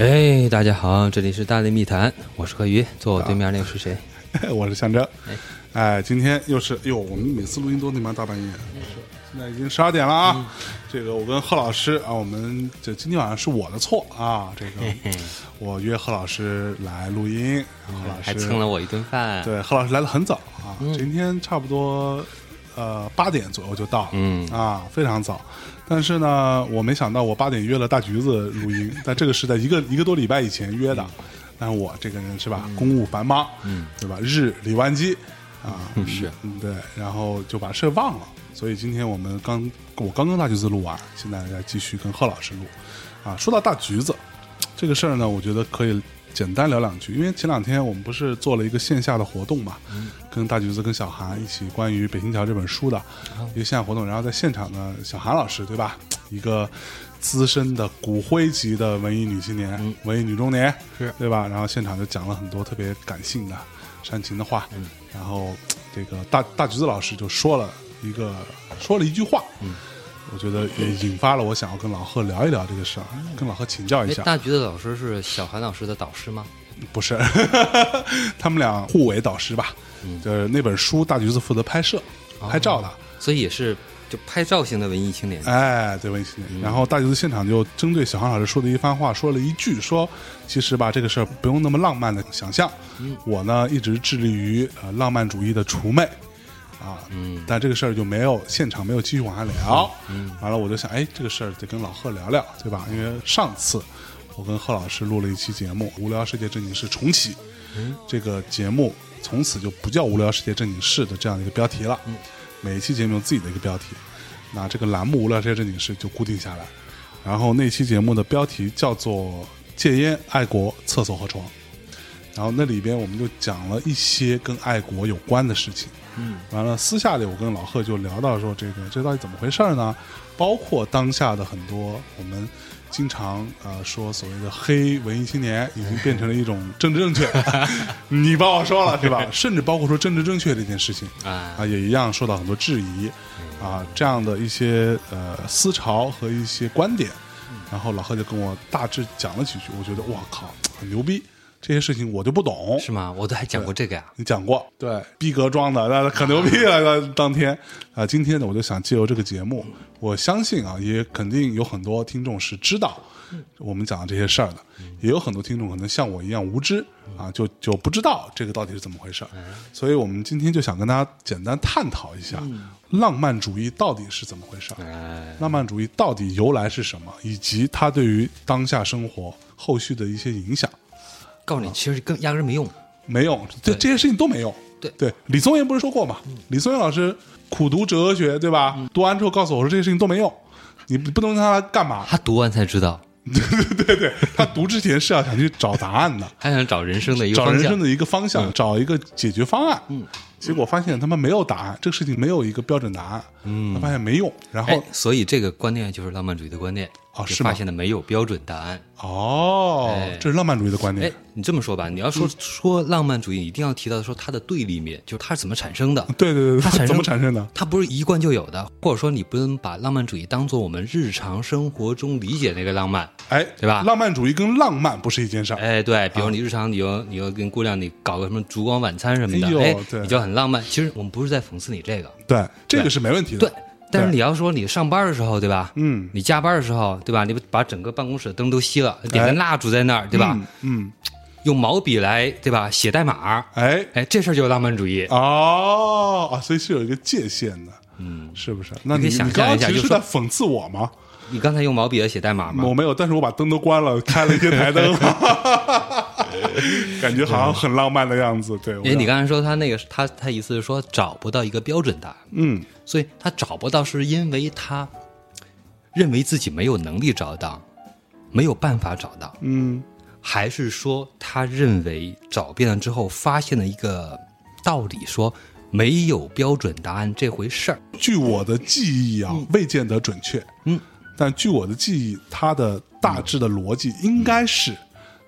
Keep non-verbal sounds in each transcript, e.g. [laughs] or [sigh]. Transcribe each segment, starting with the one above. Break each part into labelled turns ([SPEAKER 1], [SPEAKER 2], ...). [SPEAKER 1] 哎，大家好，这里是大内密谈，我是何鱼，坐我对面那个是谁？
[SPEAKER 2] [laughs] 我是象征。哎，今天又是哟，我们每次录音都他妈大半夜，
[SPEAKER 1] 嗯
[SPEAKER 2] 现在已经十二点了啊。这个我跟贺老师啊，我们这今天晚上是我的错啊。这个我约贺老师来录音，然后贺老
[SPEAKER 1] 还
[SPEAKER 2] 师
[SPEAKER 1] 蹭了我一顿饭。
[SPEAKER 2] 对贺老师来的很早啊，今天差不多呃八点左右就到了，
[SPEAKER 1] 嗯
[SPEAKER 2] 啊，非常早。但是呢，我没想到我八点约了大橘子录音，但这个是在一个一个多礼拜以前约的。但我这个人是吧，公务繁忙，嗯，对吧？日理万机啊，
[SPEAKER 1] 是
[SPEAKER 2] 嗯，对，然后就把事儿忘了。所以今天我们刚我刚刚大橘子录完，现在要继续跟贺老师录。啊，说到大橘子这个事儿呢，我觉得可以简单聊两句，因为前两天我们不是做了一个线下的活动嘛，
[SPEAKER 1] 嗯
[SPEAKER 2] 跟大橘子跟小韩一起关于《北新桥》这本书的
[SPEAKER 1] 啊
[SPEAKER 2] 一个线下活动，然后在现场呢，小韩老师对吧，一个资深的骨灰级的文艺女青年、文艺女中年，
[SPEAKER 1] 嗯是
[SPEAKER 2] 对吧？然后现场就讲了很多特别感性的、煽情的话，
[SPEAKER 1] 嗯
[SPEAKER 2] 然后这个大大橘子老师就说了一个说了一句话，
[SPEAKER 1] 嗯
[SPEAKER 2] 我觉得也引发了我想要跟老贺聊一聊这个事儿，跟老贺请教一
[SPEAKER 1] 哎
[SPEAKER 2] 下，。
[SPEAKER 1] 大橘子老师是小韩老师的导师吗？
[SPEAKER 2] 不是， [laughs] 他们俩互为导师吧？就是那本书，大橘子负责拍摄、拍照的。
[SPEAKER 1] 所以也是就拍照型的文艺青年。
[SPEAKER 2] 哎，对，文艺青年。然后大橘子现场就针对小航老师说的一番话，说了一句说，其实吧，这个事儿不用那么浪漫的想象。我呢一直致力于呃浪漫主义的除魅啊，嗯，但这个事儿就没有现场没有继续往下聊。嗯，完了我就想，哎，这个事儿得跟老贺聊聊，对吧？因为上次我跟贺老师录了一期节目《无聊世界正经事》重启，这个节目从此就不叫《无聊世界正经事》的这样一个标题了。每一期节目有自己的一个标题，那这个栏目《无聊世界正经事》就固定下来。然后那期节目的标题叫做“戒烟、爱国、厕所和床”，然后那里边我们就讲了一些跟爱国有关的事情。嗯，完了，私下里我跟老贺就聊到说，这个这到底怎么回事儿呢？包括当下的很多我们经常呃说所谓的黑文艺青年，已经变成了一种政治正确。你帮我说了对吧？甚至包括说政治正确这件事情
[SPEAKER 1] 啊
[SPEAKER 2] 啊，也一样受到很多质疑
[SPEAKER 1] 嗯
[SPEAKER 2] 啊，这样的一些呃思潮和一些观点。
[SPEAKER 1] 嗯
[SPEAKER 2] 然后老贺就跟我大致讲了几句，我觉得哇靠，很牛逼，这些事情我就不懂，
[SPEAKER 1] 是吗？我都还讲过这个呀。
[SPEAKER 2] 你讲过，对，逼格装的，那可牛逼了。那当天啊，今天呢，我就想借由这个节目，我相信啊，也肯定有很多听众是知道我们讲的这些事儿的，也有很多听众可能像我一样无知啊，就就不知道这个到底是怎么回事儿。所以我们今天就想跟大家简单探讨一下，浪漫主义到底是怎么回事儿。
[SPEAKER 1] 哎，
[SPEAKER 2] 浪漫主义到底由来是什么，以及它对于当下生活后续的一些影响。
[SPEAKER 1] 告诉你，其实更压根儿没用。
[SPEAKER 2] 没用，这
[SPEAKER 1] 对
[SPEAKER 2] 这些事情都没用。
[SPEAKER 1] 对嗯
[SPEAKER 2] 李松岩不是说过嘛？李松岩老师苦读哲学，对吧？读完之后告诉我说，这些事情都没用，你不能让他干
[SPEAKER 1] [laughs]
[SPEAKER 2] 嘛？
[SPEAKER 1] 他读完才知道，
[SPEAKER 2] 对对，他读之前是要想去找答案的，
[SPEAKER 1] 他想找人生的一个
[SPEAKER 2] 找
[SPEAKER 1] 方
[SPEAKER 2] 人生
[SPEAKER 1] 向。嗯
[SPEAKER 2] 的一个方向，找一个解决方案。嗯，结果发现他们没有答案，这个事情没有一个标准答案。嗯，他发现没用，然后
[SPEAKER 1] 哎，所以这个观念就是浪漫主义的观念。
[SPEAKER 2] 哦
[SPEAKER 1] 就是
[SPEAKER 2] 吗
[SPEAKER 1] 发现了没有标准答案。
[SPEAKER 2] 哦
[SPEAKER 1] 哎，
[SPEAKER 2] 这是浪漫主义的观
[SPEAKER 1] 哎
[SPEAKER 2] 点。，
[SPEAKER 1] 你这么说吧，你要
[SPEAKER 2] 嗯
[SPEAKER 1] 说、说浪漫主义，一定要提到说它的对立面，就是它是怎么产生的。
[SPEAKER 2] 对对对
[SPEAKER 1] 它
[SPEAKER 2] 对，
[SPEAKER 1] 产
[SPEAKER 2] 怎么
[SPEAKER 1] 生
[SPEAKER 2] 产生的？
[SPEAKER 1] 它不是一贯就有的，或者说你不能把浪漫主义当做我们日常生活中理解那个浪漫。
[SPEAKER 2] 哎，
[SPEAKER 1] 对吧
[SPEAKER 2] 浪漫主义跟浪漫不是一件事儿。
[SPEAKER 1] 哎，对，
[SPEAKER 2] 啊
[SPEAKER 1] 比如你日常你要你要跟姑娘你搞个什么烛光晚餐什么的
[SPEAKER 2] 哎，呦
[SPEAKER 1] 哎，
[SPEAKER 2] 对
[SPEAKER 1] 你就很浪漫。其实我们不是在讽刺你这个，
[SPEAKER 2] 对，这个是没问题的。
[SPEAKER 1] 对。但是你要说你上班的时候，对吧？
[SPEAKER 2] 嗯，
[SPEAKER 1] 你加班的时候，对吧？你把整个办公室的灯都熄了，点根蜡烛在那儿，对吧？
[SPEAKER 2] 哎嗯，
[SPEAKER 1] 用毛笔来，对吧？写代码，
[SPEAKER 2] 哎，啊
[SPEAKER 1] 哎，这事儿就是浪漫主义。
[SPEAKER 2] 哦，啊，所以是有一个界限的，嗯，是不是？那
[SPEAKER 1] 你可
[SPEAKER 2] 你
[SPEAKER 1] 以想
[SPEAKER 2] 你刚
[SPEAKER 1] 象
[SPEAKER 2] 刚
[SPEAKER 1] 一下
[SPEAKER 2] 其
[SPEAKER 1] 就
[SPEAKER 2] 实
[SPEAKER 1] 是说
[SPEAKER 2] 在讽刺我吗？
[SPEAKER 1] 你刚才用毛笔来写代码吗？
[SPEAKER 2] 我没有，但是我把灯都关了，开了一些
[SPEAKER 1] [laughs]
[SPEAKER 2] 台灯， [laughs] 感觉好像很浪漫的样子。对，我
[SPEAKER 1] 因为哎你刚才说他那个，他他意思是说找不到一个标准答案，
[SPEAKER 2] 嗯，
[SPEAKER 1] 所以他找不到是因为他认为自己没有能力找到，没有办法找到，
[SPEAKER 2] 嗯，
[SPEAKER 1] 还是说他认为找遍了之后发现了一个道理，说没有标准答案这回事儿？
[SPEAKER 2] 据我的记忆啊，未见得准确，
[SPEAKER 1] 嗯，
[SPEAKER 2] 但据我的记忆，他的大致的逻辑应该是，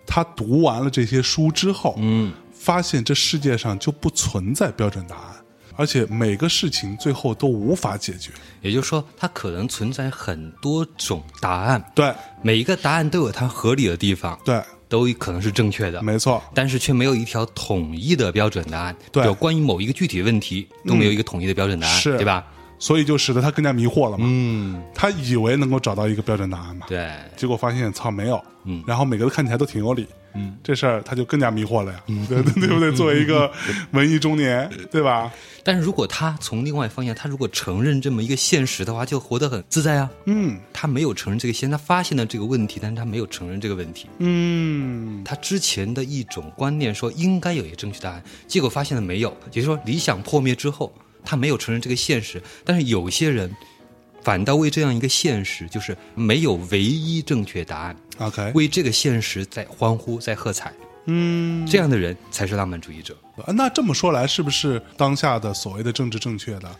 [SPEAKER 2] 他读完了这些书之后，嗯，发现这世界上就不存在标准答案。而且每个事情最后都无法解决。
[SPEAKER 1] 也就是说，它可能存在很多种答案，
[SPEAKER 2] 对
[SPEAKER 1] 每一个答案都有它合理的地方，
[SPEAKER 2] 对，
[SPEAKER 1] 都可能是正确的，
[SPEAKER 2] 没错，
[SPEAKER 1] 但是却没有一条统一的标准答案。
[SPEAKER 2] 对
[SPEAKER 1] 有关于某一个具体问题都没有一个统一的标准答案，
[SPEAKER 2] 是
[SPEAKER 1] 对吧？
[SPEAKER 2] 所以就使得他更加迷惑了嘛。
[SPEAKER 1] 嗯，
[SPEAKER 2] 他以为能够找到一个标准答案嘛，
[SPEAKER 1] 对，
[SPEAKER 2] 结果发现操没有，
[SPEAKER 1] 嗯
[SPEAKER 2] 然后每个都看起来都挺有理，嗯，这事儿他就更加迷惑了呀，
[SPEAKER 1] 嗯
[SPEAKER 2] 对 [laughs] 对对不对？作为一个文艺中年，对吧？
[SPEAKER 1] 但是如果他从另外方向，他如果承认这么一个现实的话，就活得很自在啊。
[SPEAKER 2] 嗯
[SPEAKER 1] 他没有承认这个现，他发现了这个问题，但是他没有承认这个问题。
[SPEAKER 2] 嗯，
[SPEAKER 1] 他之前的一种观念说应该有一个正确答案，结果发现了没有，也就是说理想破灭之后，他没有承认这个现实。但是有些人反倒为这样一个现实，就是没有唯一正确答案，
[SPEAKER 2] OK，
[SPEAKER 1] 为这个现实在欢呼、在喝彩，
[SPEAKER 2] 嗯，
[SPEAKER 1] 这样的人才是浪漫主义者。
[SPEAKER 2] 啊那这么说来，是不是当下的所谓的政治正确的，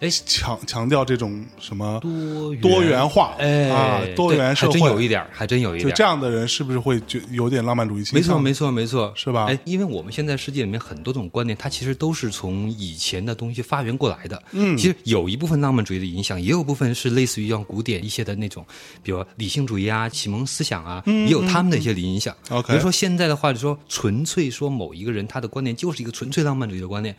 [SPEAKER 1] 哎
[SPEAKER 2] 强强调这种什么
[SPEAKER 1] 多
[SPEAKER 2] 多元化，
[SPEAKER 1] 哎，
[SPEAKER 2] 啊，多
[SPEAKER 1] 对
[SPEAKER 2] 元社
[SPEAKER 1] 还真有一
[SPEAKER 2] 会，
[SPEAKER 1] 点啊儿，还真有一
[SPEAKER 2] 就
[SPEAKER 1] 点儿。
[SPEAKER 2] 这样的人是不是会觉有点浪漫主义倾
[SPEAKER 1] 没错，
[SPEAKER 2] 向？
[SPEAKER 1] 没错，没错，
[SPEAKER 2] 是吧
[SPEAKER 1] 哎，因为我们现在世界里面很多种观念，它其实都是从以前的东西发源过来的。嗯，其实有一部分浪漫主义的影响，也有部分是类似于像古典一些的那种，比如理性主义啊、启蒙思想啊，也有他们的一些影响。
[SPEAKER 2] 嗯 OK
[SPEAKER 1] 比如说现在的话，就说纯粹说某一个人他的观念就是一个纯粹浪漫主义的观念，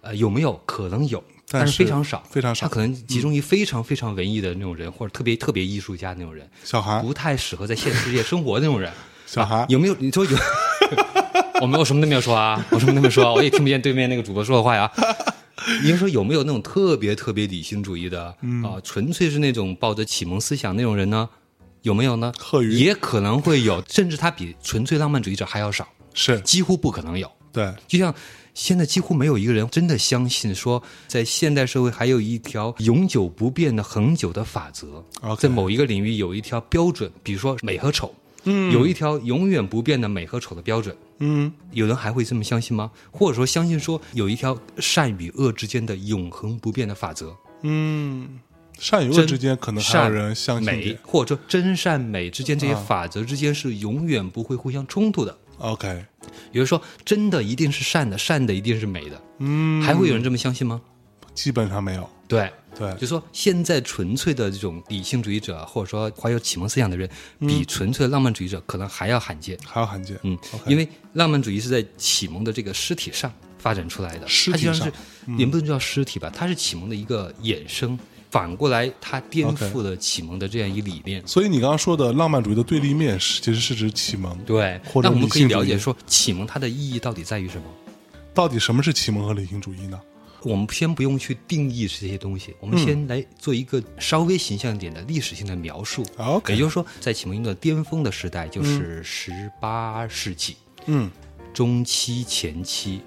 [SPEAKER 1] 呃，有没有可能有？但
[SPEAKER 2] 但是
[SPEAKER 1] 是非常少，
[SPEAKER 2] 非常少嗯
[SPEAKER 1] 他可能集中于非常非常文艺的那种人，或者特别特别艺术家那种人，
[SPEAKER 2] 小韩，
[SPEAKER 1] 不太适合在现实世界生活那种人。
[SPEAKER 2] 啊
[SPEAKER 1] 啊
[SPEAKER 2] [laughs] 小韩，
[SPEAKER 1] 有没有？你说
[SPEAKER 2] [laughs]
[SPEAKER 1] 有？我没有，我什么都没有说啊，我什么都没有说啊，我也听不见对面那个主播说的话呀。你是说有没有那种特别特别理性主义的啊、
[SPEAKER 2] 嗯
[SPEAKER 1] 纯粹是那种抱着启蒙思想那种人呢？有没有呢？
[SPEAKER 2] 贺鱼
[SPEAKER 1] 也可能会有，甚至他比纯粹浪漫主义者还要少，
[SPEAKER 2] 是
[SPEAKER 1] 几乎不可能有。
[SPEAKER 2] 对，
[SPEAKER 1] 就像现在几乎没有一个人真的相信说，在现代社会还有一条永久不变的恒久的法则
[SPEAKER 2] OK
[SPEAKER 1] 在某一个领域有一条标准，比如说美和丑，嗯，有一条永远不变的美和丑的标准。
[SPEAKER 2] 嗯，
[SPEAKER 1] 有人还会这么相信吗？或者说相信说有一条善与恶之间的永恒不变的法则？
[SPEAKER 2] 嗯，善与恶
[SPEAKER 1] 真
[SPEAKER 2] 之间可能还有
[SPEAKER 1] 善
[SPEAKER 2] 人相信啊
[SPEAKER 1] 美
[SPEAKER 2] 点
[SPEAKER 1] 或者说真善美之间这些法则之间是永远不会互相冲突的。
[SPEAKER 2] OK，
[SPEAKER 1] 也就是说，真的一定是善的，善的一定是美的。
[SPEAKER 2] 嗯，
[SPEAKER 1] 还会有人这么相信吗？
[SPEAKER 2] 基本上没有。
[SPEAKER 1] 对，
[SPEAKER 2] 对，
[SPEAKER 1] 啊就说现在纯粹的这种理性主义者，或者说怀有启蒙思想的人，
[SPEAKER 2] 嗯
[SPEAKER 1] 比纯粹的浪漫主义者可能还要罕见。
[SPEAKER 2] 还有罕见。
[SPEAKER 1] 嗯
[SPEAKER 2] OK
[SPEAKER 1] 因为浪漫主义是在启蒙的这个尸体上发展出来的，
[SPEAKER 2] 尸
[SPEAKER 1] 它
[SPEAKER 2] 体
[SPEAKER 1] 就
[SPEAKER 2] 上
[SPEAKER 1] 像是、嗯也不能叫尸体吧，它是启蒙的一个衍生，反过来它颠
[SPEAKER 2] OK
[SPEAKER 1] 覆了启蒙的这样一理念。
[SPEAKER 2] 所以你刚刚说的浪漫主义的对立面是，其实是指启蒙。
[SPEAKER 1] 对
[SPEAKER 2] 或，者
[SPEAKER 1] 那我们可以
[SPEAKER 2] 理性主
[SPEAKER 1] 了
[SPEAKER 2] 义
[SPEAKER 1] 解说启蒙它的意义到底在于什么？
[SPEAKER 2] 到底什么是启蒙和理性主义呢？
[SPEAKER 1] 我们先不用去定义这些东西，我
[SPEAKER 2] 嗯
[SPEAKER 1] 们先来做一个稍微形象一点的历史性的描述。
[SPEAKER 2] OK
[SPEAKER 1] 也就是说，在启蒙运动的巅峰的时代，就是十八世纪、
[SPEAKER 2] 嗯，
[SPEAKER 1] 中期前期，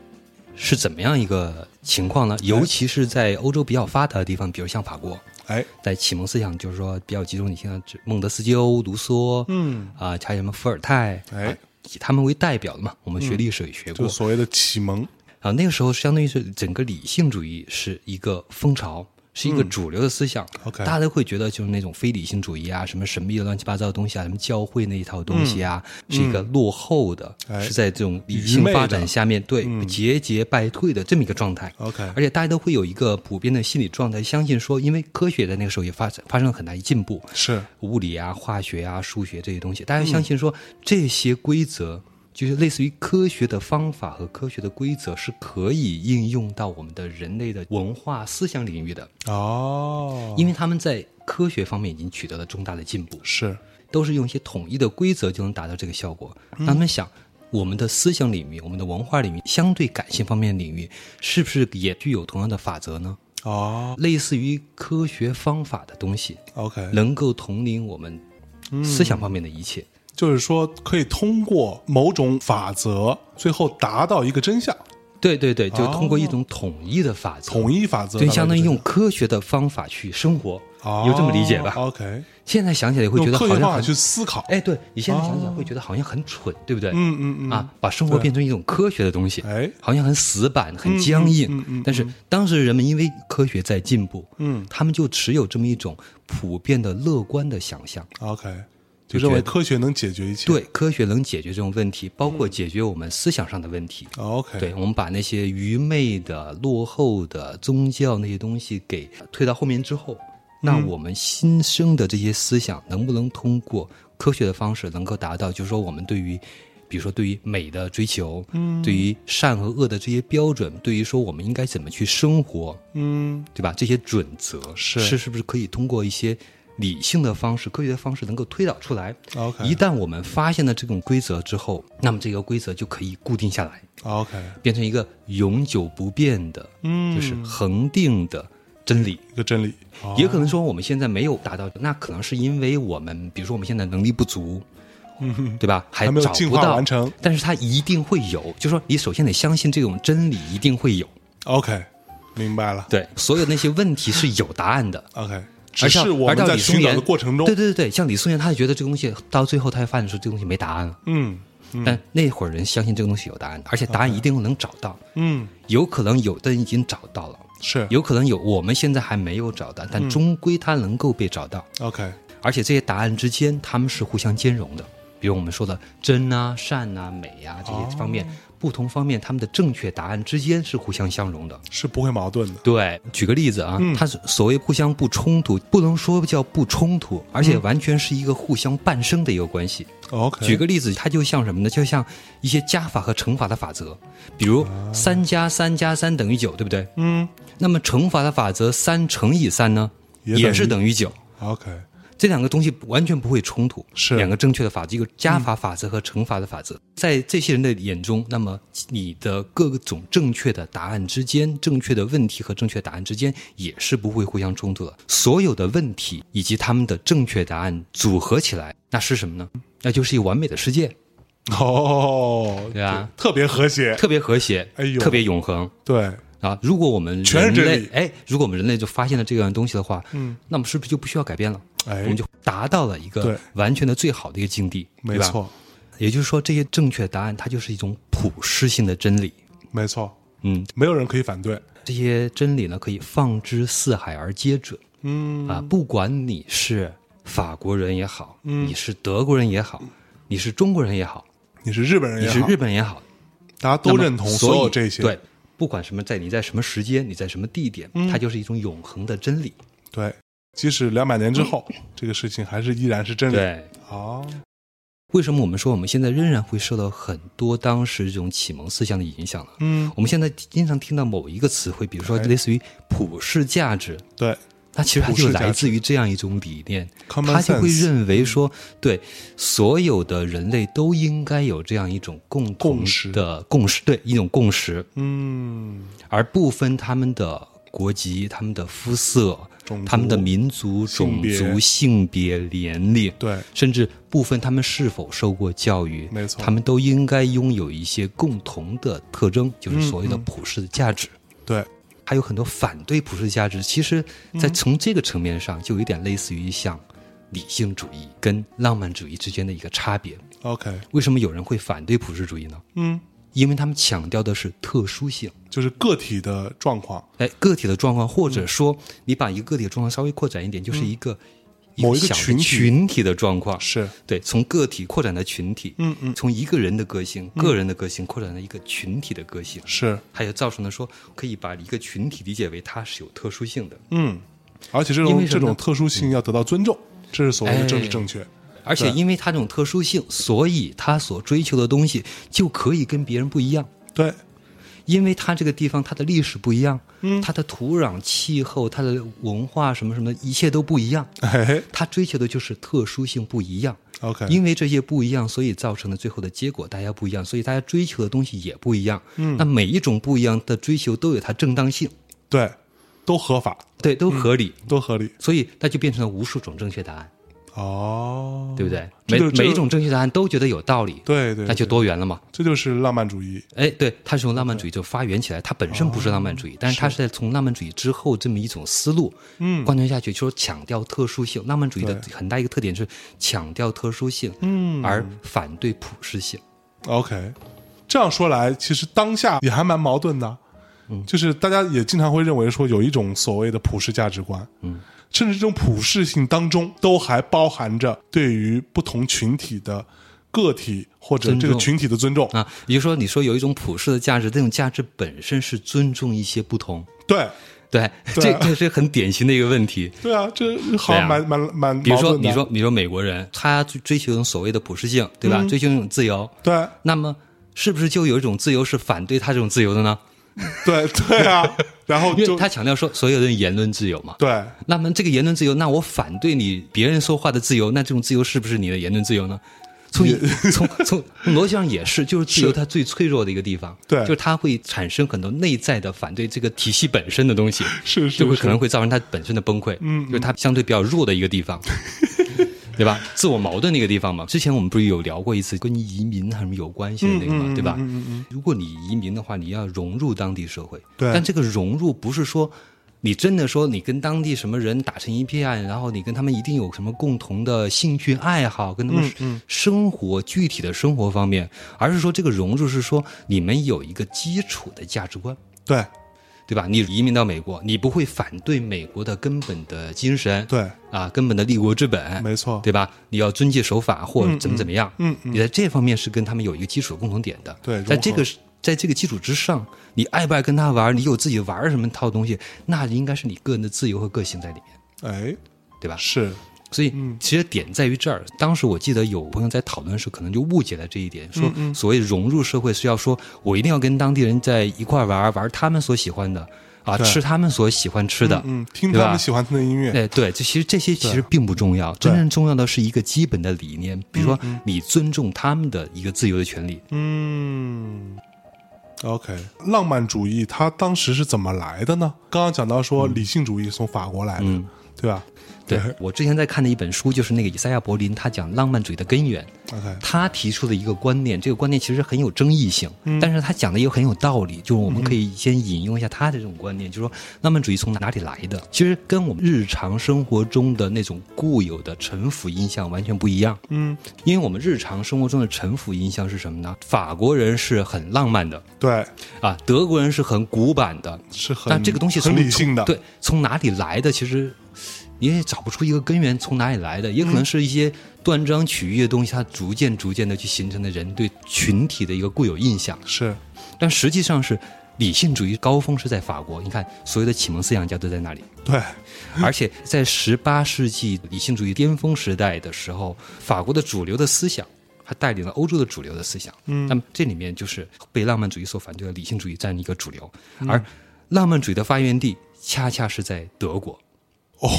[SPEAKER 1] 是怎么样一个情况呢？尤其是在欧洲比较发达的地方，比如像法国，
[SPEAKER 2] 哎，
[SPEAKER 1] 在启蒙思想就是说比较集中。你像这孟德斯鸠、卢梭，
[SPEAKER 2] 嗯，
[SPEAKER 1] 啊、还有什么伏尔泰，
[SPEAKER 2] 哎嗯
[SPEAKER 1] 啊以他们为代表的嘛，我们学历史也学过。
[SPEAKER 2] 就所谓的启蒙。
[SPEAKER 1] 啊，那个时候相当于是整个理性主义是一个风潮，是一个主流的思想。
[SPEAKER 2] 嗯 OK
[SPEAKER 1] 大家都会觉得就是那种非理性主义啊，什么神秘的乱七八糟的东西啊，什么教会那一套东西啊，是一个落后的，
[SPEAKER 2] 嗯哎
[SPEAKER 1] 是在这种理
[SPEAKER 2] 愚
[SPEAKER 1] 性
[SPEAKER 2] 昧的嗯
[SPEAKER 1] 发展下面对、节节败退的这么一个状态。
[SPEAKER 2] OK，
[SPEAKER 1] 而且大家都会有一个普遍的心理状态，相信说，因为科学在那个时候也发展发生了很大一进步，
[SPEAKER 2] 是
[SPEAKER 1] 物理啊、化学啊、数学这些东西，大家相信说、这些规则就是类似于科学的方法和科学的规则是可以应用到我们的人类的文化思想领域的，
[SPEAKER 2] 哦，
[SPEAKER 1] 因为他们在科学方面已经取得了重大的进步，
[SPEAKER 2] 是
[SPEAKER 1] 都是用一些统一的规则就能达到这个效果。让他们想。我们的思想领域、我们的文化领域、相对感性方面的领域，是不是也具有同样的法则呢？
[SPEAKER 2] 哦
[SPEAKER 1] 类似于科学方法的东西，
[SPEAKER 2] ，OK，
[SPEAKER 1] 能够统领我们
[SPEAKER 2] 嗯
[SPEAKER 1] 思想方面的一切。
[SPEAKER 2] 就是说可以通过某种法则，最后达到一个真相，
[SPEAKER 1] 对对对，就
[SPEAKER 2] 哦
[SPEAKER 1] 通过一种统一的法则，
[SPEAKER 2] 统一法则，
[SPEAKER 1] 就相当于用
[SPEAKER 2] 达
[SPEAKER 1] 科学的方法去生活，
[SPEAKER 2] 到一
[SPEAKER 1] 你
[SPEAKER 2] 个真相
[SPEAKER 1] 就这么理解吧。
[SPEAKER 2] 哦 OK，
[SPEAKER 1] 现在想起来会觉
[SPEAKER 2] 用
[SPEAKER 1] 得
[SPEAKER 2] 科
[SPEAKER 1] 好
[SPEAKER 2] 学方
[SPEAKER 1] 像
[SPEAKER 2] 法
[SPEAKER 1] 很
[SPEAKER 2] 去思考。
[SPEAKER 1] 哎，对你现在想起来会觉得好像很蠢，对不对？
[SPEAKER 2] 嗯嗯嗯，
[SPEAKER 1] 啊，把生活变成一种科学的东西，
[SPEAKER 2] 哎，
[SPEAKER 1] 好像很死板、很僵硬。
[SPEAKER 2] 嗯嗯嗯嗯
[SPEAKER 1] 但是当时人们因为科学在进步，
[SPEAKER 2] 嗯
[SPEAKER 1] 他们就持有这么一种普遍的乐观的想象。
[SPEAKER 2] ，OK，就
[SPEAKER 1] 觉
[SPEAKER 2] 认为
[SPEAKER 1] 得
[SPEAKER 2] 科学能解决一切。
[SPEAKER 1] 对，科学能解决这种问题，包
[SPEAKER 2] 嗯
[SPEAKER 1] 括解决我们思想上的问题。
[SPEAKER 2] 哦，OK，
[SPEAKER 1] 对，我们把那些愚昧的、落后的宗教那些东西给推到后面之后，那
[SPEAKER 2] 嗯
[SPEAKER 1] 我们新生的这些思想能不能通过科学的方式能够达到？就是说，我们对于，比如说对于美的追求，嗯，对于善和恶的这些标准，对于说我们应该怎么去生活，
[SPEAKER 2] 嗯，
[SPEAKER 1] 对吧？这些准则
[SPEAKER 2] 是
[SPEAKER 1] 是是不是可以通过一些理性的方式、科学的方式能够推导出来
[SPEAKER 2] 哦 OK
[SPEAKER 1] 一旦我们发现了这种规则之后，那么这个规则就可以固定下来，
[SPEAKER 2] OK，
[SPEAKER 1] 变成一个永久不变的，
[SPEAKER 2] 嗯
[SPEAKER 1] 就是恒定的真理。
[SPEAKER 2] 一个真理，哦
[SPEAKER 1] 也可能说我们现在没有达到，那可能是因为我们，比如说我们现在能力不足，嗯，对吧？还
[SPEAKER 2] 还没有
[SPEAKER 1] 找
[SPEAKER 2] 进
[SPEAKER 1] 不
[SPEAKER 2] 化
[SPEAKER 1] 到
[SPEAKER 2] 完成
[SPEAKER 1] 但是它一定会有，就是说你首先得相信这种真理一定会有。
[SPEAKER 2] OK，明白了。
[SPEAKER 1] 对，所有那些问题是有答案的，
[SPEAKER 2] OK，只
[SPEAKER 1] 而像
[SPEAKER 2] 是我
[SPEAKER 1] 而
[SPEAKER 2] 们
[SPEAKER 1] 到
[SPEAKER 2] 在
[SPEAKER 1] 李松
[SPEAKER 2] 寻找
[SPEAKER 1] 岩
[SPEAKER 2] 的过程中，
[SPEAKER 1] 对对对对，像李松岩，他就觉得这个东西到最后，他就发现说这个东西没答案了。
[SPEAKER 2] 嗯
[SPEAKER 1] 但那会儿人相信这个东西有答案，而且答案一定能找到。
[SPEAKER 2] 嗯，
[SPEAKER 1] 有可能有的人已经找到了，
[SPEAKER 2] 是
[SPEAKER 1] 有可能有我们现在还没有找到，但终归它能够被找到。
[SPEAKER 2] OK，
[SPEAKER 1] 而且这些答案之间，他们是互相兼容的。比如我们说的真啊、善啊、美啊这些方面，不同方面他们的正确答案之间是互相相容的。
[SPEAKER 2] 是不会矛盾的。
[SPEAKER 1] 对，举个例子啊，它是所谓互相不冲突，不能说叫不冲突，而且完全是一个互相伴生的一个关系。
[SPEAKER 2] OK，
[SPEAKER 1] 举个例子，它就像什么呢？就像一些加法和乘法的法则，比如三加三加三等于九，对不对？
[SPEAKER 2] 嗯
[SPEAKER 1] 那么乘法的法则三乘以三呢，
[SPEAKER 2] 也
[SPEAKER 1] 也
[SPEAKER 2] 等于
[SPEAKER 1] 是等于九。
[SPEAKER 2] ，OK，
[SPEAKER 1] 这两个东西完全不会冲突，
[SPEAKER 2] 是
[SPEAKER 1] 两个正确的法则，一个加法法则和乘法的法则。在这些人的眼中，那么你的各种正确的答案之间，正确的问题和正确答案之间也是不会互相冲突的。所有的问题以及他们的正确答案组合起来，那是什么呢？那就是一个完美的世界，
[SPEAKER 2] 哦，
[SPEAKER 1] 对啊，
[SPEAKER 2] 特别和谐，
[SPEAKER 1] 特别和谐，
[SPEAKER 2] 哎呦
[SPEAKER 1] 特别永恒。
[SPEAKER 2] 对，
[SPEAKER 1] 啊，如果我们
[SPEAKER 2] 全是
[SPEAKER 1] 人
[SPEAKER 2] 真
[SPEAKER 1] 类
[SPEAKER 2] 理，
[SPEAKER 1] 哎，如果我们人类就发现了这样东西的话，嗯，那么是不是就不需要改变了？
[SPEAKER 2] 哎
[SPEAKER 1] 我们就达到了一
[SPEAKER 2] 对
[SPEAKER 1] 个完全的最好的一个境地，
[SPEAKER 2] 没
[SPEAKER 1] 对吧。
[SPEAKER 2] 错，
[SPEAKER 1] 也就是说，这些正确答案它就是一种普世性的真理。
[SPEAKER 2] 没错，
[SPEAKER 1] 嗯，
[SPEAKER 2] 没有人可以反对。
[SPEAKER 1] 这些真理呢可以放之四海而皆准。
[SPEAKER 2] 嗯嗯
[SPEAKER 1] 啊，不管你是法国人也好，你是德国人也好，你是中国人也好，
[SPEAKER 2] 你是日本人
[SPEAKER 1] 你
[SPEAKER 2] 也
[SPEAKER 1] 是
[SPEAKER 2] 好，
[SPEAKER 1] 日本人也好，
[SPEAKER 2] 大家都
[SPEAKER 1] 那么
[SPEAKER 2] 认同
[SPEAKER 1] 所
[SPEAKER 2] 有
[SPEAKER 1] 以
[SPEAKER 2] 这些，
[SPEAKER 1] 对，不管什么，在你在什么时间，你在什么地点，
[SPEAKER 2] 嗯
[SPEAKER 1] 它就是一种永恒的真理。
[SPEAKER 2] 对，即使两百年之后，这个事情还是依然是真理。
[SPEAKER 1] 对，
[SPEAKER 2] 哦，
[SPEAKER 1] 为什么我们说我们现在仍然会受到很多当时这种启蒙思想的影响呢？
[SPEAKER 2] 嗯，
[SPEAKER 1] 我们现在经常听到某一个词汇，比如说
[SPEAKER 2] 哎
[SPEAKER 1] 类似于普世价值，
[SPEAKER 2] 对，
[SPEAKER 1] 它其实它
[SPEAKER 2] 普世
[SPEAKER 1] 就
[SPEAKER 2] 价值
[SPEAKER 1] 来自于这样一种理念，
[SPEAKER 2] Common
[SPEAKER 1] 它就会
[SPEAKER 2] sense
[SPEAKER 1] 认为说，对所有的人类都应该有这样一种共同
[SPEAKER 2] 共识
[SPEAKER 1] 的共识，对一种共识，
[SPEAKER 2] 嗯，
[SPEAKER 1] 而不分他们的国籍、他们的肤色
[SPEAKER 2] 种、
[SPEAKER 1] 他们的
[SPEAKER 2] 族
[SPEAKER 1] 民族、
[SPEAKER 2] 性
[SPEAKER 1] 种
[SPEAKER 2] 别
[SPEAKER 1] 族、性别、年龄，
[SPEAKER 2] 对，
[SPEAKER 1] 甚至不分他们是否受过教育，
[SPEAKER 2] 没错
[SPEAKER 1] 他们都应该拥有一些共同的特征，
[SPEAKER 2] 嗯
[SPEAKER 1] 就是所谓的普世的价值。
[SPEAKER 2] 对，
[SPEAKER 1] 还有很多反对普世价值，其实，在
[SPEAKER 2] 嗯
[SPEAKER 1] 从这个层面上，就有点类似于像理性主义跟浪漫主义之间的一个差别。
[SPEAKER 2] OK，
[SPEAKER 1] 为什么有人会反对普世主义呢？
[SPEAKER 2] 嗯，
[SPEAKER 1] 因为他们强调的是特殊性，
[SPEAKER 2] 就是个体的状况，
[SPEAKER 1] 哎，个体的状况，或
[SPEAKER 2] 嗯
[SPEAKER 1] 者说你把一个个体的状况稍微扩展一点，就是一个、
[SPEAKER 2] 某一
[SPEAKER 1] 一
[SPEAKER 2] 个
[SPEAKER 1] 小的
[SPEAKER 2] 群体
[SPEAKER 1] 群体的状况，
[SPEAKER 2] 是
[SPEAKER 1] 对，从个体扩展到群体，嗯嗯，从一个人的个性、
[SPEAKER 2] 嗯
[SPEAKER 1] 个人的个性扩展到一个群体的个性，
[SPEAKER 2] 是，
[SPEAKER 1] 还有造成的说，可以把一个群体理解为它是有特殊性的，
[SPEAKER 2] 嗯，而且这
[SPEAKER 1] 因
[SPEAKER 2] 种
[SPEAKER 1] 为什
[SPEAKER 2] 这
[SPEAKER 1] 么呢哎
[SPEAKER 2] 种特殊性要得到尊重，这是所谓的政治正确。
[SPEAKER 1] 而且因为它这种特殊性，所以它所追求的东西就可以跟别人不一样。
[SPEAKER 2] 对，
[SPEAKER 1] 因为它这个地方它的历史不一样，嗯，它的土壤、气候、它的文化什么什么，一切都不一样。
[SPEAKER 2] 嘿嘿
[SPEAKER 1] 它追求的就是特殊性不一样。
[SPEAKER 2] 哎，OK，
[SPEAKER 1] 因为这些不一样，所以造成的最后的结果大家不一样，所以大家追求的东西也不一样。嗯，那每一种不一样的追求都有它正当性，
[SPEAKER 2] 对，都合法，
[SPEAKER 1] 对，都
[SPEAKER 2] 嗯
[SPEAKER 1] 合理，
[SPEAKER 2] 都合理。
[SPEAKER 1] 所以那就变成了无数种正确答案，
[SPEAKER 2] 哦，
[SPEAKER 1] 对不对？
[SPEAKER 2] 这
[SPEAKER 1] 每
[SPEAKER 2] 就这
[SPEAKER 1] 每一种正确答案都觉得有道理，
[SPEAKER 2] 对对，
[SPEAKER 1] 那就
[SPEAKER 2] 对
[SPEAKER 1] 多元了嘛。
[SPEAKER 2] 这就是浪漫主义。
[SPEAKER 1] 哎，对，它是从浪漫主义就发源起来，它本身不是浪漫
[SPEAKER 2] 哦
[SPEAKER 1] 主义，但是它是在从浪漫主义之后这么一种思路嗯贯穿下去，就是强调特殊性。浪漫主义的很大一个特点是强调特殊性，嗯，而反对普世性。
[SPEAKER 2] OK，这样说来，其实当下也还蛮矛盾的。嗯，就是大家也经常会认为说有一种所谓的普世价值观，嗯，甚至这种普世性当中，都还包含着对于不同群体的个体或者这个群体的尊重。
[SPEAKER 1] 啊，也就是说，你说有一种普世的价值，这种价值本身是尊重一些不同，
[SPEAKER 2] 对，
[SPEAKER 1] 对，
[SPEAKER 2] 对
[SPEAKER 1] 这
[SPEAKER 2] 啊
[SPEAKER 1] 这是很典型的一个问题。
[SPEAKER 2] 对啊，这好
[SPEAKER 1] 对
[SPEAKER 2] 像
[SPEAKER 1] 啊
[SPEAKER 2] 蛮、蛮蛮
[SPEAKER 1] 比如说，
[SPEAKER 2] 矛盾的
[SPEAKER 1] 你说，你说美国人，他追追求一种所谓的普适性，对
[SPEAKER 2] 嗯
[SPEAKER 1] 吧？追求一种自由，
[SPEAKER 2] 对
[SPEAKER 1] 那么是不是就有一种自由是反对他这种自由的呢？
[SPEAKER 2] 对对
[SPEAKER 1] [laughs]
[SPEAKER 2] 啊，然后
[SPEAKER 1] 因为
[SPEAKER 2] 就
[SPEAKER 1] 他强调说，所有人言论自由嘛。
[SPEAKER 2] 对
[SPEAKER 1] 那么这个言论自由，那我反对你别人说话的自由，那这种自由是不是你的言论自由呢？从一从从逻辑上也
[SPEAKER 2] [laughs]
[SPEAKER 1] 是，就是自由它最脆弱的一个地方，
[SPEAKER 2] 对
[SPEAKER 1] 就是它会产生很多内在的反对这个体系本身的东西，
[SPEAKER 2] 是是
[SPEAKER 1] 就会
[SPEAKER 2] 是
[SPEAKER 1] 可能会造成它本身的崩溃，嗯，就是它相对比较弱的一个地方。 [laughs] 对吧？自我矛盾的一个地方嘛。之前我们不是有聊过一次跟移民还是有关系的那个
[SPEAKER 2] 嗯
[SPEAKER 1] 嘛，对吧？如果你移民的话，你要融入当地社会，
[SPEAKER 2] 对
[SPEAKER 1] 但这个融入不是说你真的说你跟当地什么人打成一片，然后你跟他们一定有什么共同的兴趣爱好，跟他
[SPEAKER 2] 嗯
[SPEAKER 1] 们生活、具体的生活方面，而是说这个融入是说你们有一个基础的价值观。
[SPEAKER 2] 对
[SPEAKER 1] 对吧？你移民到美国，你不会反对美国的根本的精神，
[SPEAKER 2] 对，
[SPEAKER 1] 啊，根本的立国之本，
[SPEAKER 2] 没错，
[SPEAKER 1] 对吧？你要遵纪守法或者怎么怎么样，
[SPEAKER 2] 嗯
[SPEAKER 1] 你在这方面是跟他们有一个基础共同点的。
[SPEAKER 2] 对
[SPEAKER 1] 在
[SPEAKER 2] 融合
[SPEAKER 1] 这个在这个基础之上，你爱不爱跟他玩，你有自己玩什么套东西，那应该是你个人的自由和个性在里面，
[SPEAKER 2] 哎，
[SPEAKER 1] 对吧？
[SPEAKER 2] 是
[SPEAKER 1] 所以
[SPEAKER 2] 嗯
[SPEAKER 1] 其实点在于这儿。当时我记得有朋友在讨论的时候，可能就误解了这一点，说
[SPEAKER 2] 嗯
[SPEAKER 1] 所谓融入社会是要说我一定要跟当地人在一块儿玩，玩他们所喜欢的啊，
[SPEAKER 2] 对
[SPEAKER 1] 吃他们所喜欢吃的。
[SPEAKER 2] 嗯，听
[SPEAKER 1] 对
[SPEAKER 2] 他
[SPEAKER 1] 吧
[SPEAKER 2] 们喜欢听的音乐，
[SPEAKER 1] 哎，对，这其实这些其实并不重要，真正重要的是一个基本的理念，比如说你尊重他们的一个自由的权利。
[SPEAKER 2] 嗯。OK，浪漫主义它当时是怎么来的呢？刚刚讲到说
[SPEAKER 1] 嗯
[SPEAKER 2] 理性主义是从法国来的，对吧
[SPEAKER 1] 对我之前在看的一本书，就是那个以赛亚·柏林，他讲浪漫主义的根源，
[SPEAKER 2] ？OK，
[SPEAKER 1] 他提出的一个观念，这个观念其实很有争议性，但是他讲的也很有道理，就是我们可以先引用一下他的这种观念，就是说浪漫主义从哪里来的，其实跟我们日常生活中的那种固有的臣服印象完全不一样。
[SPEAKER 2] 嗯，
[SPEAKER 1] 因为我们日常生活中的臣服印象是什么呢？法国人是很浪漫的。
[SPEAKER 2] 对，
[SPEAKER 1] 啊，德国人是很古板的，
[SPEAKER 2] 是很
[SPEAKER 1] 但这个东西
[SPEAKER 2] 很
[SPEAKER 1] 从
[SPEAKER 2] 理性的，
[SPEAKER 1] 从对，从哪里来的？其实你也找不出一个根源，从哪里来的？也
[SPEAKER 2] 嗯
[SPEAKER 1] 可能是一些断章取义的东西，它逐渐逐渐的去形成的人对群体的一个固有印象，
[SPEAKER 2] 是
[SPEAKER 1] 但实际上是。理性主义高峰是在法国，你看所有的启蒙思想家都在那里，
[SPEAKER 2] 对，
[SPEAKER 1] 而且在十八世纪理性主义巅峰时代的时候，法国的主流的思想它带领了欧洲的主流的思想。嗯，那么这里面就是被浪漫主义所反对的理性主义占一个主流，而浪漫主义的发源地恰恰是在德国，
[SPEAKER 2] 哦，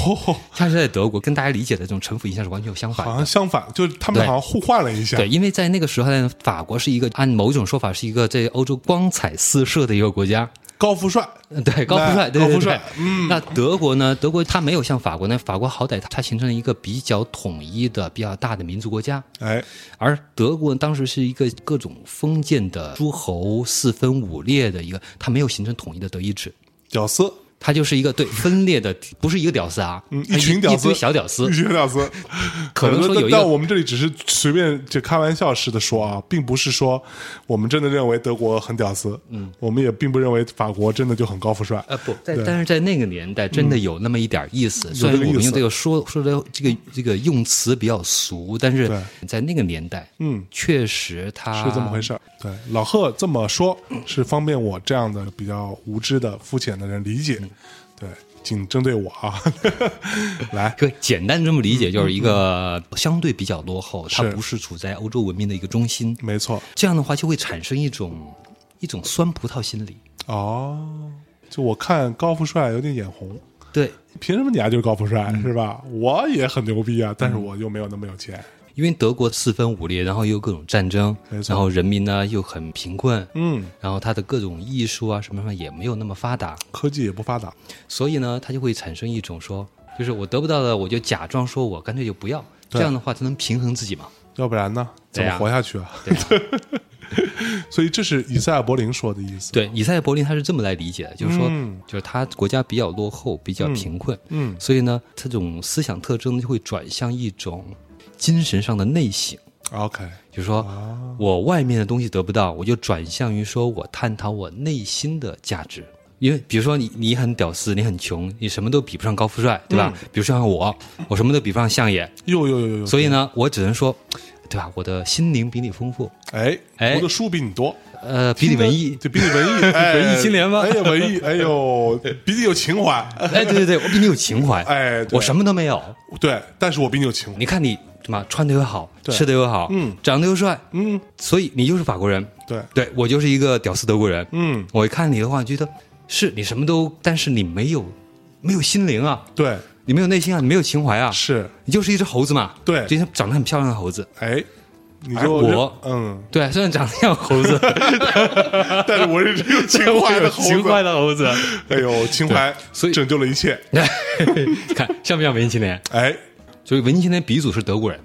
[SPEAKER 1] 恰恰是在德国，跟大家理解的这种臣服影响是完全有相反
[SPEAKER 2] 好
[SPEAKER 1] 的。
[SPEAKER 2] 像相反，就是他们
[SPEAKER 1] 对
[SPEAKER 2] 好像互换了一下，
[SPEAKER 1] 对，因为在那个时候呢，法国是一个按某种说法是一个在欧洲光彩四射的一个国家，
[SPEAKER 2] 高富帅，
[SPEAKER 1] 嗯 [laughs] 对，高富帅，对
[SPEAKER 2] 高
[SPEAKER 1] 对
[SPEAKER 2] 富帅嗯
[SPEAKER 1] 对。那德国呢？德国它没有像法国呢，法国好歹它它形成了一个比较统一的、比较大的民族国家，
[SPEAKER 2] 哎，
[SPEAKER 1] 而德国当时是一个各种封建的诸侯四分五裂的一个，它没有形成统一的德意志。
[SPEAKER 2] 屌丝，
[SPEAKER 1] 它就是一个
[SPEAKER 2] [laughs]
[SPEAKER 1] 对分裂的，不是一个屌丝啊，
[SPEAKER 2] 嗯，
[SPEAKER 1] 它
[SPEAKER 2] 一群屌
[SPEAKER 1] 一堆
[SPEAKER 2] 丝，
[SPEAKER 1] 小屌丝
[SPEAKER 2] 一，群屌丝，
[SPEAKER 1] [laughs] 可能说有一
[SPEAKER 2] 但
[SPEAKER 1] 个
[SPEAKER 2] 但我们这里只是随便就开玩笑似的说啊，并不是说我们真的认为德国很屌丝，嗯，我们也并不认为法国真的就很高富帅，
[SPEAKER 1] 呃不，在但是在那个年代真的有那么一点意思。虽然
[SPEAKER 2] 嗯这个
[SPEAKER 1] 我们
[SPEAKER 2] 意
[SPEAKER 1] 用
[SPEAKER 2] 思
[SPEAKER 1] 这个说说的这个这个用词比较俗，但是
[SPEAKER 2] 对
[SPEAKER 1] 在那个年代，
[SPEAKER 2] 嗯，
[SPEAKER 1] 确实它
[SPEAKER 2] 是这么回事儿。啊对，老贺这么说，是方便我这样的比较无知的、肤浅的人理解。对，仅针对我啊， [laughs] 来，
[SPEAKER 1] 可以简单这么理解，就是一个相对比较落后，它
[SPEAKER 2] 嗯是
[SPEAKER 1] 不是处在欧洲文明的一个中心。
[SPEAKER 2] 没错，
[SPEAKER 1] 这样的话，就会产生一种一种酸葡萄心理。
[SPEAKER 2] 哦，就我看高富帅有点眼红，
[SPEAKER 1] 对，
[SPEAKER 2] 凭什么你家就是高富帅、是吧？我也很牛逼啊，但是我又没有那么有钱，
[SPEAKER 1] 因为德国四分五裂，然后又有各种战争
[SPEAKER 2] 没，错
[SPEAKER 1] 然后人民呢又很贫困，
[SPEAKER 2] 嗯，
[SPEAKER 1] 然后它的各种艺术啊什么什么也没有那么发达，
[SPEAKER 2] 科技也不发达，
[SPEAKER 1] 所以呢，它就会产生一种说，就是我得不到的，我就假装说我干脆就不要，这样的话才能平衡自己嘛。
[SPEAKER 2] 要不然呢，怎
[SPEAKER 1] 对
[SPEAKER 2] 么
[SPEAKER 1] 呀
[SPEAKER 2] 活下去啊？
[SPEAKER 1] 对、啊、
[SPEAKER 2] [laughs] 所以这是以赛亚柏林说的意思。
[SPEAKER 1] 对，以赛亚柏林他是这么来理解的，就是说，
[SPEAKER 2] 嗯
[SPEAKER 1] 就是他国家比较落后，比较贫困，
[SPEAKER 2] 嗯，
[SPEAKER 1] 所以呢，这种思想特征就会转向一种精神上的内省，
[SPEAKER 2] ，OK，
[SPEAKER 1] 就是说
[SPEAKER 2] 哦
[SPEAKER 1] 我外面的东西得不到，我就转向于说我探讨我内心的价值。因为比如说你你很屌丝，你很穷，你什么都比不上高富帅，对吧？
[SPEAKER 2] 嗯
[SPEAKER 1] 比如说像我，我什么都比不上相爷，
[SPEAKER 2] 哟哟哟哟，
[SPEAKER 1] 所以呢，我只能说，对吧？我的心灵比你丰富，
[SPEAKER 2] 哎，
[SPEAKER 1] 哎
[SPEAKER 2] 读的书比你多，
[SPEAKER 1] 呃，比你文艺， [laughs]
[SPEAKER 2] 对比你文艺，哎
[SPEAKER 1] 文艺青年吗
[SPEAKER 2] 哎呀，
[SPEAKER 1] [laughs]
[SPEAKER 2] 文艺，哎呦，比你有情怀，
[SPEAKER 1] 哎，对对对，我比你有情怀，
[SPEAKER 2] 哎对
[SPEAKER 1] 我什么都没有，
[SPEAKER 2] 对，但是我比你有情怀，
[SPEAKER 1] 你看你什么穿的又好，吃的又好，嗯，长得又帅，
[SPEAKER 2] 嗯，
[SPEAKER 1] 所以你就是法国人，
[SPEAKER 2] 对，
[SPEAKER 1] 对我就是一个屌丝德国人，
[SPEAKER 2] 嗯，
[SPEAKER 1] 我一看你的话，觉得是你什么都，但是你没有没有心灵啊，
[SPEAKER 2] 对，
[SPEAKER 1] 你没有内心啊，你没有情怀啊，
[SPEAKER 2] 是，
[SPEAKER 1] 你就是一只猴子嘛，
[SPEAKER 2] 对
[SPEAKER 1] 就像长得很漂亮的猴子，
[SPEAKER 2] 哎，你
[SPEAKER 1] 哎
[SPEAKER 2] 就
[SPEAKER 1] 我
[SPEAKER 2] 嗯，
[SPEAKER 1] 对，虽然长得像猴
[SPEAKER 2] [laughs]
[SPEAKER 1] 子，
[SPEAKER 2] 但是我是只有情
[SPEAKER 1] [laughs] 我
[SPEAKER 2] 怀
[SPEAKER 1] 有
[SPEAKER 2] 的猴
[SPEAKER 1] 情
[SPEAKER 2] 子，
[SPEAKER 1] 怀的猴子，
[SPEAKER 2] 哎呦，情怀，
[SPEAKER 1] 所以
[SPEAKER 2] 拯救了一切， [laughs]
[SPEAKER 1] 看像不像文艺青年？
[SPEAKER 2] 哎， [laughs]
[SPEAKER 1] 所以文艺青年鼻祖是德国人，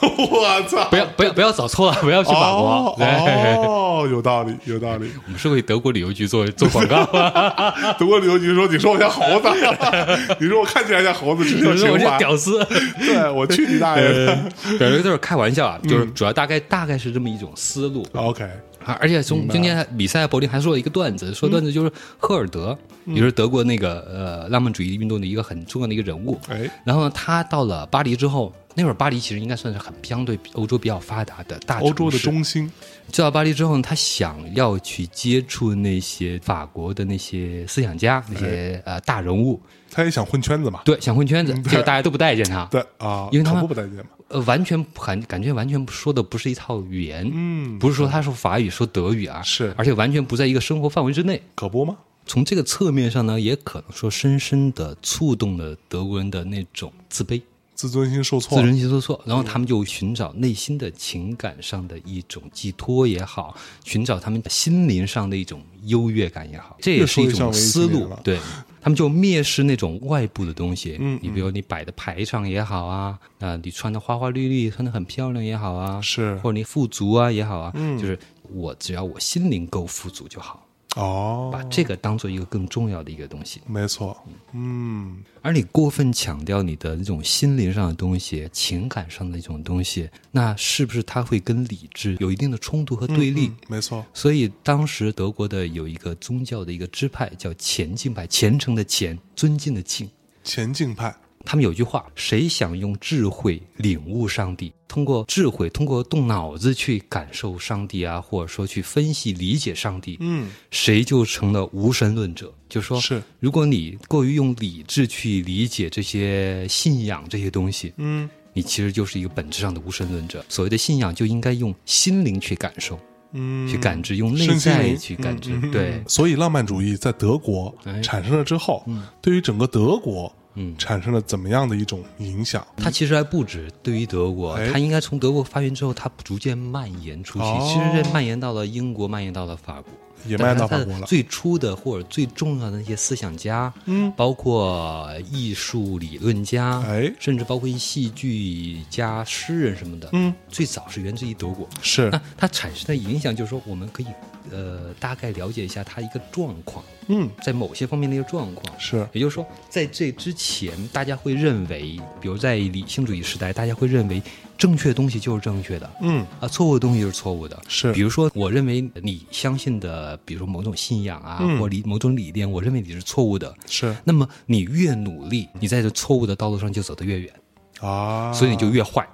[SPEAKER 2] 我操，
[SPEAKER 1] 不要不要不要找错了，不要去法国
[SPEAKER 2] 哦，
[SPEAKER 1] 对，
[SPEAKER 2] 哦，有道理，有道理。
[SPEAKER 1] 我们是为德国旅游局做做广告啊吗？
[SPEAKER 2] 德国旅游局说：“你说我像猴子， [laughs] 你说我看起来像猴子，只有
[SPEAKER 1] 我说
[SPEAKER 2] 情
[SPEAKER 1] 我是
[SPEAKER 2] 怀。
[SPEAKER 1] 屌嗯丝。
[SPEAKER 2] 对我去你大爷的
[SPEAKER 1] [laughs] 对，这都是开玩笑啊，就是主要大概大概是这么一种思路
[SPEAKER 2] ！OK，
[SPEAKER 1] 啊，而且中中间比赛柏林还说了一个段子，说段子就是赫尔德，也就是德国那个呃浪漫主义运动的一个很重要的一个人物。
[SPEAKER 2] 哎，
[SPEAKER 1] 然后呢，他到了巴黎之后，那会儿巴黎其实应该算是很相对欧洲比较发达的大
[SPEAKER 2] 欧
[SPEAKER 1] 城
[SPEAKER 2] 洲的
[SPEAKER 1] 市
[SPEAKER 2] 中心，
[SPEAKER 1] 知道巴黎之后呢，他想要去接触那些法国的那些思想家、那些呃大人物，
[SPEAKER 2] 他也想混圈子嘛？
[SPEAKER 1] 嗯对，想混圈子，结果大家都不待见他，
[SPEAKER 2] 对啊，
[SPEAKER 1] 因为他
[SPEAKER 2] 可
[SPEAKER 1] 们
[SPEAKER 2] 不不待见嘛。
[SPEAKER 1] 呃，完全感感觉完全说的不是一套语言，嗯，不是说他说法语说德语啊，
[SPEAKER 2] 是
[SPEAKER 1] 而且完全不在一个生活范围之内。
[SPEAKER 2] 可不吗？
[SPEAKER 1] 从这个侧面上呢，也可能说深深的触动了德国人的那种自卑、
[SPEAKER 2] 自尊心受
[SPEAKER 1] 自
[SPEAKER 2] 挫，
[SPEAKER 1] 尊心受
[SPEAKER 2] 嗯
[SPEAKER 1] 挫，然后他们就寻找内心的情感上的一种寄托也好，寻找他们心灵上的一种优越感也好，这也是一种思
[SPEAKER 2] 越说越像文艺青
[SPEAKER 1] 路
[SPEAKER 2] 年了，
[SPEAKER 1] 对。他们就蔑视那种外部的东西，嗯，你比如你摆的排场也好啊，啊、你穿的花花绿绿，穿的很漂亮也好啊，
[SPEAKER 2] 是嗯
[SPEAKER 1] 或者你富足啊也好啊，就是我只要我心灵够富足就好，
[SPEAKER 2] 哦，
[SPEAKER 1] 把这个当做一个更重要的一个东西。
[SPEAKER 2] 没错，嗯，
[SPEAKER 1] 而你过分强调你的那种心灵上的东西、情感上的一种东西，那是不是它会跟理智有一定的冲突和对立？
[SPEAKER 2] 没错，
[SPEAKER 1] 所以当时德国的有一个宗教的一个支派叫虔敬派，虔诚的虔，尊敬的敬。
[SPEAKER 2] 前进派，
[SPEAKER 1] 他们有句话：谁想用智慧领悟上帝？通过智慧，通过动脑子去感受上帝啊，或者说去分析理解上帝，
[SPEAKER 2] 嗯，
[SPEAKER 1] 谁就成了无神论者。就说
[SPEAKER 2] 是，
[SPEAKER 1] 如果你过于用理智去理解这些信仰这些东西，
[SPEAKER 2] 嗯
[SPEAKER 1] 你其实就是一个本质上的无神论者。所谓的信仰，就应该用心灵去感受、
[SPEAKER 2] 嗯，
[SPEAKER 1] 去感知，用内
[SPEAKER 2] 身心
[SPEAKER 1] 在
[SPEAKER 2] 灵
[SPEAKER 1] 去感知。
[SPEAKER 2] 嗯嗯嗯
[SPEAKER 1] 对，
[SPEAKER 2] 所以浪漫主义在德国
[SPEAKER 1] 哎
[SPEAKER 2] 产生了之后，对于整个德国，
[SPEAKER 1] 嗯
[SPEAKER 2] 产生了怎么样的一种影响？
[SPEAKER 1] 它其实还不止对于德国
[SPEAKER 2] 哎，
[SPEAKER 1] 它应该从德国发源之后，它逐渐蔓延出去，
[SPEAKER 2] 哦
[SPEAKER 1] 其实是蔓延到了英国，蔓延到了法国。
[SPEAKER 2] 也卖到
[SPEAKER 1] 但
[SPEAKER 2] 法
[SPEAKER 1] 是它
[SPEAKER 2] 国了，
[SPEAKER 1] 最初的或者最重要的那些思想家，
[SPEAKER 2] 嗯，
[SPEAKER 1] 包括艺术理论家，
[SPEAKER 2] 哎
[SPEAKER 1] 甚至包括一戏剧家、诗人什么的，
[SPEAKER 2] 嗯，
[SPEAKER 1] 最早是源自于德国。
[SPEAKER 2] 是
[SPEAKER 1] 那，它产生的影响就是说，我们可以呃大概了解一下它一个状况，
[SPEAKER 2] 嗯，
[SPEAKER 1] 在某些方面的一个状况。
[SPEAKER 2] 是，
[SPEAKER 1] 也就是说，在这之前，大家会认为，比如在理性主义时代，大家会认为正确的东西就是正确的，
[SPEAKER 2] 嗯，
[SPEAKER 1] 啊，错误的东西就是错误的。
[SPEAKER 2] 是
[SPEAKER 1] 比如说，我认为你相信的，比如说某种信仰啊，
[SPEAKER 2] 嗯
[SPEAKER 1] 或理某种理念，我认为你是错误的。
[SPEAKER 2] 是
[SPEAKER 1] 那么你越努力，你在这错误的道路上就走得越远，
[SPEAKER 2] 啊，
[SPEAKER 1] 所以你就越坏。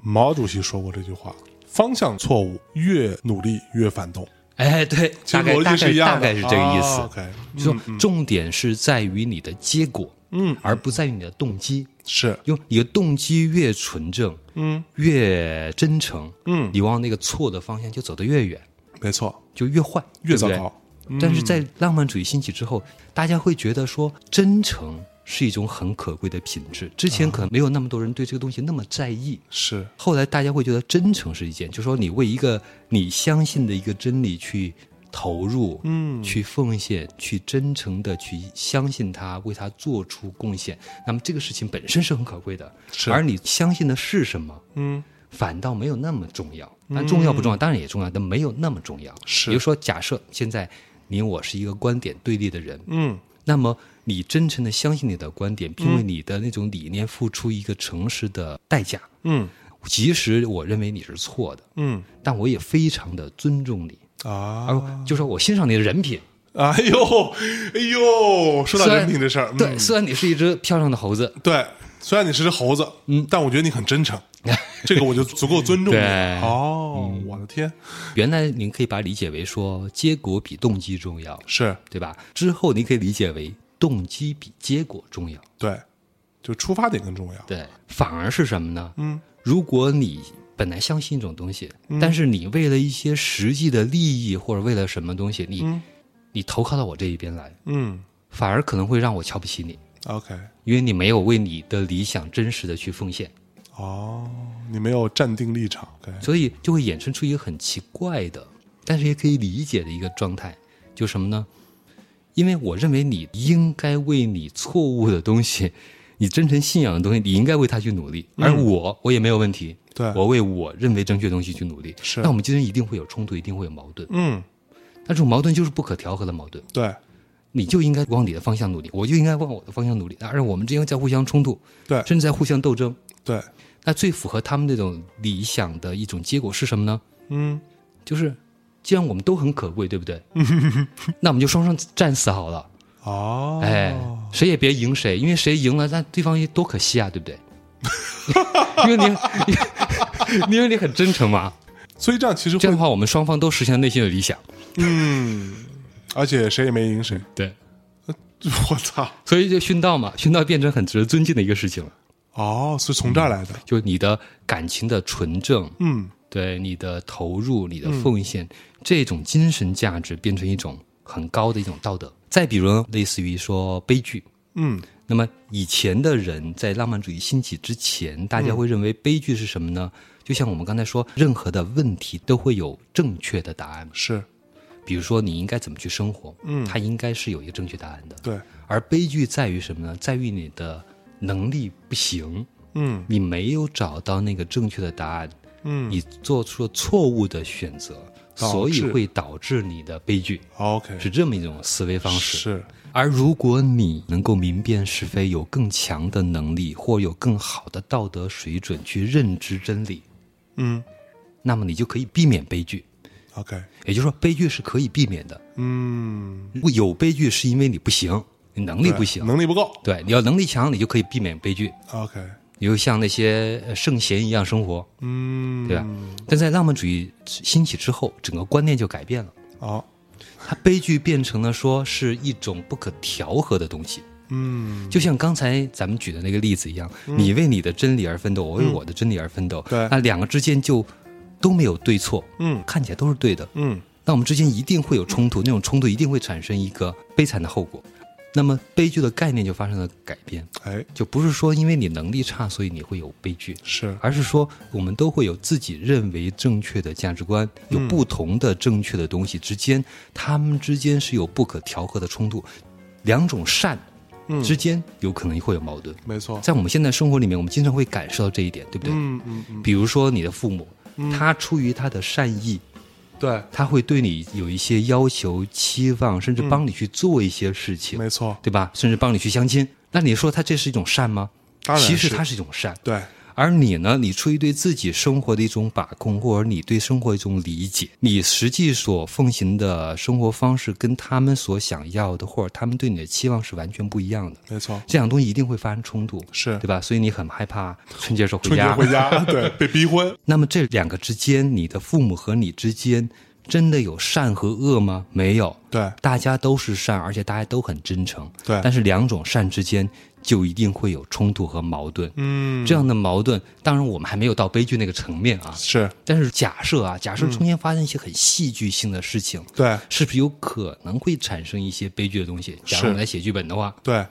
[SPEAKER 2] 毛主席说过这句话：方向错误，越努力越反动。
[SPEAKER 1] 哎，对，
[SPEAKER 2] 其
[SPEAKER 1] 大
[SPEAKER 2] 实
[SPEAKER 1] 概
[SPEAKER 2] 逻
[SPEAKER 1] 大
[SPEAKER 2] 辑
[SPEAKER 1] 概
[SPEAKER 2] 一样的，
[SPEAKER 1] 大概是这个意思。
[SPEAKER 2] 啊 OK，
[SPEAKER 1] 就说重点是在于你的结果，
[SPEAKER 2] 嗯，
[SPEAKER 1] 而不在于你的动机。
[SPEAKER 2] 是，
[SPEAKER 1] 因为你的动机越纯正，
[SPEAKER 2] 嗯
[SPEAKER 1] 越真诚，
[SPEAKER 2] 嗯，
[SPEAKER 1] 你往那个错的方向就走得越远，
[SPEAKER 2] 没错，
[SPEAKER 1] 就越坏，对
[SPEAKER 2] 越
[SPEAKER 1] 不
[SPEAKER 2] 糟
[SPEAKER 1] 对
[SPEAKER 2] 糕。嗯
[SPEAKER 1] 但是在浪漫主义兴起之后，大家会觉得说真诚是一种很可贵的品质。之前可能没有那么多人对这个东西那么在意，
[SPEAKER 2] 是 [laughs]
[SPEAKER 1] 后来大家会觉得真诚是一件，就说你为一个你相信的一个真理去投入，嗯，去奉献，去真诚的去相信它，为它做出贡献。那么这个事情本身是很可贵的，
[SPEAKER 2] 是
[SPEAKER 1] 而你相信的是什么，
[SPEAKER 2] 嗯，
[SPEAKER 1] 反倒没有那么重要。但重要不重要，当然也重要，但没有那么重要。
[SPEAKER 2] 是
[SPEAKER 1] 比如说，假设现在你我是一个观点对立的人，
[SPEAKER 2] 嗯，
[SPEAKER 1] 那么你真诚的相信你的观点，并为你的那种理念付出一个诚实的代价。
[SPEAKER 2] 嗯
[SPEAKER 1] 即使我认为你是错的，
[SPEAKER 2] 嗯
[SPEAKER 1] 但我也非常的尊重你，
[SPEAKER 2] 啊，
[SPEAKER 1] 而就说我欣赏你的人品，
[SPEAKER 2] 哎呦，哎呦，说到
[SPEAKER 1] 虽然
[SPEAKER 2] 人品这事儿，
[SPEAKER 1] 对，
[SPEAKER 2] 嗯
[SPEAKER 1] 虽然你是一只漂亮的猴子，
[SPEAKER 2] 对，虽然你是只猴子，嗯，但我觉得你很真诚，这个我就足够尊重你。
[SPEAKER 1] 对
[SPEAKER 2] 哦，我的天，
[SPEAKER 1] 原来您可以把它理解为说结果比动机重要，
[SPEAKER 2] 是
[SPEAKER 1] 对吧？之后你可以理解为动机比结果重要，
[SPEAKER 2] 对，就出发点更重要。
[SPEAKER 1] 对，反而是什么呢？嗯，如果你本来相信一种东西，
[SPEAKER 2] 嗯
[SPEAKER 1] 但是你为了一些实际的利益或者为了什么东西，你、你投靠到我这一边来，
[SPEAKER 2] 嗯
[SPEAKER 1] 反而可能会让我瞧不起你，
[SPEAKER 2] ，OK，
[SPEAKER 1] 因为你没有为你的理想真实的去奉献，
[SPEAKER 2] 哦，你没有站定立场，OK，
[SPEAKER 1] 所以就会衍生出一个很奇怪的，但是也可以理解的一个状态，就什么呢？因为我认为你应该为你错误的东西，你真诚信仰的东西，你应该为它去努力，而我我也没有问题，
[SPEAKER 2] 嗯对
[SPEAKER 1] 我为我认为正确的东西去努力，
[SPEAKER 2] 是
[SPEAKER 1] 那我们之间一定会有冲突，一定会有矛盾，
[SPEAKER 2] 嗯，
[SPEAKER 1] 但这种矛盾就是不可调和的矛盾，
[SPEAKER 2] 对
[SPEAKER 1] 你就应该往你的方向努力，我就应该往我的方向努力，而我们之间在互相冲突，
[SPEAKER 2] 对
[SPEAKER 1] 甚至在互相斗争，
[SPEAKER 2] 对，
[SPEAKER 1] 那最符合他们那种理想的一种结果是什么呢？
[SPEAKER 2] 嗯，
[SPEAKER 1] 就是既然我们都很可贵，对不对？
[SPEAKER 2] [laughs]
[SPEAKER 1] 那我们就双双战死好了。
[SPEAKER 2] 哦，
[SPEAKER 1] 哎，谁也别赢谁，因为谁赢了，那对方也多可惜啊，对不
[SPEAKER 2] [laughs]
[SPEAKER 1] 对？因为你，因 [laughs] 为你很真诚嘛，
[SPEAKER 2] 所以这样其实
[SPEAKER 1] 这样
[SPEAKER 2] 会
[SPEAKER 1] 的，话，我们双方都实现了内心的理想。
[SPEAKER 2] 嗯，而且谁也没赢谁，
[SPEAKER 1] 对，
[SPEAKER 2] [laughs] 我操，
[SPEAKER 1] 所以就殉道嘛，殉道变成很值得尊敬的一个事情了，
[SPEAKER 2] 哦，是从这儿来的，
[SPEAKER 1] 就是你的感情的纯正，
[SPEAKER 2] 嗯，
[SPEAKER 1] 对你的投入、你的奉献，这种精神价值变成一种很高的一种道德。再比如，类似于说悲剧，
[SPEAKER 2] 嗯，
[SPEAKER 1] 那么以前的人在浪漫主义兴起之前，大家会认为悲剧是什么呢？
[SPEAKER 2] 嗯
[SPEAKER 1] 就像我们刚才说，任何的问题都会有正确的答案，
[SPEAKER 2] 是
[SPEAKER 1] 比如说你应该怎么去生活，嗯，它应该是有一个正确答案的。
[SPEAKER 2] 对，
[SPEAKER 1] 而悲剧在于什么呢？在于你的能力不行，
[SPEAKER 2] 嗯
[SPEAKER 1] 你没有找到那个正确的答案，
[SPEAKER 2] 嗯
[SPEAKER 1] 你做出了错误的选择，
[SPEAKER 2] 导致
[SPEAKER 1] 所以会导致你的悲剧，
[SPEAKER 2] ，OK，
[SPEAKER 1] 是这么一种思维方式。
[SPEAKER 2] 是，
[SPEAKER 1] 而如果你能够明辨是非，有更强的能力，或有更好的道德水准去认知真理，
[SPEAKER 2] 嗯
[SPEAKER 1] 那么你就可以避免悲剧。
[SPEAKER 2] ，OK，
[SPEAKER 1] 也就是说，悲剧是可以避免的。
[SPEAKER 2] 嗯，
[SPEAKER 1] 有悲剧是因为你不行，你能力不行。
[SPEAKER 2] 能力不够
[SPEAKER 1] 对，你要能力强，你就可以避免悲剧。
[SPEAKER 2] ，OK，
[SPEAKER 1] 你就像那些呃圣贤一样生活，
[SPEAKER 2] 嗯，
[SPEAKER 1] 对吧？但在浪漫主义兴起之后，整个观念就改变了。
[SPEAKER 2] 哦，
[SPEAKER 1] 它悲剧变成了说是一种不可调和的东西，
[SPEAKER 2] 嗯，
[SPEAKER 1] 就像刚才咱们举的那个例子一样，你为你的真理而奋斗，我为我的真理而奋斗，
[SPEAKER 2] 嗯对
[SPEAKER 1] 那两个之间就都没有对错，
[SPEAKER 2] 嗯
[SPEAKER 1] 看起来都是对的，
[SPEAKER 2] 嗯，
[SPEAKER 1] 那我们之间一定会有冲突，那种冲突一定会产生一个悲惨的后果，那么悲剧的概念就发生了改变，
[SPEAKER 2] 哎，
[SPEAKER 1] 就不是说因为你能力差，所以你会有悲剧，
[SPEAKER 2] 是，
[SPEAKER 1] 而是说我们都会有自己认为正确的价值观，有不同的正确的东西之间，他们之间是有不可调和的冲突，两种善之间有可能会有矛盾。
[SPEAKER 2] 没错，
[SPEAKER 1] 在我们现在生活里面，我们经常会感受到这一点，对不对？
[SPEAKER 2] 嗯嗯嗯，
[SPEAKER 1] 比如说你的父母，他出于他的善意，
[SPEAKER 2] 对，
[SPEAKER 1] 他会对你有一些要求、期望，甚至帮你去做一些事情，
[SPEAKER 2] 嗯没错，
[SPEAKER 1] 对吧？甚至帮你去相亲。那你说他这是一种善吗？
[SPEAKER 2] 当然
[SPEAKER 1] 其实
[SPEAKER 2] 是
[SPEAKER 1] 它是一种善，
[SPEAKER 2] 对，
[SPEAKER 1] 而你呢，你出于对自己生活的一种把控，或者你对生活一种理解，你实际所奉行的生活方式跟他们所想要的，或者他们对你的期望是完全不一样的。
[SPEAKER 2] 没错，
[SPEAKER 1] 这两个东西一定会发生冲突，
[SPEAKER 2] 是
[SPEAKER 1] 对吧？所以你很害怕春节时候回
[SPEAKER 2] 春节
[SPEAKER 1] 家。
[SPEAKER 2] 回 [laughs] 家，对，被逼婚，
[SPEAKER 1] 那么这两个之间，你的父母和你之间真的有善和恶吗？没有，
[SPEAKER 2] 对，
[SPEAKER 1] 大家都是善，而且大家都很真诚。
[SPEAKER 2] 对
[SPEAKER 1] 但是两种善之间就一定会有冲突和矛盾。
[SPEAKER 2] 嗯，
[SPEAKER 1] 这样的矛盾，当然我们还没有到悲剧那个层面啊。
[SPEAKER 2] 是，
[SPEAKER 1] 但是假设啊，假设中间发生一些很戏剧性的事情，
[SPEAKER 2] 嗯对，
[SPEAKER 1] 是不是有可能会产生一些悲剧的东西？假如
[SPEAKER 2] 是
[SPEAKER 1] 我们来写剧本的话，
[SPEAKER 2] 对，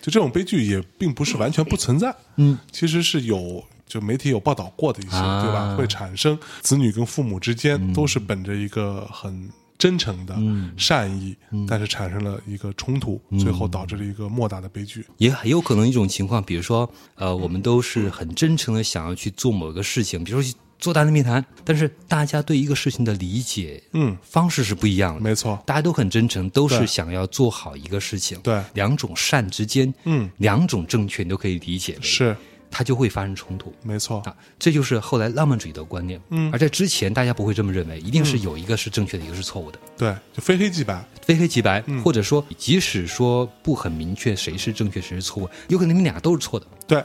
[SPEAKER 2] 就这种悲剧也并不是完全不存在，嗯，其实是有。就媒体有报道过的一些，
[SPEAKER 1] 啊嗯
[SPEAKER 2] 对吧？会产生子女跟父母之间都是本着一个很真诚的善意，
[SPEAKER 1] 嗯
[SPEAKER 2] 但是产生了一个冲突，最后导致了一个莫大的悲剧。
[SPEAKER 1] 也很有可能一种情况，比如说，呃，我们都是很真诚的想要去做某个事情，比如说去做大内密谈，但是大家对一个事情的理解
[SPEAKER 2] 嗯，
[SPEAKER 1] 方式是不一样的。
[SPEAKER 2] 没错，
[SPEAKER 1] 大家都很真诚，都是
[SPEAKER 2] 对
[SPEAKER 1] 想要做好一个事情。
[SPEAKER 2] 对
[SPEAKER 1] 两种善之间，
[SPEAKER 2] 嗯，
[SPEAKER 1] 两种正确你都可以理解为
[SPEAKER 2] 是，
[SPEAKER 1] 它就会发生冲突。
[SPEAKER 2] 没错，
[SPEAKER 1] 啊，这就是后来浪漫主义的观念。嗯，而在之前，大家不会这么认为，一定
[SPEAKER 2] 嗯
[SPEAKER 1] 是有一个是正确的，一个是错误的，
[SPEAKER 2] 对，就非黑即白，
[SPEAKER 1] 非黑即白，
[SPEAKER 2] 嗯
[SPEAKER 1] 或者说，即使说不很明确谁是正确，谁是错误，有可能你们俩都是错的，
[SPEAKER 2] 对。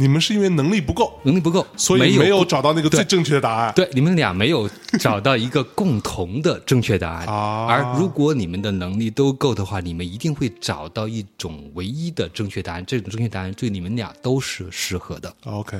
[SPEAKER 2] 你们是因为能力不够，
[SPEAKER 1] 能力不够，
[SPEAKER 2] 所以
[SPEAKER 1] 没
[SPEAKER 2] 没有找到那个最
[SPEAKER 1] 对
[SPEAKER 2] 正确的答案。
[SPEAKER 1] 对，你们俩没有找到一个共同的正确答案
[SPEAKER 2] [laughs] 啊，
[SPEAKER 1] 而如果你们的能力都够的话，你们一定会找到一种唯一的正确答案。这种正确答案对你们俩都是适合的。
[SPEAKER 2] OK，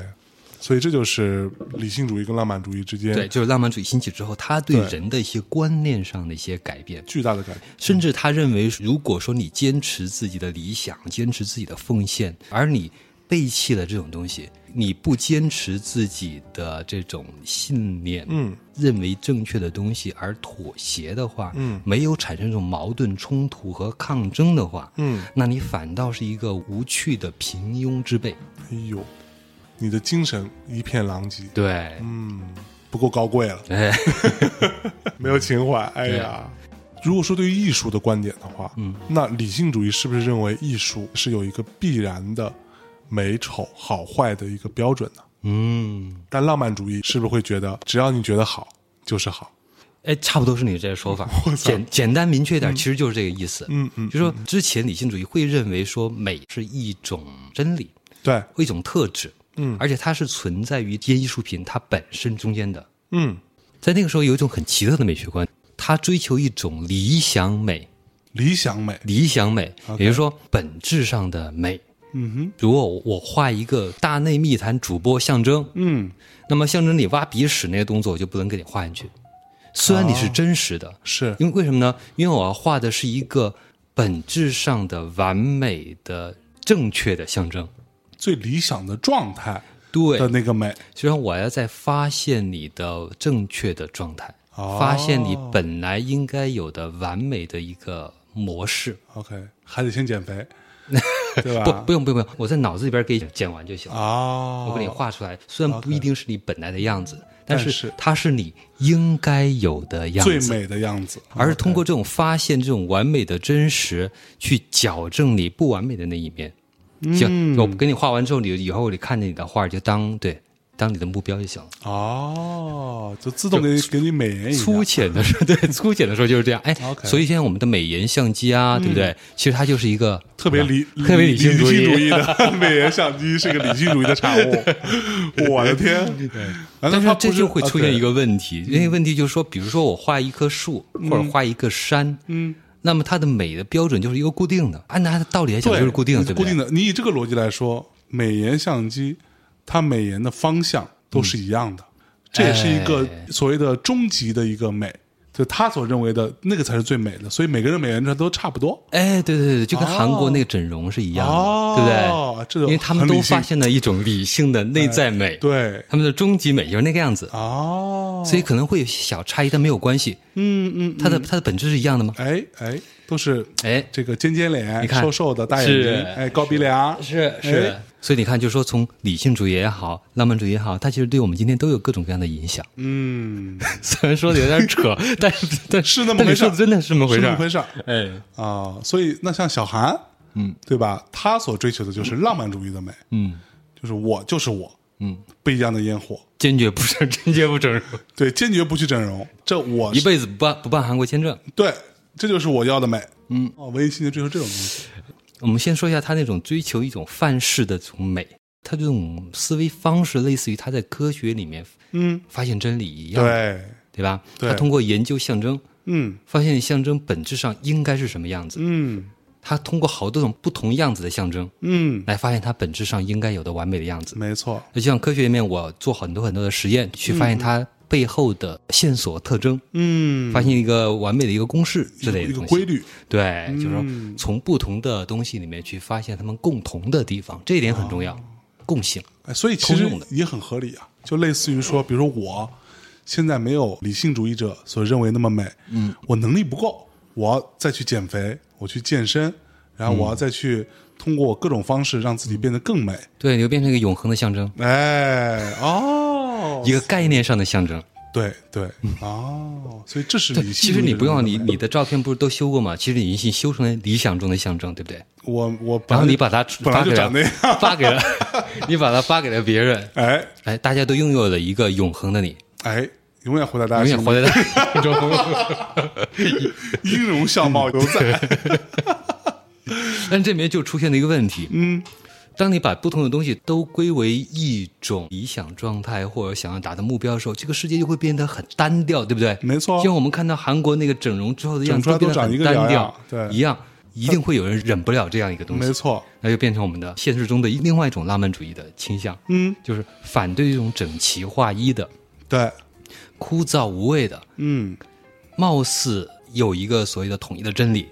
[SPEAKER 2] 所以这就是理性主义跟浪漫主义之间
[SPEAKER 1] 对，就是浪漫主义兴起之后，他对
[SPEAKER 2] 对
[SPEAKER 1] 人的一些观念上的一些改变，
[SPEAKER 2] 巨大的改变。
[SPEAKER 1] 甚至他认为，如果说你坚持自己的理想，坚持自己的奉献，而你背弃了这种东西，你不坚持自己的这种信念，
[SPEAKER 2] 嗯，
[SPEAKER 1] 认为正确的东西而妥协的话，
[SPEAKER 2] 嗯，
[SPEAKER 1] 没有产生这种矛盾冲突和抗争的话，
[SPEAKER 2] 嗯，
[SPEAKER 1] 那你反倒是一个无趣的平庸之辈。
[SPEAKER 2] 哎呦，你的精神一片狼藉，
[SPEAKER 1] 对，
[SPEAKER 2] 嗯，不够高贵
[SPEAKER 1] [laughs]
[SPEAKER 2] 了，
[SPEAKER 1] 哎，
[SPEAKER 2] 没有情怀。哎呀，如果说对于艺术的观点的话，嗯，那理性主义是不是认为艺术是有一个必然的美丑好坏的一个标准呢？
[SPEAKER 1] 嗯。
[SPEAKER 2] 但浪漫主义是不是会觉得，只要你觉得好就是好？
[SPEAKER 1] 哎，差不多是你这个说
[SPEAKER 2] [laughs]
[SPEAKER 1] 法，简简单明确一点，其实就是这个意思。
[SPEAKER 2] 嗯嗯
[SPEAKER 1] 就说之前理性主义会认为说美是一种真理，
[SPEAKER 2] 对，
[SPEAKER 1] 一种特质，
[SPEAKER 2] 嗯
[SPEAKER 1] 而且它是存在于这些艺术品它本身中间的。
[SPEAKER 2] 嗯，
[SPEAKER 1] 在那个时候，有一种很奇特的美学观，它追求一种理想美，
[SPEAKER 2] 理想美，
[SPEAKER 1] 理想美，也就是说本质上的美。
[SPEAKER 2] 嗯哼，
[SPEAKER 1] 如果我画一个大内密谈主播象征，
[SPEAKER 2] 嗯，
[SPEAKER 1] 那么象征你挖鼻屎那个动作，我就不能给你画进去。虽然你
[SPEAKER 2] 哦
[SPEAKER 1] 是真实的，
[SPEAKER 2] 是
[SPEAKER 1] 因为为什么呢？因为我要画的是一个本质上的完美的、正确的象征。
[SPEAKER 2] 最理想的状态
[SPEAKER 1] 对
[SPEAKER 2] 的，那个美。
[SPEAKER 1] 虽然我要在发现你的正确的状态，
[SPEAKER 2] 哦
[SPEAKER 1] 发现你本来应该有的完美的一个模式。
[SPEAKER 2] OK，还得先减
[SPEAKER 1] [laughs]
[SPEAKER 2] 肥，对
[SPEAKER 1] 不，
[SPEAKER 2] 吧？
[SPEAKER 1] 不用，不用，不用，我在脑子里边给你剪完就行了。
[SPEAKER 2] 啊，
[SPEAKER 1] 我给你画出来，虽然不一定是你本来的样子，但
[SPEAKER 2] 但
[SPEAKER 1] 是
[SPEAKER 2] 是
[SPEAKER 1] 它是你应该有的样
[SPEAKER 2] 最
[SPEAKER 1] 子。
[SPEAKER 2] 美的样子，
[SPEAKER 1] 而是通过这种发现这种完美的真实，去矫正你不完美的那一面。
[SPEAKER 2] 嗯
[SPEAKER 1] 行，我给你画完之后，你以后你看见你的画就当对当你的目标就行了。
[SPEAKER 2] 哦，就自动给你给你美颜一下
[SPEAKER 1] 粗浅的时
[SPEAKER 2] [laughs]
[SPEAKER 1] 候，对粗浅的时候就是这样。哎
[SPEAKER 2] 哎 OK 嗯
[SPEAKER 1] 所以现在我们的美颜相机啊，对不对？其实它就是一个
[SPEAKER 2] 特别理
[SPEAKER 1] 特别理性
[SPEAKER 2] 理
[SPEAKER 1] 主义
[SPEAKER 2] 性主义的 [laughs] 美颜相机是个理性主义的产
[SPEAKER 1] [laughs]
[SPEAKER 2] 物，我的天！难道
[SPEAKER 1] 但
[SPEAKER 2] 它
[SPEAKER 1] 是
[SPEAKER 2] 不
[SPEAKER 1] 这
[SPEAKER 2] 是嗯
[SPEAKER 1] 就会出现一个问题，那个问题就是说，比如说我画一棵树或者画一个山，嗯，那么它的美的标准就是一个固定的，按照它的道理来
[SPEAKER 2] 对
[SPEAKER 1] 讲就是固定的，
[SPEAKER 2] 对
[SPEAKER 1] 对不
[SPEAKER 2] 固
[SPEAKER 1] 对
[SPEAKER 2] 定？的。你以这个逻辑来说，美颜相机它美颜的方向都是一样的，这也是一个
[SPEAKER 1] 嗯哎
[SPEAKER 2] 所谓的终极的一个美，就他所认为的那个才是最美的，所以每个人美颜上都差不多。
[SPEAKER 1] 哎，对对对，就跟韩国那个整容是一样的，
[SPEAKER 2] 哦
[SPEAKER 1] 对不对？
[SPEAKER 2] 这个
[SPEAKER 1] 因为他们
[SPEAKER 2] 很理
[SPEAKER 1] 都
[SPEAKER 2] 性
[SPEAKER 1] 发现了一种理性的内在美，
[SPEAKER 2] 对，
[SPEAKER 1] 他们的终极美就是那个样子，
[SPEAKER 2] 哦，
[SPEAKER 1] 所以可能会有小差异，但没有关系。
[SPEAKER 2] 嗯嗯，
[SPEAKER 1] 它的它的本质是一样的吗？
[SPEAKER 2] 哎哎，都是
[SPEAKER 1] 哎，
[SPEAKER 2] 这个尖尖脸、
[SPEAKER 1] 你看
[SPEAKER 2] 瘦瘦的、大眼睛
[SPEAKER 1] 是，
[SPEAKER 2] 哎，高鼻梁，
[SPEAKER 1] 是是。
[SPEAKER 2] 哎
[SPEAKER 1] 所以你看，就是说从理性主义也好，浪漫主义也好，它其实对我们今天都有各种各样的影响。
[SPEAKER 2] 嗯，
[SPEAKER 1] [laughs] 虽然说的有点
[SPEAKER 2] [laughs]
[SPEAKER 1] 扯，但是但
[SPEAKER 2] 是那么
[SPEAKER 1] 但
[SPEAKER 2] 回
[SPEAKER 1] 你
[SPEAKER 2] 事
[SPEAKER 1] 说
[SPEAKER 2] 儿，
[SPEAKER 1] 的真的是那么回
[SPEAKER 2] 是
[SPEAKER 1] 事
[SPEAKER 2] 那么
[SPEAKER 1] 儿。
[SPEAKER 2] 回事儿
[SPEAKER 1] 哎，
[SPEAKER 2] 啊。所以那像小韩，
[SPEAKER 1] 嗯，
[SPEAKER 2] 对吧？他所追求的就是浪漫主义的美，
[SPEAKER 1] 嗯
[SPEAKER 2] 就是我就是我，
[SPEAKER 1] 嗯，
[SPEAKER 2] 不一样的烟火，
[SPEAKER 1] 坚决不整， [laughs] 坚决不整容，
[SPEAKER 2] 对，坚决不去整容，这我
[SPEAKER 1] 一
[SPEAKER 2] 哦是
[SPEAKER 1] 辈子不办不办韩国签证。
[SPEAKER 2] 对，这就是我要的美。嗯，哦，文艺青年追求这种东西，
[SPEAKER 1] 我们先说一下他那种追求一种范式的这种美，他这种思维方式类似于他在科学里面
[SPEAKER 2] 嗯，
[SPEAKER 1] 发现真理一样，
[SPEAKER 2] 对，
[SPEAKER 1] 对吧？
[SPEAKER 2] 对
[SPEAKER 1] 他通过研究象征，
[SPEAKER 2] 嗯
[SPEAKER 1] 发现象征本质上应该是什么样子。
[SPEAKER 2] 嗯
[SPEAKER 1] 他通过好多种不同样子的象征，
[SPEAKER 2] 嗯，
[SPEAKER 1] 来发现它本质上应该有的完美的样子。
[SPEAKER 2] 没错，
[SPEAKER 1] 那就像科学里面，我做很多很多的实验，去发现它背后的线索特征，
[SPEAKER 2] 嗯，
[SPEAKER 1] 发现一个完美的一个公式之类
[SPEAKER 2] 一
[SPEAKER 1] 的
[SPEAKER 2] 个
[SPEAKER 1] 东西。
[SPEAKER 2] 规律，
[SPEAKER 1] 对，
[SPEAKER 2] 嗯
[SPEAKER 1] 就是说从不同的东西里面去发现他们共同的地方，这一点很重要。
[SPEAKER 2] 哦
[SPEAKER 1] 共性，
[SPEAKER 2] 哎，所以其实
[SPEAKER 1] 通用的
[SPEAKER 2] 也很合理啊，就类似于说，比如说我现在没有理性主义者所认为那么美，嗯，我能力不够，我要再去减肥，我去健身，然后
[SPEAKER 1] 嗯
[SPEAKER 2] 我要再去通过各种方式让自己变得更美，
[SPEAKER 1] 嗯对，你就变成一个永恒的象征，
[SPEAKER 2] 哎，哦，
[SPEAKER 1] 一个概念上的象征。
[SPEAKER 2] 对对，哦，所以这是
[SPEAKER 1] 嗯对
[SPEAKER 2] 理性。
[SPEAKER 1] 其实你不用你你的照片不是都修过吗？其实你已经修成了理想中的象征，对不对？
[SPEAKER 2] 我我本
[SPEAKER 1] 然后
[SPEAKER 2] 来
[SPEAKER 1] 你把它
[SPEAKER 2] 本来
[SPEAKER 1] 发
[SPEAKER 2] 就
[SPEAKER 1] 给
[SPEAKER 2] 长那
[SPEAKER 1] 了
[SPEAKER 2] 样，，
[SPEAKER 1] 发给
[SPEAKER 2] [laughs]
[SPEAKER 1] 了你把它发给了别人，
[SPEAKER 2] 哎
[SPEAKER 1] 哎，大家都拥有了一个永恒的你，
[SPEAKER 2] 哎，永远活在大家
[SPEAKER 1] 永远
[SPEAKER 2] 心
[SPEAKER 1] 活
[SPEAKER 2] 里，
[SPEAKER 1] 在他 [laughs] 心中。
[SPEAKER 2] 音容
[SPEAKER 1] [laughs]
[SPEAKER 2] 笑貌犹在。
[SPEAKER 1] 但这里面就出现了一个问题，嗯，当你把不同的东西都归为一种理想状态或者想要达到目标的时候，这个世界就会变得很单调，对不对？
[SPEAKER 2] 没错
[SPEAKER 1] 就像我们看到韩国那个整容之后的样子，
[SPEAKER 2] 嗯整出来
[SPEAKER 1] 变
[SPEAKER 2] 都
[SPEAKER 1] 得
[SPEAKER 2] 长一
[SPEAKER 1] 很
[SPEAKER 2] 个
[SPEAKER 1] 单
[SPEAKER 2] 样
[SPEAKER 1] 调，
[SPEAKER 2] 对
[SPEAKER 1] 一样，一定会有人忍不了这样一个东
[SPEAKER 2] 没
[SPEAKER 1] 西，
[SPEAKER 2] 错，
[SPEAKER 1] 那就变成我们的现实中的另外一种浪漫主义的倾向，
[SPEAKER 2] 嗯，
[SPEAKER 1] 就是反对这种整齐划一的、
[SPEAKER 2] 对，
[SPEAKER 1] 枯燥无味的，
[SPEAKER 2] 嗯，
[SPEAKER 1] 貌似有一个所谓的统一的真理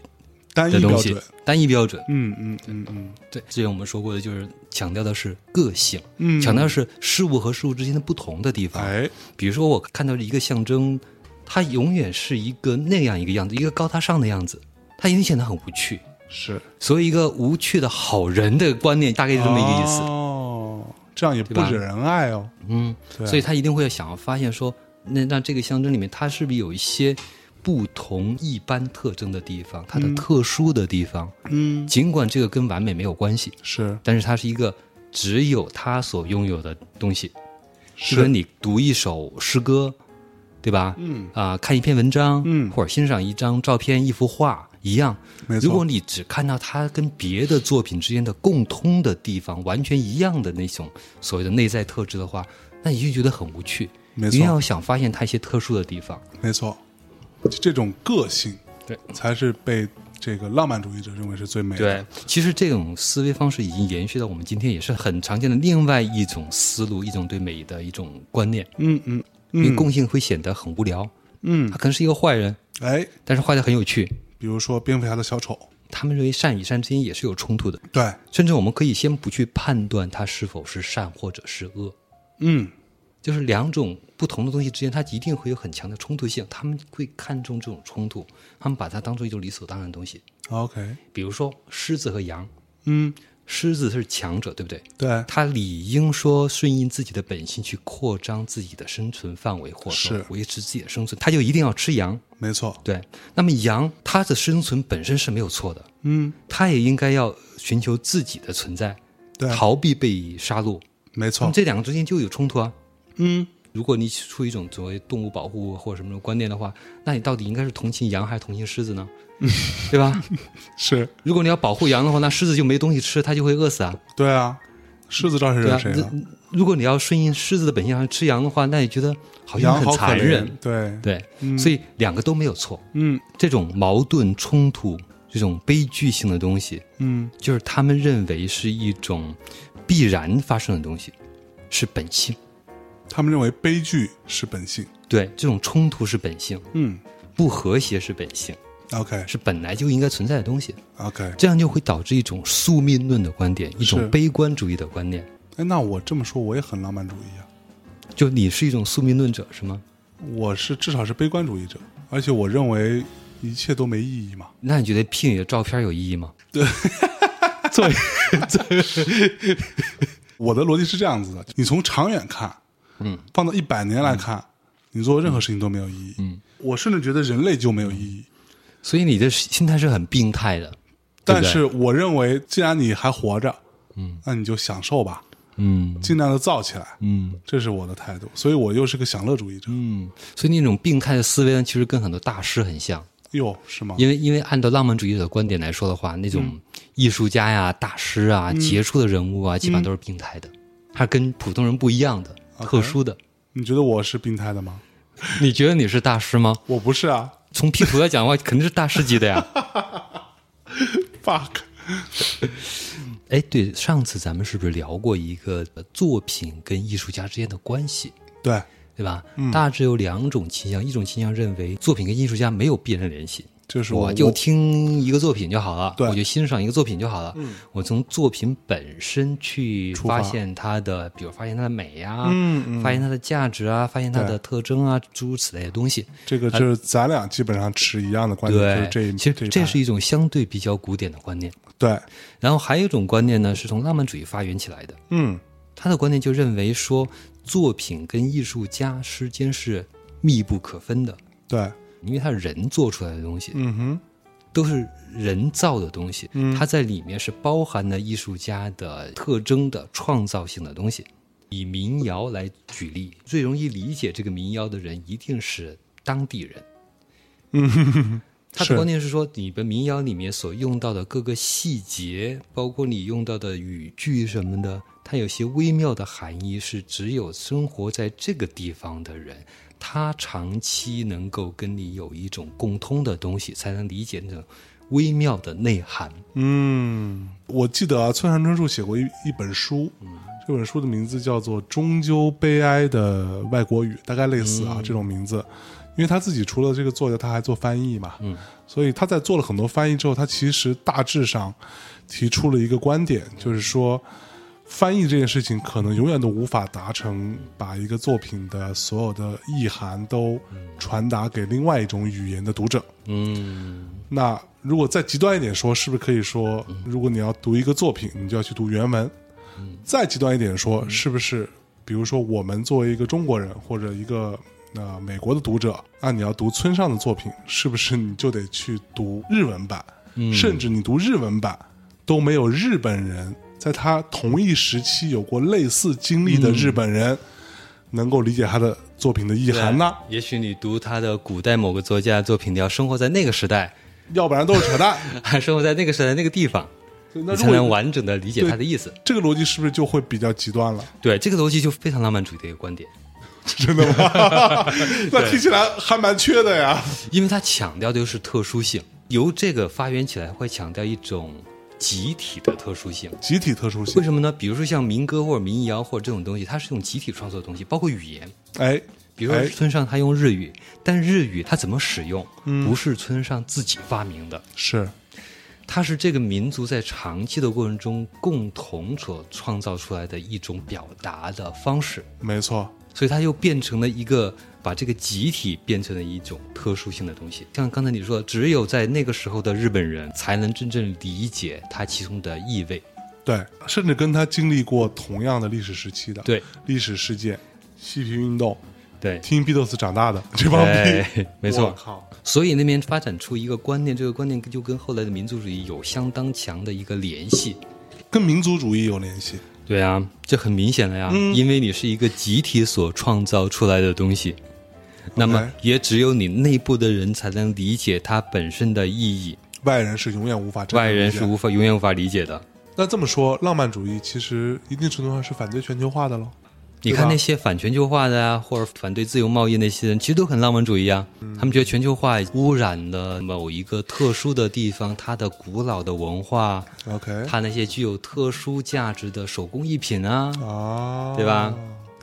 [SPEAKER 2] 单
[SPEAKER 1] 的
[SPEAKER 2] 一
[SPEAKER 1] 东
[SPEAKER 2] 标
[SPEAKER 1] 西
[SPEAKER 2] 准，，
[SPEAKER 1] 单一标准，
[SPEAKER 2] 嗯嗯嗯嗯，
[SPEAKER 1] 对，之前我们说过的，就是强调的是个性，强调的是事物和事物之间的不同的地方。
[SPEAKER 2] 嗯哎，
[SPEAKER 1] 比如说，我看到了一个象征，它永远是一个那样一个样子，一个高大上的样子，它一定显得很无趣。
[SPEAKER 2] 是
[SPEAKER 1] 所以，一个无趣的好人的观念，大概是这么一个意思。
[SPEAKER 2] 哦，这样也不
[SPEAKER 1] 对吧
[SPEAKER 2] 惹人爱哦。
[SPEAKER 1] 嗯，
[SPEAKER 2] 对
[SPEAKER 1] 所以他一定会想要发现说，那那这个象征里面，它是不是有一些不同一般特征的地方，它的特殊的地方？
[SPEAKER 2] 嗯，
[SPEAKER 1] 尽管这个跟完美没有关系，
[SPEAKER 2] 是
[SPEAKER 1] 但是它是一个只有他所拥有的东西，就是跟你读一首诗歌，对吧？嗯啊、看一篇文章，
[SPEAKER 2] 嗯
[SPEAKER 1] 或者欣赏一张照片、一幅画一样。
[SPEAKER 2] 没错
[SPEAKER 1] 如果你只看到它跟别的作品之间的共通的地方，完全一样的那种所谓的内在特质的话，那你就觉得很无趣。
[SPEAKER 2] 没
[SPEAKER 1] 你
[SPEAKER 2] 错
[SPEAKER 1] 要想发现它一些特殊的地方，
[SPEAKER 2] 没错，就这种个性
[SPEAKER 1] 对
[SPEAKER 2] 才是被这个浪漫主义者认为是最美的。
[SPEAKER 1] 对，其实这种思维方式已经延续到我们今天，也是很常见的另外一种思路，一种对美的一种观念。
[SPEAKER 2] 嗯嗯
[SPEAKER 1] 因为共性会显得很无聊。
[SPEAKER 2] 嗯，
[SPEAKER 1] 他可能是一个坏人，
[SPEAKER 2] 哎，
[SPEAKER 1] 但是坏的很有趣。
[SPEAKER 2] 比如说蝙蝠侠的小丑，
[SPEAKER 1] 他们认为善与善之间也是有冲突的，
[SPEAKER 2] 对，
[SPEAKER 1] 甚至我们可以先不去判断它是否是善或者是恶，
[SPEAKER 2] 嗯，
[SPEAKER 1] 就是两种不同的东西之间，它一定会有很强的冲突性。他们会看重这种冲突，他们把它当做一种理所当然的东西。
[SPEAKER 2] OK，
[SPEAKER 1] 比如说狮子和羊，
[SPEAKER 2] 嗯，
[SPEAKER 1] 狮子是强者，对不对？
[SPEAKER 2] 对，
[SPEAKER 1] 它理应说顺应自己的本性去扩张自己的生存范围，或者说
[SPEAKER 2] 是
[SPEAKER 1] 维持自己的生存，它就一定要吃羊。
[SPEAKER 2] 没错，
[SPEAKER 1] 对，那么羊它的生存本身是没有错的，
[SPEAKER 2] 嗯，
[SPEAKER 1] 它也应该要寻求自己的存在，
[SPEAKER 2] 对
[SPEAKER 1] 逃避被杀戮。
[SPEAKER 2] 没
[SPEAKER 1] 那
[SPEAKER 2] 错
[SPEAKER 1] 么，这两个之间就有冲突啊。
[SPEAKER 2] 嗯，
[SPEAKER 1] 如果你出于一种所谓动物保护或者什么观念的话，那你到底应该是同情羊还是同情狮子
[SPEAKER 2] [laughs]
[SPEAKER 1] 呢？对吧？
[SPEAKER 2] 是
[SPEAKER 1] 如果你要保护羊的话，那狮子就没东西吃，它就会饿死啊。
[SPEAKER 2] 对啊，狮子知道谁
[SPEAKER 1] 对
[SPEAKER 2] 惹
[SPEAKER 1] 啊
[SPEAKER 2] 谁，
[SPEAKER 1] 这
[SPEAKER 2] 了，
[SPEAKER 1] 如果你要顺应狮子的本性，而吃羊的话，那你觉得好像
[SPEAKER 2] 羊
[SPEAKER 1] 很
[SPEAKER 2] 好可
[SPEAKER 1] 残忍
[SPEAKER 2] 怜，。对，
[SPEAKER 1] 对，所以两个都没有错。
[SPEAKER 2] 嗯
[SPEAKER 1] 这种矛盾冲突、这种悲剧性的东西，
[SPEAKER 2] 嗯，
[SPEAKER 1] 就是他们认为是一种必然发生的东西，是本性。
[SPEAKER 2] 他们认为悲剧是本性，
[SPEAKER 1] 对，这种冲突是本性，
[SPEAKER 2] 嗯
[SPEAKER 1] 不和谐是本性，
[SPEAKER 2] ，OK
[SPEAKER 1] 是本来就应该存在的东西。
[SPEAKER 2] OK，
[SPEAKER 1] 这样就会导致一种宿命论的观点，一
[SPEAKER 2] 是
[SPEAKER 1] 种悲观主义的观念。
[SPEAKER 2] 哎，那我这么说我也很浪漫主义啊，
[SPEAKER 1] 就你是一种宿命论者是吗？
[SPEAKER 2] 我是至少是悲观主义者，而且我认为一切都没意义嘛，
[SPEAKER 1] 那你觉得 P 你的照片有意义吗？
[SPEAKER 2] 我的逻辑是这样子的：你从长远看，嗯，放到一百年来看，你做任何事情都没有意义。嗯，我甚至觉得人类就没有意义。
[SPEAKER 1] 嗯所以你的心态是很病态的。
[SPEAKER 2] 但
[SPEAKER 1] 对
[SPEAKER 2] 是我认为，既然你还活着，嗯，那你就享受吧，
[SPEAKER 1] 嗯
[SPEAKER 2] 尽量的造起来，
[SPEAKER 1] 嗯，
[SPEAKER 2] 这是我的态度。所以我又是个享乐主义者。
[SPEAKER 1] 嗯，所以那种病态的思维呢，其实跟很多大师很像，
[SPEAKER 2] 哟，是吗？
[SPEAKER 1] 因为因为按照浪漫主义者的观点来说的话，那种艺术家呀、大师啊、杰出的人物啊，基本上都是病态的，他是跟普通人不一样的、特殊的。
[SPEAKER 2] 你觉得我是病态的吗？
[SPEAKER 1] 你觉得你是大师吗？
[SPEAKER 2] 我不是啊
[SPEAKER 1] 从 P 图来讲的话，肯定是大师级的呀。
[SPEAKER 2] ，fuck，
[SPEAKER 1] [laughs] 哎，对，上次咱们是不是聊过一个呃作品跟艺术家之间的关系？
[SPEAKER 2] 对，
[SPEAKER 1] 对吧？
[SPEAKER 2] 嗯
[SPEAKER 1] 大致有两种倾向，一种倾向认为作品跟艺术家没有必然联系，
[SPEAKER 2] 这是
[SPEAKER 1] 我
[SPEAKER 2] 我
[SPEAKER 1] 就听一个作品就好了，
[SPEAKER 2] 对嗯
[SPEAKER 1] 我就欣赏一个作品就好了。我从作品本身去
[SPEAKER 2] 出发
[SPEAKER 1] 发现它的，比如发现它的美呀、
[SPEAKER 2] 嗯
[SPEAKER 1] 发现它的价值啊，发现它
[SPEAKER 2] 对
[SPEAKER 1] 的特征啊，诸如此类的东西。
[SPEAKER 2] 这个就是咱俩基本上持一样的观点，就是
[SPEAKER 1] 呃对，
[SPEAKER 2] 这一
[SPEAKER 1] 其
[SPEAKER 2] 一
[SPEAKER 1] 实
[SPEAKER 2] 派
[SPEAKER 1] 这是一种相对比较古典的观念。
[SPEAKER 2] 对，
[SPEAKER 1] 然后还有一种观念呢，是从浪漫主义发源起来的。
[SPEAKER 2] 嗯，
[SPEAKER 1] 他的观念就认为说，作品跟艺术家之间是密不可分的，
[SPEAKER 2] 对，
[SPEAKER 1] 因为它是人做出来的东西，
[SPEAKER 2] 嗯哼，嗯
[SPEAKER 1] 都是人造的东西，它在里面是包含了艺术家的特征的创造性的东西。以民谣来举例，最容易理解这个民谣的人一定是当地人。
[SPEAKER 2] 嗯，
[SPEAKER 1] 他
[SPEAKER 2] 是
[SPEAKER 1] 的观点是说，你的民谣里面所用到的各个细节，包括你用到的语句什么的，它有些微妙的含义是只有生活在这个地方的人，他长期能够跟你有一种共通的东西，才能理解那种微妙的内涵。
[SPEAKER 2] 嗯，我记得啊，村上春树写过一一本书，这本书的名字叫做《终究悲哀的外国语》，大概类似啊、这种名字。因为他自己除了这个作家，他还做翻译嘛，嗯，所以他在做了很多翻译之后，他其实大致上提出了一个观点，就是说，翻译这件事情可能永远都无法达成把一个作品的所有的意涵都传达给另外一种语言的读者，
[SPEAKER 1] 嗯，
[SPEAKER 2] 那如果再极端一点说，是不是可以说，如果你要读一个作品，你就要去读原文？
[SPEAKER 1] 嗯
[SPEAKER 2] 再极端一点说，是不是，比如说我们作为一个中国人或者一个呃美国的读者，那你要读村上的作品，是不是你就得去读日文版？
[SPEAKER 1] 嗯
[SPEAKER 2] 甚至你读日文版都没有日本人在他同一时期有过类似经
[SPEAKER 1] 嗯
[SPEAKER 2] 历的日本人能够理解他的作品的意涵呢？
[SPEAKER 1] 也许你读他的古代某个作家的作品，你要生活在那个时代， [laughs]
[SPEAKER 2] 要不然都是扯淡。
[SPEAKER 1] 还生活在那个时代那个地方，
[SPEAKER 2] 那
[SPEAKER 1] 你
[SPEAKER 2] 如
[SPEAKER 1] 才
[SPEAKER 2] 果
[SPEAKER 1] 能完整的理解
[SPEAKER 2] 对
[SPEAKER 1] 它的意思。
[SPEAKER 2] 这个逻辑是不是就会比较极端了？
[SPEAKER 1] 对，这个逻辑就非常浪漫主义的一个观点，
[SPEAKER 2] 真的
[SPEAKER 1] [laughs]
[SPEAKER 2] 吗？那听起来还蛮缺的呀。
[SPEAKER 1] 因为它强调的就是特殊性，由这个发源起来会强调一种集体的特殊性。
[SPEAKER 2] 集体特殊
[SPEAKER 1] 为
[SPEAKER 2] 性，
[SPEAKER 1] 什么呢？比如说像民歌或者民谣或者这种东西，它是用集体创作的东西，包括语言。
[SPEAKER 2] 哎，
[SPEAKER 1] 比如
[SPEAKER 2] 哎
[SPEAKER 1] 说村上他用日语，但日语它怎么使用，不是村上自己发明的，
[SPEAKER 2] 是，
[SPEAKER 1] 它是这个民族在长期的过程中共同所创造出来的一种表达的方式。
[SPEAKER 2] 没错，
[SPEAKER 1] 所以它又变成了一个把这个集体变成了一种特殊性的东西。像刚才你说，只有在那个时候的日本人才能真正理解它其中的意味。
[SPEAKER 2] 对，甚至跟他经历过同样的历史时期的，
[SPEAKER 1] 对
[SPEAKER 2] 历史事件、嬉皮运动、
[SPEAKER 1] 对，
[SPEAKER 2] 听 Beatles 长大的 [laughs] 这帮逼，
[SPEAKER 1] 哎没
[SPEAKER 2] 我
[SPEAKER 1] 错。
[SPEAKER 2] 靠，
[SPEAKER 1] 所以那边发展出一个观念，这个观念就跟后来的民族主义有相当强的一个联系。
[SPEAKER 2] 跟民族主义有联系，
[SPEAKER 1] 对啊，这很明显了呀，因为你是一个集体所创造出来的东西，那么也只有你内部的人才能理解它本身的意义，
[SPEAKER 2] 外人是永远无法真正
[SPEAKER 1] 外人
[SPEAKER 2] 理解
[SPEAKER 1] 是无法永远无法理解的。
[SPEAKER 2] 那这么说，浪漫主义其实一定程度上是反对全球化的喽。
[SPEAKER 1] 你
[SPEAKER 2] 对
[SPEAKER 1] 看
[SPEAKER 2] 吧
[SPEAKER 1] 那些反全球化的啊，或者反对自由贸易那些人，其实都很浪漫主义啊。
[SPEAKER 2] 嗯
[SPEAKER 1] 他们觉得全球化污染了某一个特殊的地方，它的古老的文化，
[SPEAKER 2] OK，
[SPEAKER 1] 它那些具有特殊价值的手工艺品啊，
[SPEAKER 2] 啊，
[SPEAKER 1] 对吧？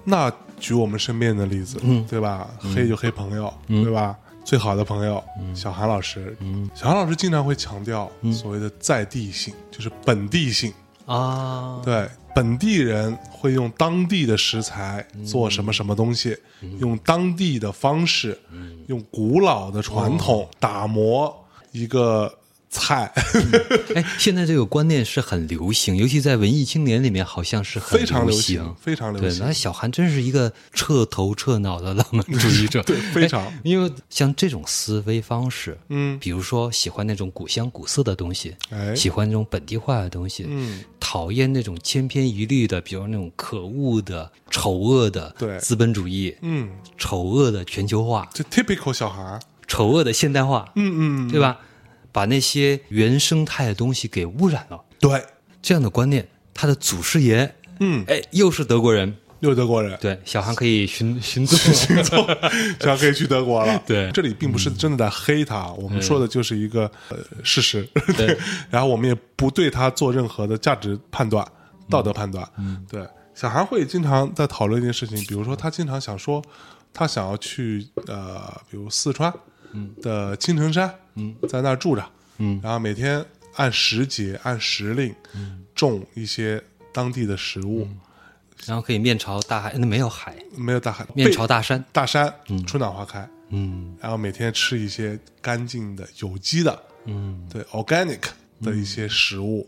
[SPEAKER 2] 那举我们身边的例子，
[SPEAKER 1] 嗯
[SPEAKER 2] 对吧？黑就黑朋友，对吧？最好的朋友、
[SPEAKER 1] 嗯
[SPEAKER 2] 小韩老师，小韩老师经常会强调所谓的在地性，就是本地性。
[SPEAKER 1] 啊，
[SPEAKER 2] [laughs] 对，本地人会用当地的食材
[SPEAKER 1] 嗯
[SPEAKER 2] 做什么什么东西，用当地的方式，
[SPEAKER 1] 嗯
[SPEAKER 2] 用古老的
[SPEAKER 1] 哦
[SPEAKER 2] 传统打磨一个菜，
[SPEAKER 1] 哎，现在这个观念是很流行，尤其在文艺青年里面，好像是很
[SPEAKER 2] [laughs] 非常
[SPEAKER 1] 流
[SPEAKER 2] 流行，非常流
[SPEAKER 1] 对，
[SPEAKER 2] 行
[SPEAKER 1] 那。小韩真是一个彻头彻脑的浪漫主义者，
[SPEAKER 2] [laughs] 对非常
[SPEAKER 1] 哎因为像这种思维方式，
[SPEAKER 2] 嗯
[SPEAKER 1] 比如说喜欢那种古香古色的东西，
[SPEAKER 2] 哎
[SPEAKER 1] 喜欢那种本地化的东西，
[SPEAKER 2] 嗯，
[SPEAKER 1] 讨厌那种千篇一律的，比如那种可恶的、丑恶的
[SPEAKER 2] 对
[SPEAKER 1] 资本主义，
[SPEAKER 2] 嗯，
[SPEAKER 1] 丑恶的全球化，
[SPEAKER 2] 这 typical 小韩，
[SPEAKER 1] 丑恶的现代化，
[SPEAKER 2] 嗯嗯，
[SPEAKER 1] 对吧？把那些原生态的东西给污染了，
[SPEAKER 2] 对，
[SPEAKER 1] 这样的观念，他的祖师爷，
[SPEAKER 2] 嗯，
[SPEAKER 1] 哎，又是德国人。
[SPEAKER 2] 又是德国人，
[SPEAKER 1] 对，小韩可以 [laughs] 寻寻踪
[SPEAKER 2] 这样可以去德国了。
[SPEAKER 1] 对
[SPEAKER 2] 这里并不是真的在黑他，我们说的就是一个呃事实。 [laughs]
[SPEAKER 1] 对，
[SPEAKER 2] 然后我们也不对他做任何的价值判断、道德判断。嗯，对。小孩会经常在讨论一件事情，比如说他经常想说，他想要去呃，比如四川的青城山，嗯，在那儿住着，嗯，然后每天按时节、按时令种一些当地的食物，
[SPEAKER 1] 然后可以面朝大海，那没有海，
[SPEAKER 2] 没有大海，
[SPEAKER 1] 面
[SPEAKER 2] 被
[SPEAKER 1] 朝大山。
[SPEAKER 2] 大山，春暖花开，
[SPEAKER 1] 嗯
[SPEAKER 2] 然后每天吃一些干净的、有机的，
[SPEAKER 1] 嗯，
[SPEAKER 2] 对 organic 的一些食物，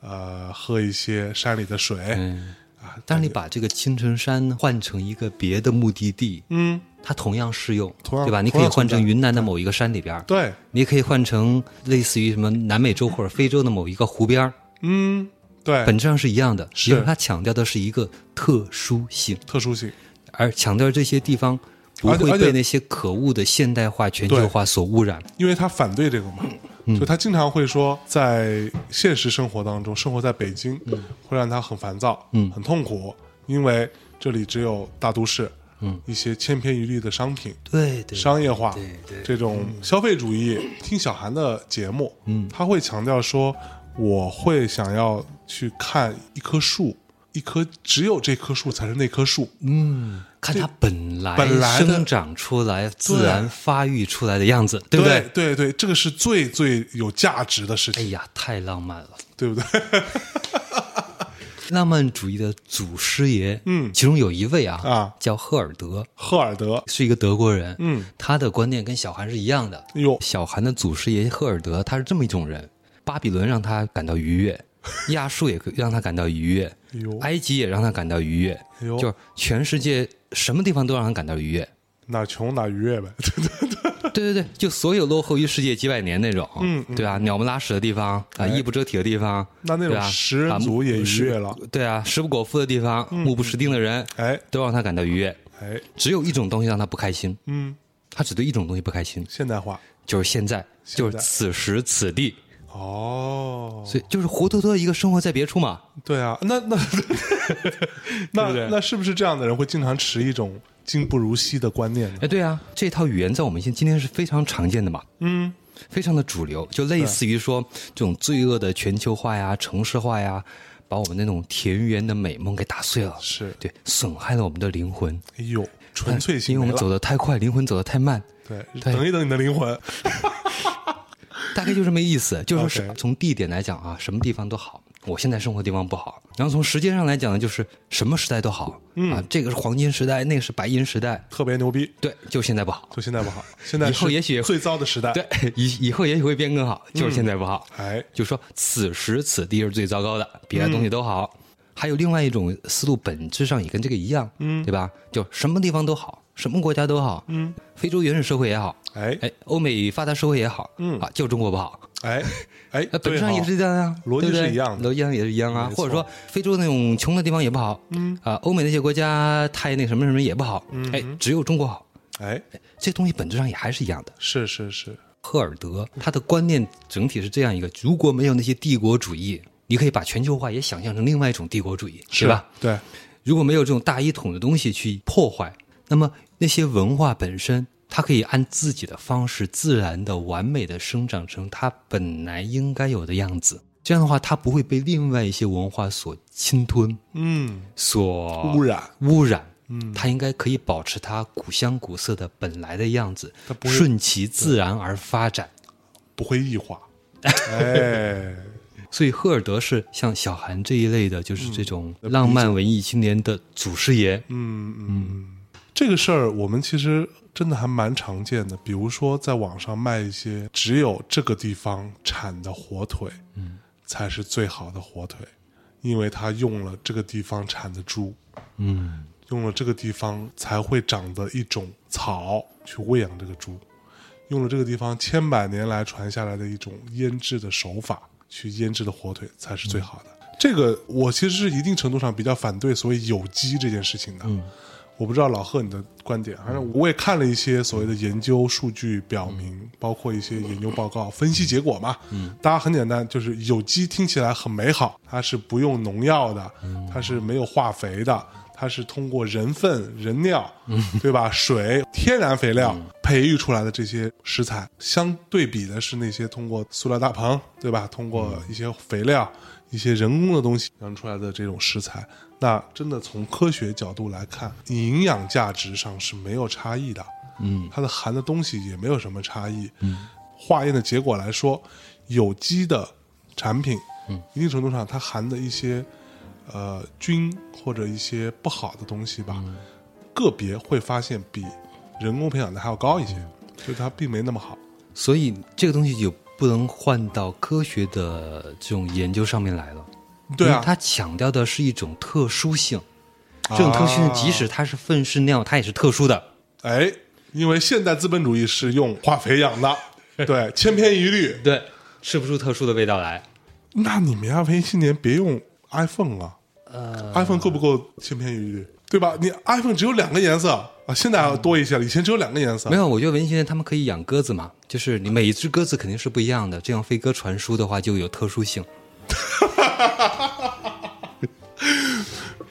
[SPEAKER 2] 呃，喝一些山里的水，
[SPEAKER 1] 嗯
[SPEAKER 2] 啊，
[SPEAKER 1] 但是你把这个青城山换成一个别的目的地，
[SPEAKER 2] 嗯，
[SPEAKER 1] 它同样适用，
[SPEAKER 2] 同样
[SPEAKER 1] 对吧？你可以换成云南的某一个山里边儿，
[SPEAKER 2] 对，
[SPEAKER 1] 你也可以换成类似于什么南美洲或者非洲的某一个湖边儿，
[SPEAKER 2] 嗯，对，
[SPEAKER 1] 本质上是一样的，
[SPEAKER 2] 是
[SPEAKER 1] 只是它强调的是一个特殊性，
[SPEAKER 2] 特殊性，
[SPEAKER 1] 而强调这些地方不
[SPEAKER 2] 而且而
[SPEAKER 1] 会
[SPEAKER 2] 且
[SPEAKER 1] 被那些可恶的现代化、全球化所污染。
[SPEAKER 2] 因为他反对这个嘛，
[SPEAKER 1] 嗯
[SPEAKER 2] 所以他经常会说，在现实生活当中，生活在北京会让他很烦躁，
[SPEAKER 1] 嗯
[SPEAKER 2] 很痛苦，因为这里只有大都市，
[SPEAKER 1] 嗯，
[SPEAKER 2] 一些千篇一律的商品，
[SPEAKER 1] 对对，
[SPEAKER 2] 商业化
[SPEAKER 1] 对对，
[SPEAKER 2] 这种消费主义。听小韩的节目，
[SPEAKER 1] 嗯
[SPEAKER 2] 他会强调说，我会想要去看一棵树，一棵只有这棵树才是那棵树，
[SPEAKER 1] 嗯，看它本来
[SPEAKER 2] 本来的
[SPEAKER 1] 生长出来、自然发育出来的样子，对不
[SPEAKER 2] 对
[SPEAKER 1] 对？
[SPEAKER 2] 对对，这个是最最有价值的事
[SPEAKER 1] 哎
[SPEAKER 2] 情，
[SPEAKER 1] 呀，太浪漫了！[laughs]
[SPEAKER 2] 对不对？
[SPEAKER 1] 浪漫主义的祖师爷，
[SPEAKER 2] 嗯
[SPEAKER 1] 其中有一位啊，
[SPEAKER 2] 啊
[SPEAKER 1] 叫赫尔德，
[SPEAKER 2] 赫尔德，
[SPEAKER 1] 是一个德国人，
[SPEAKER 2] 嗯，
[SPEAKER 1] 他的观念跟小韩是一样的。
[SPEAKER 2] 哟，
[SPEAKER 1] 小韩的祖师爷赫尔德，他是这么一种人：巴比伦让他感到愉
[SPEAKER 2] [laughs]
[SPEAKER 1] 悦，亚述也让他感到愉悦，
[SPEAKER 2] 哎呦，
[SPEAKER 1] 埃及也让他感到愉悦，
[SPEAKER 2] 哎呦，
[SPEAKER 1] 就是全世界什么地方都让他感到愉悦。
[SPEAKER 2] 哪穷哪愉悦呗，
[SPEAKER 1] 对对对，就所有落后于世界几百年那种，
[SPEAKER 2] 嗯哎
[SPEAKER 1] 对吧？鸟不拉屎的地方啊，衣不遮体的地方，
[SPEAKER 2] 那那
[SPEAKER 1] 对
[SPEAKER 2] 种
[SPEAKER 1] 啊
[SPEAKER 2] 食人族也愉悦嗯了，
[SPEAKER 1] 对啊，食不果腹的地方，目不识丁的人，
[SPEAKER 2] 哎
[SPEAKER 1] 都让他感到愉悦。
[SPEAKER 2] 哎，
[SPEAKER 1] 只有一种东西让他不开心，
[SPEAKER 2] 嗯，
[SPEAKER 1] 他只对一种东西不开心，
[SPEAKER 2] 现代化，
[SPEAKER 1] 就是现在，就
[SPEAKER 2] 现
[SPEAKER 1] 是
[SPEAKER 2] 在
[SPEAKER 1] 此时此地。
[SPEAKER 2] 哦，
[SPEAKER 1] 所以就是活脱脱一个生活在别处嘛。
[SPEAKER 2] 对啊，那
[SPEAKER 1] [laughs]
[SPEAKER 2] 那那
[SPEAKER 1] 对不对
[SPEAKER 2] 那是不是这样的人会经常持一种今不如昔的观念呢？
[SPEAKER 1] 哎，对啊，这套语言在我们现今天是非常常见的嘛，
[SPEAKER 2] 嗯，
[SPEAKER 1] 非常的主流，就类似于说这种罪恶的全球化呀、城市化呀，把我们那种田园的美梦给打碎了，
[SPEAKER 2] 是，
[SPEAKER 1] 对，损害了我们的灵魂。
[SPEAKER 2] 哎呦，纯
[SPEAKER 1] 哎
[SPEAKER 2] 粹
[SPEAKER 1] 因
[SPEAKER 2] 性
[SPEAKER 1] 为我
[SPEAKER 2] 没
[SPEAKER 1] 们走
[SPEAKER 2] 了，
[SPEAKER 1] 得太快，灵魂走得太
[SPEAKER 2] [laughs]
[SPEAKER 1] 慢，
[SPEAKER 2] 对，
[SPEAKER 1] 对
[SPEAKER 2] 等一等你的灵魂，
[SPEAKER 1] 大概就这么意思。就是说
[SPEAKER 2] OK
[SPEAKER 1] 是从地点来讲啊，什么地方都好，我现在生活的地方不好。然后从时间上来讲呢，就是什么时代都好，
[SPEAKER 2] 嗯
[SPEAKER 1] 啊，这个是黄金时代，那个是白银时代，
[SPEAKER 2] 特别牛逼，
[SPEAKER 1] 对，就现在不好。
[SPEAKER 2] 就现在
[SPEAKER 1] [laughs]
[SPEAKER 2] 不好，现在
[SPEAKER 1] 以后
[SPEAKER 2] 是
[SPEAKER 1] 也许
[SPEAKER 2] 最糟的时代，
[SPEAKER 1] 对， [laughs] 以以后也许会变更好，就是现在不好。
[SPEAKER 2] 哎，
[SPEAKER 1] 就说此时此地是最糟糕的，别的东西都好。还有另外一种思路，本质上也跟这个一样，嗯，对吧？就什么地方都好，什么国家都好，嗯，非洲原始社会也好，
[SPEAKER 2] 哎
[SPEAKER 1] 哎，欧美发达社会也好，嗯啊，就中国不好。
[SPEAKER 2] 哎哎，
[SPEAKER 1] [laughs] 那本
[SPEAKER 2] 对
[SPEAKER 1] 质上
[SPEAKER 2] 哈
[SPEAKER 1] 也是这样啊，
[SPEAKER 2] 逻辑
[SPEAKER 1] 对不对
[SPEAKER 2] 是一样的
[SPEAKER 1] 逻辑上也是一样啊。
[SPEAKER 2] 没错
[SPEAKER 1] 或者说，非洲那种穷的地方也不好，嗯啊，欧美那些国家太那什么什么也不好，嗯，哎，只有中国好。
[SPEAKER 2] 哎，
[SPEAKER 1] 这东西本质上也还是一样的。
[SPEAKER 2] 是是是，
[SPEAKER 1] 赫尔德他的观念整体是这样一个：如果没有那些帝国主义，你可以把全球化也想象成另外一种帝国主义，是吧？？
[SPEAKER 2] 对，
[SPEAKER 1] 如果没有这种大一统的东西去破坏，那么那些文化本身，它可以按自己的方式自然的、完美的生长成它本来应该有的样子。这样的话，它不会被另外一些文化所侵吞、
[SPEAKER 2] 嗯，
[SPEAKER 1] 所
[SPEAKER 2] 污染，
[SPEAKER 1] 污染。嗯，它应该可以保持它古香古色的本来的样子
[SPEAKER 2] 它，不会
[SPEAKER 1] 顺其自然而发展。
[SPEAKER 2] 不会
[SPEAKER 1] [laughs]
[SPEAKER 2] 异化，哎，
[SPEAKER 1] 所以赫尔德是像小韩这一类的，就是这种浪漫文艺青年的祖师爷。
[SPEAKER 2] 嗯嗯，这个事儿我们其实真的还蛮常见的，比如说在网上卖一些只有这个地方产的火腿，嗯，才是最好的火腿，因为它用了这个地方产的猪，
[SPEAKER 1] 嗯，
[SPEAKER 2] 用了这个地方才会长的一种草去喂养这个猪，用了这个地方千百年来传下来的一种腌制的手法去腌制的火腿才是最好的。这个我其实是一定程度上比较反对所谓有机这件事情的。我不知道老贺你的观点，反正我也看了一些所谓的研究数据，表明、包括一些研究报告分析结果嘛。嗯，大家很简单，就是有机听起来很美好，它是不用农药的，它是没有化肥的，它是通过人粪、人尿，对吧？水、天然肥料培育出来的这些食材，相对比的是那些通过塑料大棚，对吧？通过一些肥料、一些人工的东西养出来的这种食材，那真的从科学角度来看，营养价值上是没有差异的。
[SPEAKER 1] 嗯，
[SPEAKER 2] 它的含的东西也没有什么差异。嗯，化验的结果来说，有机的产品，嗯，一定程度上它含的一些呃菌或者一些不好的东西吧，个别会发现比人工培养的还要高一些，所以它并没那么好。
[SPEAKER 1] 所以这个东西就不能换到科学的这种研究上面来了。
[SPEAKER 2] 对
[SPEAKER 1] 因为
[SPEAKER 2] 啊，
[SPEAKER 1] 它强调的是一种特殊性，这种特殊
[SPEAKER 2] 啊
[SPEAKER 1] 性即使它是粪是尿，它也是特殊的。
[SPEAKER 2] 哎，因为现代资本主义是用化肥养的，对，千篇一律。
[SPEAKER 1] 对，吃不出特殊的味道来。
[SPEAKER 2] 那你们亚文艺青年别用 iPhone 了、i p h o n e 够不够千篇一律？对吧？你 iPhone 只有两个颜色啊，现在要多一些了，以前只有两个颜色
[SPEAKER 1] 没。有，我觉得文艺青年他们可以养鸽子嘛，就是你每一只鸽子肯定是不一样的，这样飞鸽传书的话就有特殊性。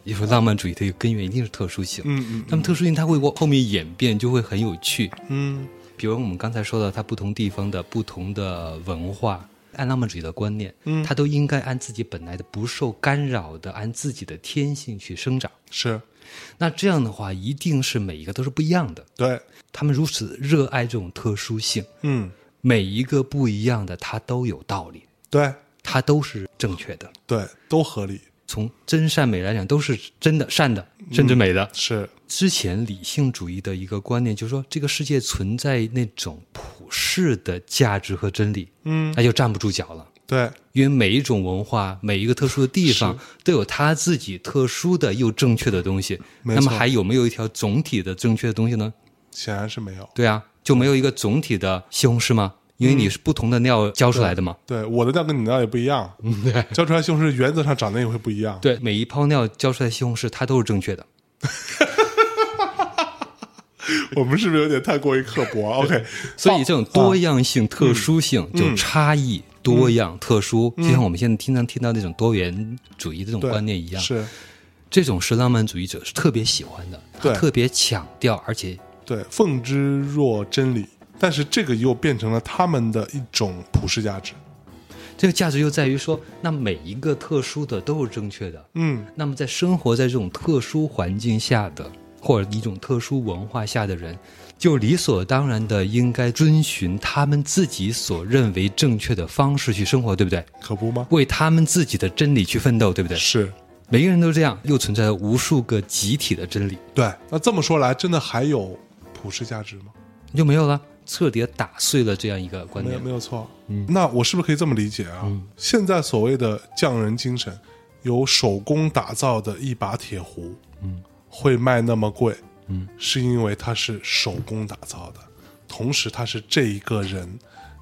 [SPEAKER 1] 艺术浪漫主义的一个根源一定是特殊性，
[SPEAKER 2] 嗯嗯，
[SPEAKER 1] 那么特殊性它会往后面演变，就会很有趣。
[SPEAKER 2] 嗯，
[SPEAKER 1] 比如我们刚才说的，它不同地方的不同的文化，按浪漫主义的观念，嗯，它都应该按自己本来的不受干扰的，按自己的天性去生长。
[SPEAKER 2] 是
[SPEAKER 1] 那这样的话，一定是每一个都是不一样的。
[SPEAKER 2] 对，
[SPEAKER 1] 他们如此热爱这种特殊性，
[SPEAKER 2] 嗯，
[SPEAKER 1] 每一个不一样的，它都有道理，
[SPEAKER 2] 对
[SPEAKER 1] 它都是正确的。
[SPEAKER 2] 对，都合理，
[SPEAKER 1] 从真善美来讲，都是真的善的，甚至美的。
[SPEAKER 2] 是
[SPEAKER 1] 之前理性主义的一个观念，就是说这个世界存在那种普世的价值和真理，嗯，那就站不住脚了。
[SPEAKER 2] 对，
[SPEAKER 1] 因为每一种文化、每一个特殊的地方都有它自己特殊的又正确的东西，
[SPEAKER 2] 没
[SPEAKER 1] 那么
[SPEAKER 2] 错
[SPEAKER 1] 还有没有一条总体的正确的东西呢？
[SPEAKER 2] 显然是没有。
[SPEAKER 1] 对啊，就没有一个总体的西红柿吗？因为你是不同的尿浇出来的嘛。
[SPEAKER 2] 对，我的料跟你的料也不一样，教出来西红柿原则上长得也会不
[SPEAKER 1] [laughs]
[SPEAKER 2] 一样。
[SPEAKER 1] 对，每一泡尿浇出来的西红柿，它都是正确的。
[SPEAKER 2] 我们是不是有点太过于刻薄？OK，
[SPEAKER 1] 所以这种多样性、特殊性，就差异、多样、特殊，就像我们现在经常听到那种多元主义这种
[SPEAKER 2] 对
[SPEAKER 1] 观念一样，
[SPEAKER 2] 是
[SPEAKER 1] 这种是浪漫主义者是特别喜欢的，
[SPEAKER 2] 对
[SPEAKER 1] 他特别强调，而且
[SPEAKER 2] 对，奉之若真理，但是这个又变成了他们的一种普世价值。
[SPEAKER 1] 这个价值又在于说，那每一个特殊的都是正确的。
[SPEAKER 2] 嗯，
[SPEAKER 1] 那么在生活在这种特殊环境下的，或者一种特殊文化下的人，就理所当然的应该遵循他们自己所认为正确的方式去生活，对不对？
[SPEAKER 2] 可不吗？
[SPEAKER 1] 为他们自己的真理去奋斗，对不对？
[SPEAKER 2] 是，
[SPEAKER 1] 每个人都这样，又存在着无数个集体的真理，
[SPEAKER 2] 对。那这么说来，真的还有普世价值吗？
[SPEAKER 1] 你就没有了，彻底地打碎了这样一个观
[SPEAKER 2] 没有，
[SPEAKER 1] 念。
[SPEAKER 2] 没有错。嗯，那我是不是可以这么理解啊？现在所谓的匠人精神，有手工打造的一把铁壶，嗯，会卖那么贵，嗯，是因为它是手工打造的，同时它是这一个人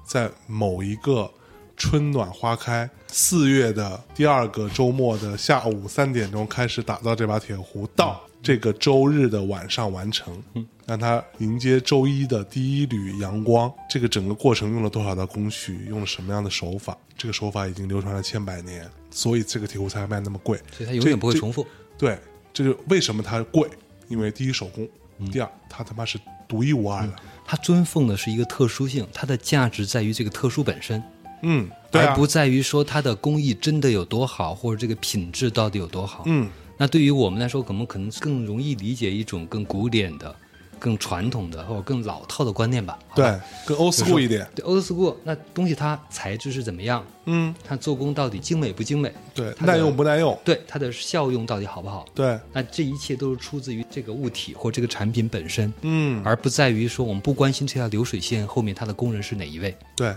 [SPEAKER 2] 在某一个春暖花开四月的第二个周末的下午三点钟开始打造这把铁壶，到这个周日的晚上完成，让它迎接周一的第一缕阳光。这个整个过程用了多少的工序，用了什么样的手法？这个手法已经流传了千百年，所以这个铁壶才卖那么贵。
[SPEAKER 1] 所以它永远不会
[SPEAKER 2] 这
[SPEAKER 1] 重复。
[SPEAKER 2] 对，这就为什么它贵，因为第一手工，
[SPEAKER 1] 嗯
[SPEAKER 2] 第二它他妈是独一无二的。
[SPEAKER 1] 它尊奉的是一个特殊性，它的价值在于这个特殊本身。
[SPEAKER 2] 嗯，对啊
[SPEAKER 1] 而，不在于说它的工艺真的有多好，或者这个品质到底有多好。
[SPEAKER 2] 嗯，
[SPEAKER 1] 那对于我们来说，我们可能更容易理解一种更古典的、更传统的或者更老套的观念吧。好吧，
[SPEAKER 2] 对，更 old school 一点。
[SPEAKER 1] 对，old school，那东西它材质是怎么样？
[SPEAKER 2] 嗯，
[SPEAKER 1] 它做工到底精美不精美？
[SPEAKER 2] 对，
[SPEAKER 1] 它的
[SPEAKER 2] 耐用不耐用？
[SPEAKER 1] 对，它的效用到底好不好？
[SPEAKER 2] 对，
[SPEAKER 1] 那这一切都是出自于这个物体或这个产品本身，
[SPEAKER 2] 嗯，
[SPEAKER 1] 而不在于说我们不关心这条流水线后面它的工人是哪一位。
[SPEAKER 2] 对，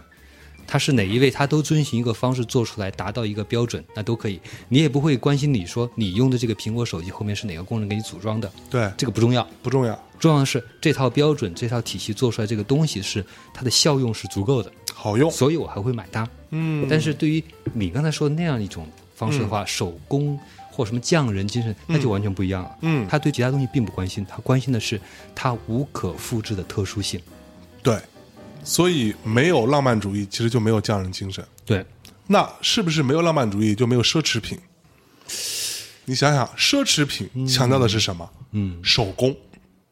[SPEAKER 1] 他是哪一位，他都遵循一个方式做出来，达到一个标准，那都可以。你也不会关心你说你用的这个苹果手机后面是哪个工人给你组装的，
[SPEAKER 2] 对，
[SPEAKER 1] 这个不重要。
[SPEAKER 2] 不重要。
[SPEAKER 1] 重要的是这套标准、这套体系做出来这个东西是它的效用是足够的，
[SPEAKER 2] 好用，
[SPEAKER 1] 所以我还会买它。
[SPEAKER 2] 嗯，
[SPEAKER 1] 但是对于你刚才说的那样一种方式的话，手工或什么匠人精神，那就完全不一样了。
[SPEAKER 2] 嗯
[SPEAKER 1] 他对其他东西并不关心，他关心的是他无可复制的特殊性。
[SPEAKER 2] 对，所以没有浪漫主义，其实就没有匠人精神。
[SPEAKER 1] 对，
[SPEAKER 2] 那是不是没有浪漫主义就没有奢侈品？你想想，奢侈品强调的是什么？嗯，手工。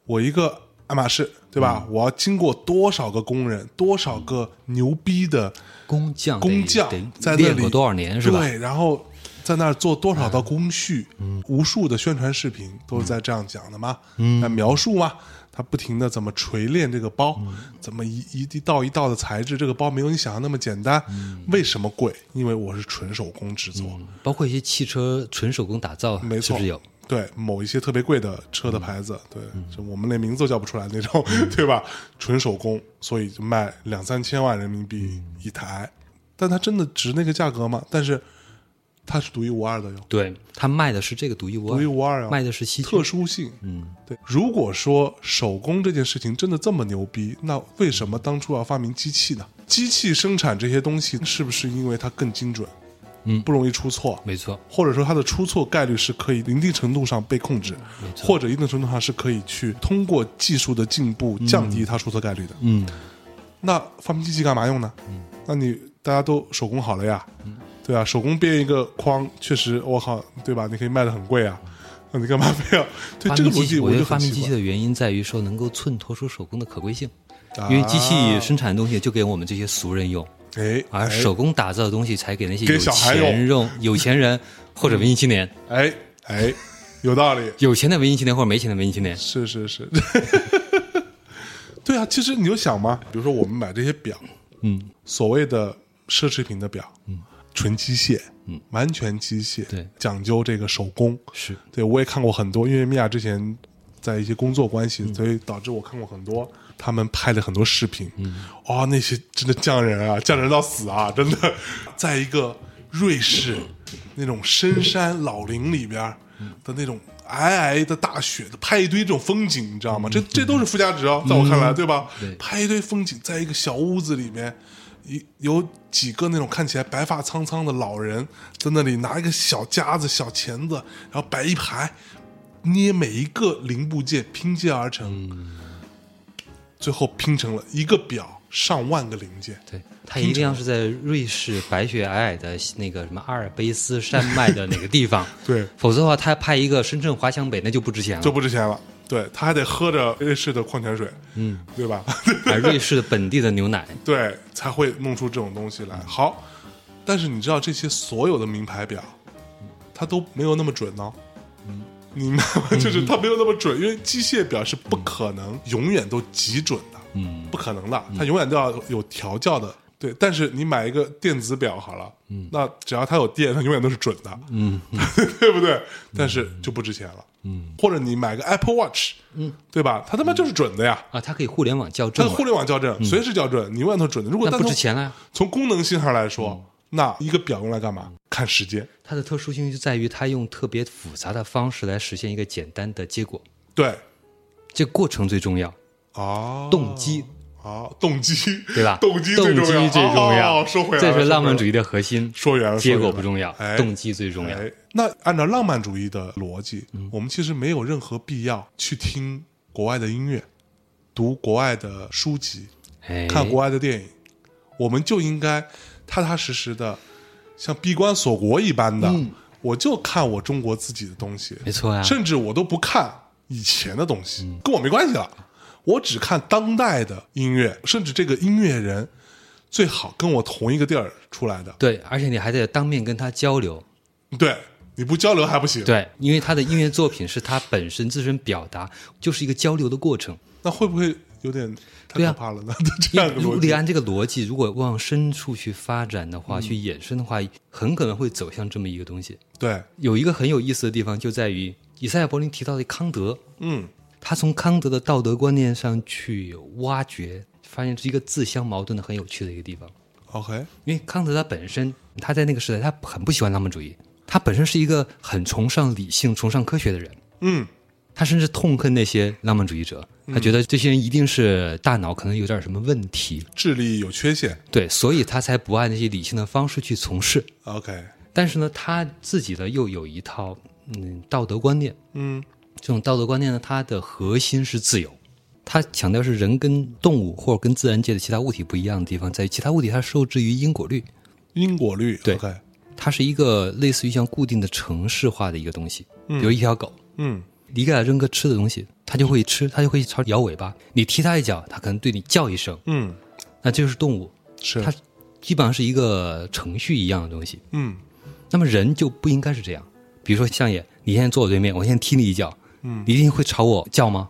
[SPEAKER 2] 我一个爱马仕，对吧？
[SPEAKER 1] 嗯
[SPEAKER 2] 我要经过多少个工人，多少个牛逼的
[SPEAKER 1] 工匠得
[SPEAKER 2] 工匠在
[SPEAKER 1] 得
[SPEAKER 2] 那
[SPEAKER 1] 练
[SPEAKER 2] 里
[SPEAKER 1] 过多少年是吧？嗯
[SPEAKER 2] 对，然后在那儿做多少道工序，无数的宣传视频都是在这样讲的嘛，嗯，描述嘛，他不停的怎么锤炼这个包，
[SPEAKER 1] 嗯
[SPEAKER 2] 怎么一一一道一道的材质，这个包没有你想象那么简单，
[SPEAKER 1] 嗯
[SPEAKER 2] 为什么贵？因为我是纯手工制作，
[SPEAKER 1] 包括一些汽车纯手工打造，啊
[SPEAKER 2] 没错
[SPEAKER 1] 是不是有？
[SPEAKER 2] 对某一些特别贵的
[SPEAKER 1] 嗯
[SPEAKER 2] 车的牌子，对，就我们连名字都叫不出来那种，对吧？纯手工，所以就卖
[SPEAKER 1] 嗯
[SPEAKER 2] 两三千万人民币一台，但它真的值那个价格吗？但是它是独一无二的哟，
[SPEAKER 1] 对，他卖的是这个独一无二，
[SPEAKER 2] 独一无二啊，
[SPEAKER 1] 卖的是稀缺
[SPEAKER 2] 特殊性。
[SPEAKER 1] 嗯，
[SPEAKER 2] 对，如果说手工这件事情真的这么牛逼，那为什么当初要发明机器呢？机器生产这些东西，是不是因为它更精准，
[SPEAKER 1] 嗯
[SPEAKER 2] 不容易出错，
[SPEAKER 1] 没错，
[SPEAKER 2] 或者说它的出错概率是可以一定程度上被控制，或者一定程度上是可以去通过技术的进步降低它出错概率的？
[SPEAKER 1] 嗯，
[SPEAKER 2] 那发明机器干嘛用呢？那你大家都手工好了呀，
[SPEAKER 1] 嗯
[SPEAKER 2] 对啊，手工编一个框，确实我靠，对吧？你可以卖的很贵啊，那你干嘛
[SPEAKER 1] [laughs]
[SPEAKER 2] 非要？对
[SPEAKER 1] 发
[SPEAKER 2] 这
[SPEAKER 1] 明
[SPEAKER 2] 个
[SPEAKER 1] 机器，
[SPEAKER 2] 逻辑
[SPEAKER 1] 我觉
[SPEAKER 2] 就
[SPEAKER 1] 得发
[SPEAKER 2] 很
[SPEAKER 1] 明
[SPEAKER 2] 奇
[SPEAKER 1] 机器
[SPEAKER 2] 怪，
[SPEAKER 1] 的原因在于说能够衬托出手工的可贵性，
[SPEAKER 2] 啊
[SPEAKER 1] 因为机器生产的东西就给我们这些俗人用，
[SPEAKER 2] 哎，
[SPEAKER 1] 而手工打造的东西才给那些
[SPEAKER 2] 给
[SPEAKER 1] 有
[SPEAKER 2] 小孩用
[SPEAKER 1] 钱用、有钱人或者文艺青
[SPEAKER 2] [laughs]
[SPEAKER 1] 年、
[SPEAKER 2] 哎哎，有道理，
[SPEAKER 1] 有钱的文艺青年或者没钱的文艺青年。
[SPEAKER 2] 是是是， [laughs] 对啊，其实你就想嘛，比如说我们买这些表，
[SPEAKER 1] 嗯，
[SPEAKER 2] 所谓的奢侈品的表，嗯，纯机械，嗯，完全机械，
[SPEAKER 1] 对
[SPEAKER 2] 讲究这个手工，
[SPEAKER 1] 是
[SPEAKER 2] 对，我也看过很多，因为米娅之前在一些工作关系，所以导致我看过很多他们拍的很多视频。嗯，哦，那些真的匠人啊，匠人到死啊，真的，在一个瑞士那种深山老林里边的那种皑皑的大雪，拍一堆这种风景，你知道吗？这这都是附加值哦，在我看来，对吧？
[SPEAKER 1] 对
[SPEAKER 2] 拍一堆风景，在一个小屋子里面。一有几个那种看起来白发苍苍的老人，在那里拿一个小夹子、小钳子，然后摆一排，捏每一个零部件拼接而成，最后拼成了一个表上万个零件。
[SPEAKER 1] 对，它一定要是在瑞士白雪皑皑的那个什么阿尔卑斯山脉的哪个地方，
[SPEAKER 2] [laughs] 对
[SPEAKER 1] 否则的话，他拍一个深圳华强北那就不值钱
[SPEAKER 2] 就
[SPEAKER 1] 了。
[SPEAKER 2] 不值钱了。对他还得喝着瑞士的矿泉水，嗯，对吧？
[SPEAKER 1] 买瑞士的本地的牛奶，
[SPEAKER 2] 对，才会弄出这种东西来。好，但是你知道这些所有的名牌表，它都没有那么准呢、你明白吗？就是它没有那么准，因为机械表是不可能永远都极准的，嗯，不可能的，它永远都要有调教的。对，但是你买一个电子表好了，嗯，那只要它有电，它永远都是准的，嗯， [laughs] 对不对？但是就不值钱了，嗯，或者你买个 Apple Watch，嗯，对吧？它他妈就是准的呀，
[SPEAKER 1] 啊，它可以互联网校
[SPEAKER 2] 它
[SPEAKER 1] 正
[SPEAKER 2] 是
[SPEAKER 1] 嘛，
[SPEAKER 2] 互联网校正，随时校正，你永远都准的。如果
[SPEAKER 1] 那
[SPEAKER 2] 单
[SPEAKER 1] 不
[SPEAKER 2] 从
[SPEAKER 1] 值钱啊了呀。
[SPEAKER 2] 从功能性上来
[SPEAKER 1] 嗯
[SPEAKER 2] 说，那一个表用来干嘛？看时间。
[SPEAKER 1] 它的特殊性就在于它用特别复杂的方式来实现一个简单的结果，
[SPEAKER 2] 对，
[SPEAKER 1] 这过程最重要，
[SPEAKER 2] 哦，
[SPEAKER 1] 动机
[SPEAKER 2] 啊，动机，
[SPEAKER 1] 对吧？
[SPEAKER 2] [laughs] 动机
[SPEAKER 1] 动
[SPEAKER 2] 最重要，
[SPEAKER 1] 机最重要
[SPEAKER 2] 哦、说回来了，
[SPEAKER 1] 这是浪漫主
[SPEAKER 2] 义。
[SPEAKER 1] 义的核心。
[SPEAKER 2] 说远了，
[SPEAKER 1] 结
[SPEAKER 2] 说
[SPEAKER 1] 果
[SPEAKER 2] 远了
[SPEAKER 1] 不重要
[SPEAKER 2] 哎、，
[SPEAKER 1] 动机最重要。
[SPEAKER 2] 哎。那按照浪漫主义的逻辑，
[SPEAKER 1] 嗯
[SPEAKER 2] 我们其实没有任何必要去听国外的音乐，读国外的书籍，
[SPEAKER 1] 哎，
[SPEAKER 2] 看国外的电影，我们就应该踏踏实实的，像闭关锁国一般的，
[SPEAKER 1] 嗯
[SPEAKER 2] 我就看我中国自己的东西，
[SPEAKER 1] 没错呀，啊
[SPEAKER 2] 甚至我都不看以前的东
[SPEAKER 1] 嗯
[SPEAKER 2] 西，跟我没关系了。我只看当代的音乐，甚至这个音乐人最好跟我同一个地儿出来的。
[SPEAKER 1] 对，而且你还得当面跟他交流。
[SPEAKER 2] 对，你不交流还不行。
[SPEAKER 1] 对，因为他的音乐作品是他本身自身表达，就是一个交流的过程。
[SPEAKER 2] 那会不会有点太
[SPEAKER 1] 对
[SPEAKER 2] 可
[SPEAKER 1] 啊
[SPEAKER 2] 怕
[SPEAKER 1] [laughs]
[SPEAKER 2] 了呢？
[SPEAKER 1] 因
[SPEAKER 2] 这样
[SPEAKER 1] 为如
[SPEAKER 2] 的逻
[SPEAKER 1] 果你
[SPEAKER 2] 辑，嗯
[SPEAKER 1] 按这个逻辑，如果往深处去发展的话，去衍生的话，很可能会走向这么一个东西。
[SPEAKER 2] 对，
[SPEAKER 1] 有一个很有意思的地方就在于，以赛亚柏林提到的康德，
[SPEAKER 2] 嗯，
[SPEAKER 1] 他从康德的道德观念上去挖掘，发现是一个自相矛盾的很有趣的一个地方。
[SPEAKER 2] OK，
[SPEAKER 1] 因为康德他本身，他在那个时代，他很不喜欢浪漫主义，他本身是一个很崇尚理性、崇尚科学的人。
[SPEAKER 2] 嗯，
[SPEAKER 1] 他甚至痛恨那些浪漫主义者，他觉得这些人一定是大脑可能有点什么问题，
[SPEAKER 2] 智力有缺陷。
[SPEAKER 1] 对，所以他才不按那些理性的方式去从事。
[SPEAKER 2] OK，
[SPEAKER 1] 但是呢，他自己呢又有一套嗯道德观念，
[SPEAKER 2] 嗯，
[SPEAKER 1] 这种道德观念呢，它的核心是自由。他强调是人跟动物或者跟自然界的其他物体不一样的地方，在于其他物体它受制于因果律，
[SPEAKER 2] 因果律。
[SPEAKER 1] 对
[SPEAKER 2] OK，
[SPEAKER 1] 它是一个类似于像固定的程式化的一个东西，比如一条狗，
[SPEAKER 2] 嗯，
[SPEAKER 1] 你给它扔个吃的东西，它就会吃，它就会朝你摇尾巴。你踢它一脚，它可能对你叫一声，
[SPEAKER 2] 嗯，
[SPEAKER 1] 那这就是动物，
[SPEAKER 2] 是
[SPEAKER 1] 它，基本上是一个程序一样的东西。
[SPEAKER 2] 嗯，
[SPEAKER 1] 那么人就不应该是这样。比如说相爷，你现在坐我对面，我现在踢你一脚，嗯，你一定会朝我叫吗？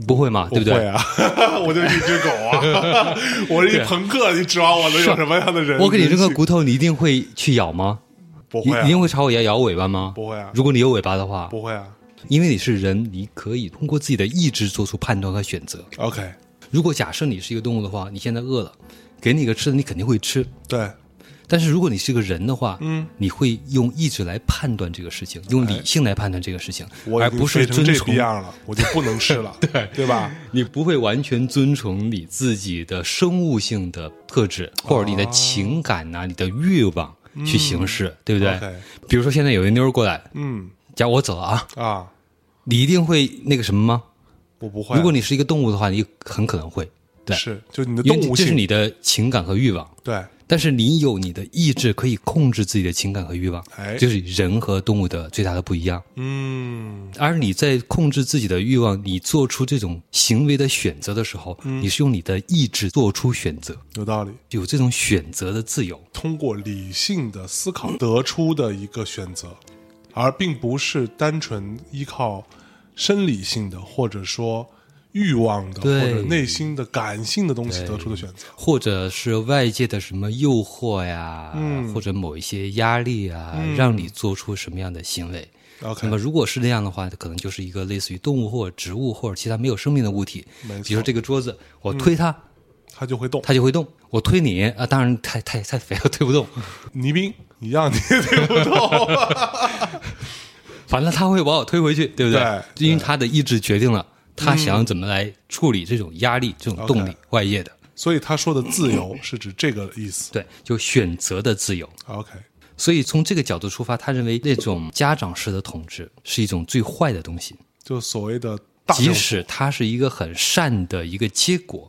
[SPEAKER 1] 你不会嘛，对不
[SPEAKER 2] 我会
[SPEAKER 1] 对？
[SPEAKER 2] 啊， [laughs] 我就是一只
[SPEAKER 1] [laughs]
[SPEAKER 2] 狗啊，我是一朋克，你指望我能有什么样的人？
[SPEAKER 1] 我给你扔个
[SPEAKER 2] 人性
[SPEAKER 1] 骨头，你一定会去咬吗？
[SPEAKER 2] 不
[SPEAKER 1] 你
[SPEAKER 2] 会啊
[SPEAKER 1] 一，定会朝我摇摇尾巴吗？
[SPEAKER 2] 不会啊
[SPEAKER 1] 如果你有尾巴的话，
[SPEAKER 2] 不会啊。
[SPEAKER 1] 因为你是人，你可以通过自己的意志做出判断和选择。
[SPEAKER 2] OK，
[SPEAKER 1] 如果假设你是一个动物的话，你现在饿了，给你一个吃的，你肯定会吃。
[SPEAKER 2] 对，
[SPEAKER 1] 但是如果你是个人的话，嗯，你会用意志来判断这个事情，用理性来判断这个事情，
[SPEAKER 2] 哎我
[SPEAKER 1] 而
[SPEAKER 2] 已经
[SPEAKER 1] 不是
[SPEAKER 2] 肥成
[SPEAKER 1] 遵
[SPEAKER 2] 这
[SPEAKER 1] 从
[SPEAKER 2] 逼。样了，我就不能吃
[SPEAKER 1] [laughs]
[SPEAKER 2] 了，对对吧？
[SPEAKER 1] 你不会完全遵从你自己的生物性的特质，
[SPEAKER 2] 啊
[SPEAKER 1] 或者你的情感呐、你的欲望去行事，对不对
[SPEAKER 2] 嗯 OK
[SPEAKER 1] 比如说现在有一妞儿过来，
[SPEAKER 2] 嗯
[SPEAKER 1] 假如我走了啊，
[SPEAKER 2] 啊，
[SPEAKER 1] 你一定会那个什么吗？
[SPEAKER 2] 我不会。
[SPEAKER 1] 如果你是一个动物的话，你很可能会，对，
[SPEAKER 2] 是就你的
[SPEAKER 1] 因
[SPEAKER 2] 动
[SPEAKER 1] 为
[SPEAKER 2] 物
[SPEAKER 1] 这是
[SPEAKER 2] 性，
[SPEAKER 1] 你的情感和欲望。
[SPEAKER 2] 对，
[SPEAKER 1] 但是你有你的意志，可以控制自己的情感和欲望，
[SPEAKER 2] 哎
[SPEAKER 1] 就是人和动物的最大的不一样。
[SPEAKER 2] 嗯
[SPEAKER 1] 而你在控制自己的欲望，你做出这种行为的选择的时候，
[SPEAKER 2] 嗯
[SPEAKER 1] 你是用你的意志做出选择，
[SPEAKER 2] 有道理。
[SPEAKER 1] 有这种选择的自由。
[SPEAKER 2] 通过理性的
[SPEAKER 1] [laughs]
[SPEAKER 2] 思考得出的一个选择，而并不是单纯依靠生理性的或者说欲望的
[SPEAKER 1] 对
[SPEAKER 2] 或者内心的感性的东西得出的选择。
[SPEAKER 1] 或者是外界的什么诱惑呀，
[SPEAKER 2] 嗯
[SPEAKER 1] 或者某一些压力啊，让你做出什么样的行为。那
[SPEAKER 2] OK，
[SPEAKER 1] 么如果是那样的话，可能就是一个类似于动物或者植物或者其他没有生命的物体
[SPEAKER 2] 没错，嗯
[SPEAKER 1] 比如说这个桌子，我推它，
[SPEAKER 2] 他就会动。
[SPEAKER 1] 它就会动；我推你啊，当然太太太肥了， [laughs] 推不动。
[SPEAKER 2] 倪斌，你让你 [laughs] 也推不动，
[SPEAKER 1] 反正它会把我推回去，对不
[SPEAKER 2] 对
[SPEAKER 1] 因为它的意志决定了它想要怎么来处理这种压力、这种动力
[SPEAKER 2] 嗯 OK
[SPEAKER 1] 外界的。
[SPEAKER 2] 所以他说的自由是指这个意思。
[SPEAKER 1] 对，就选择的自由。
[SPEAKER 2] OK，
[SPEAKER 1] 所以从这个角度出发，他认为那种家长式的统治是一种最坏的东西。
[SPEAKER 2] 就所谓的大
[SPEAKER 1] 即
[SPEAKER 2] 政府
[SPEAKER 1] 使它是一个很善的一个结果，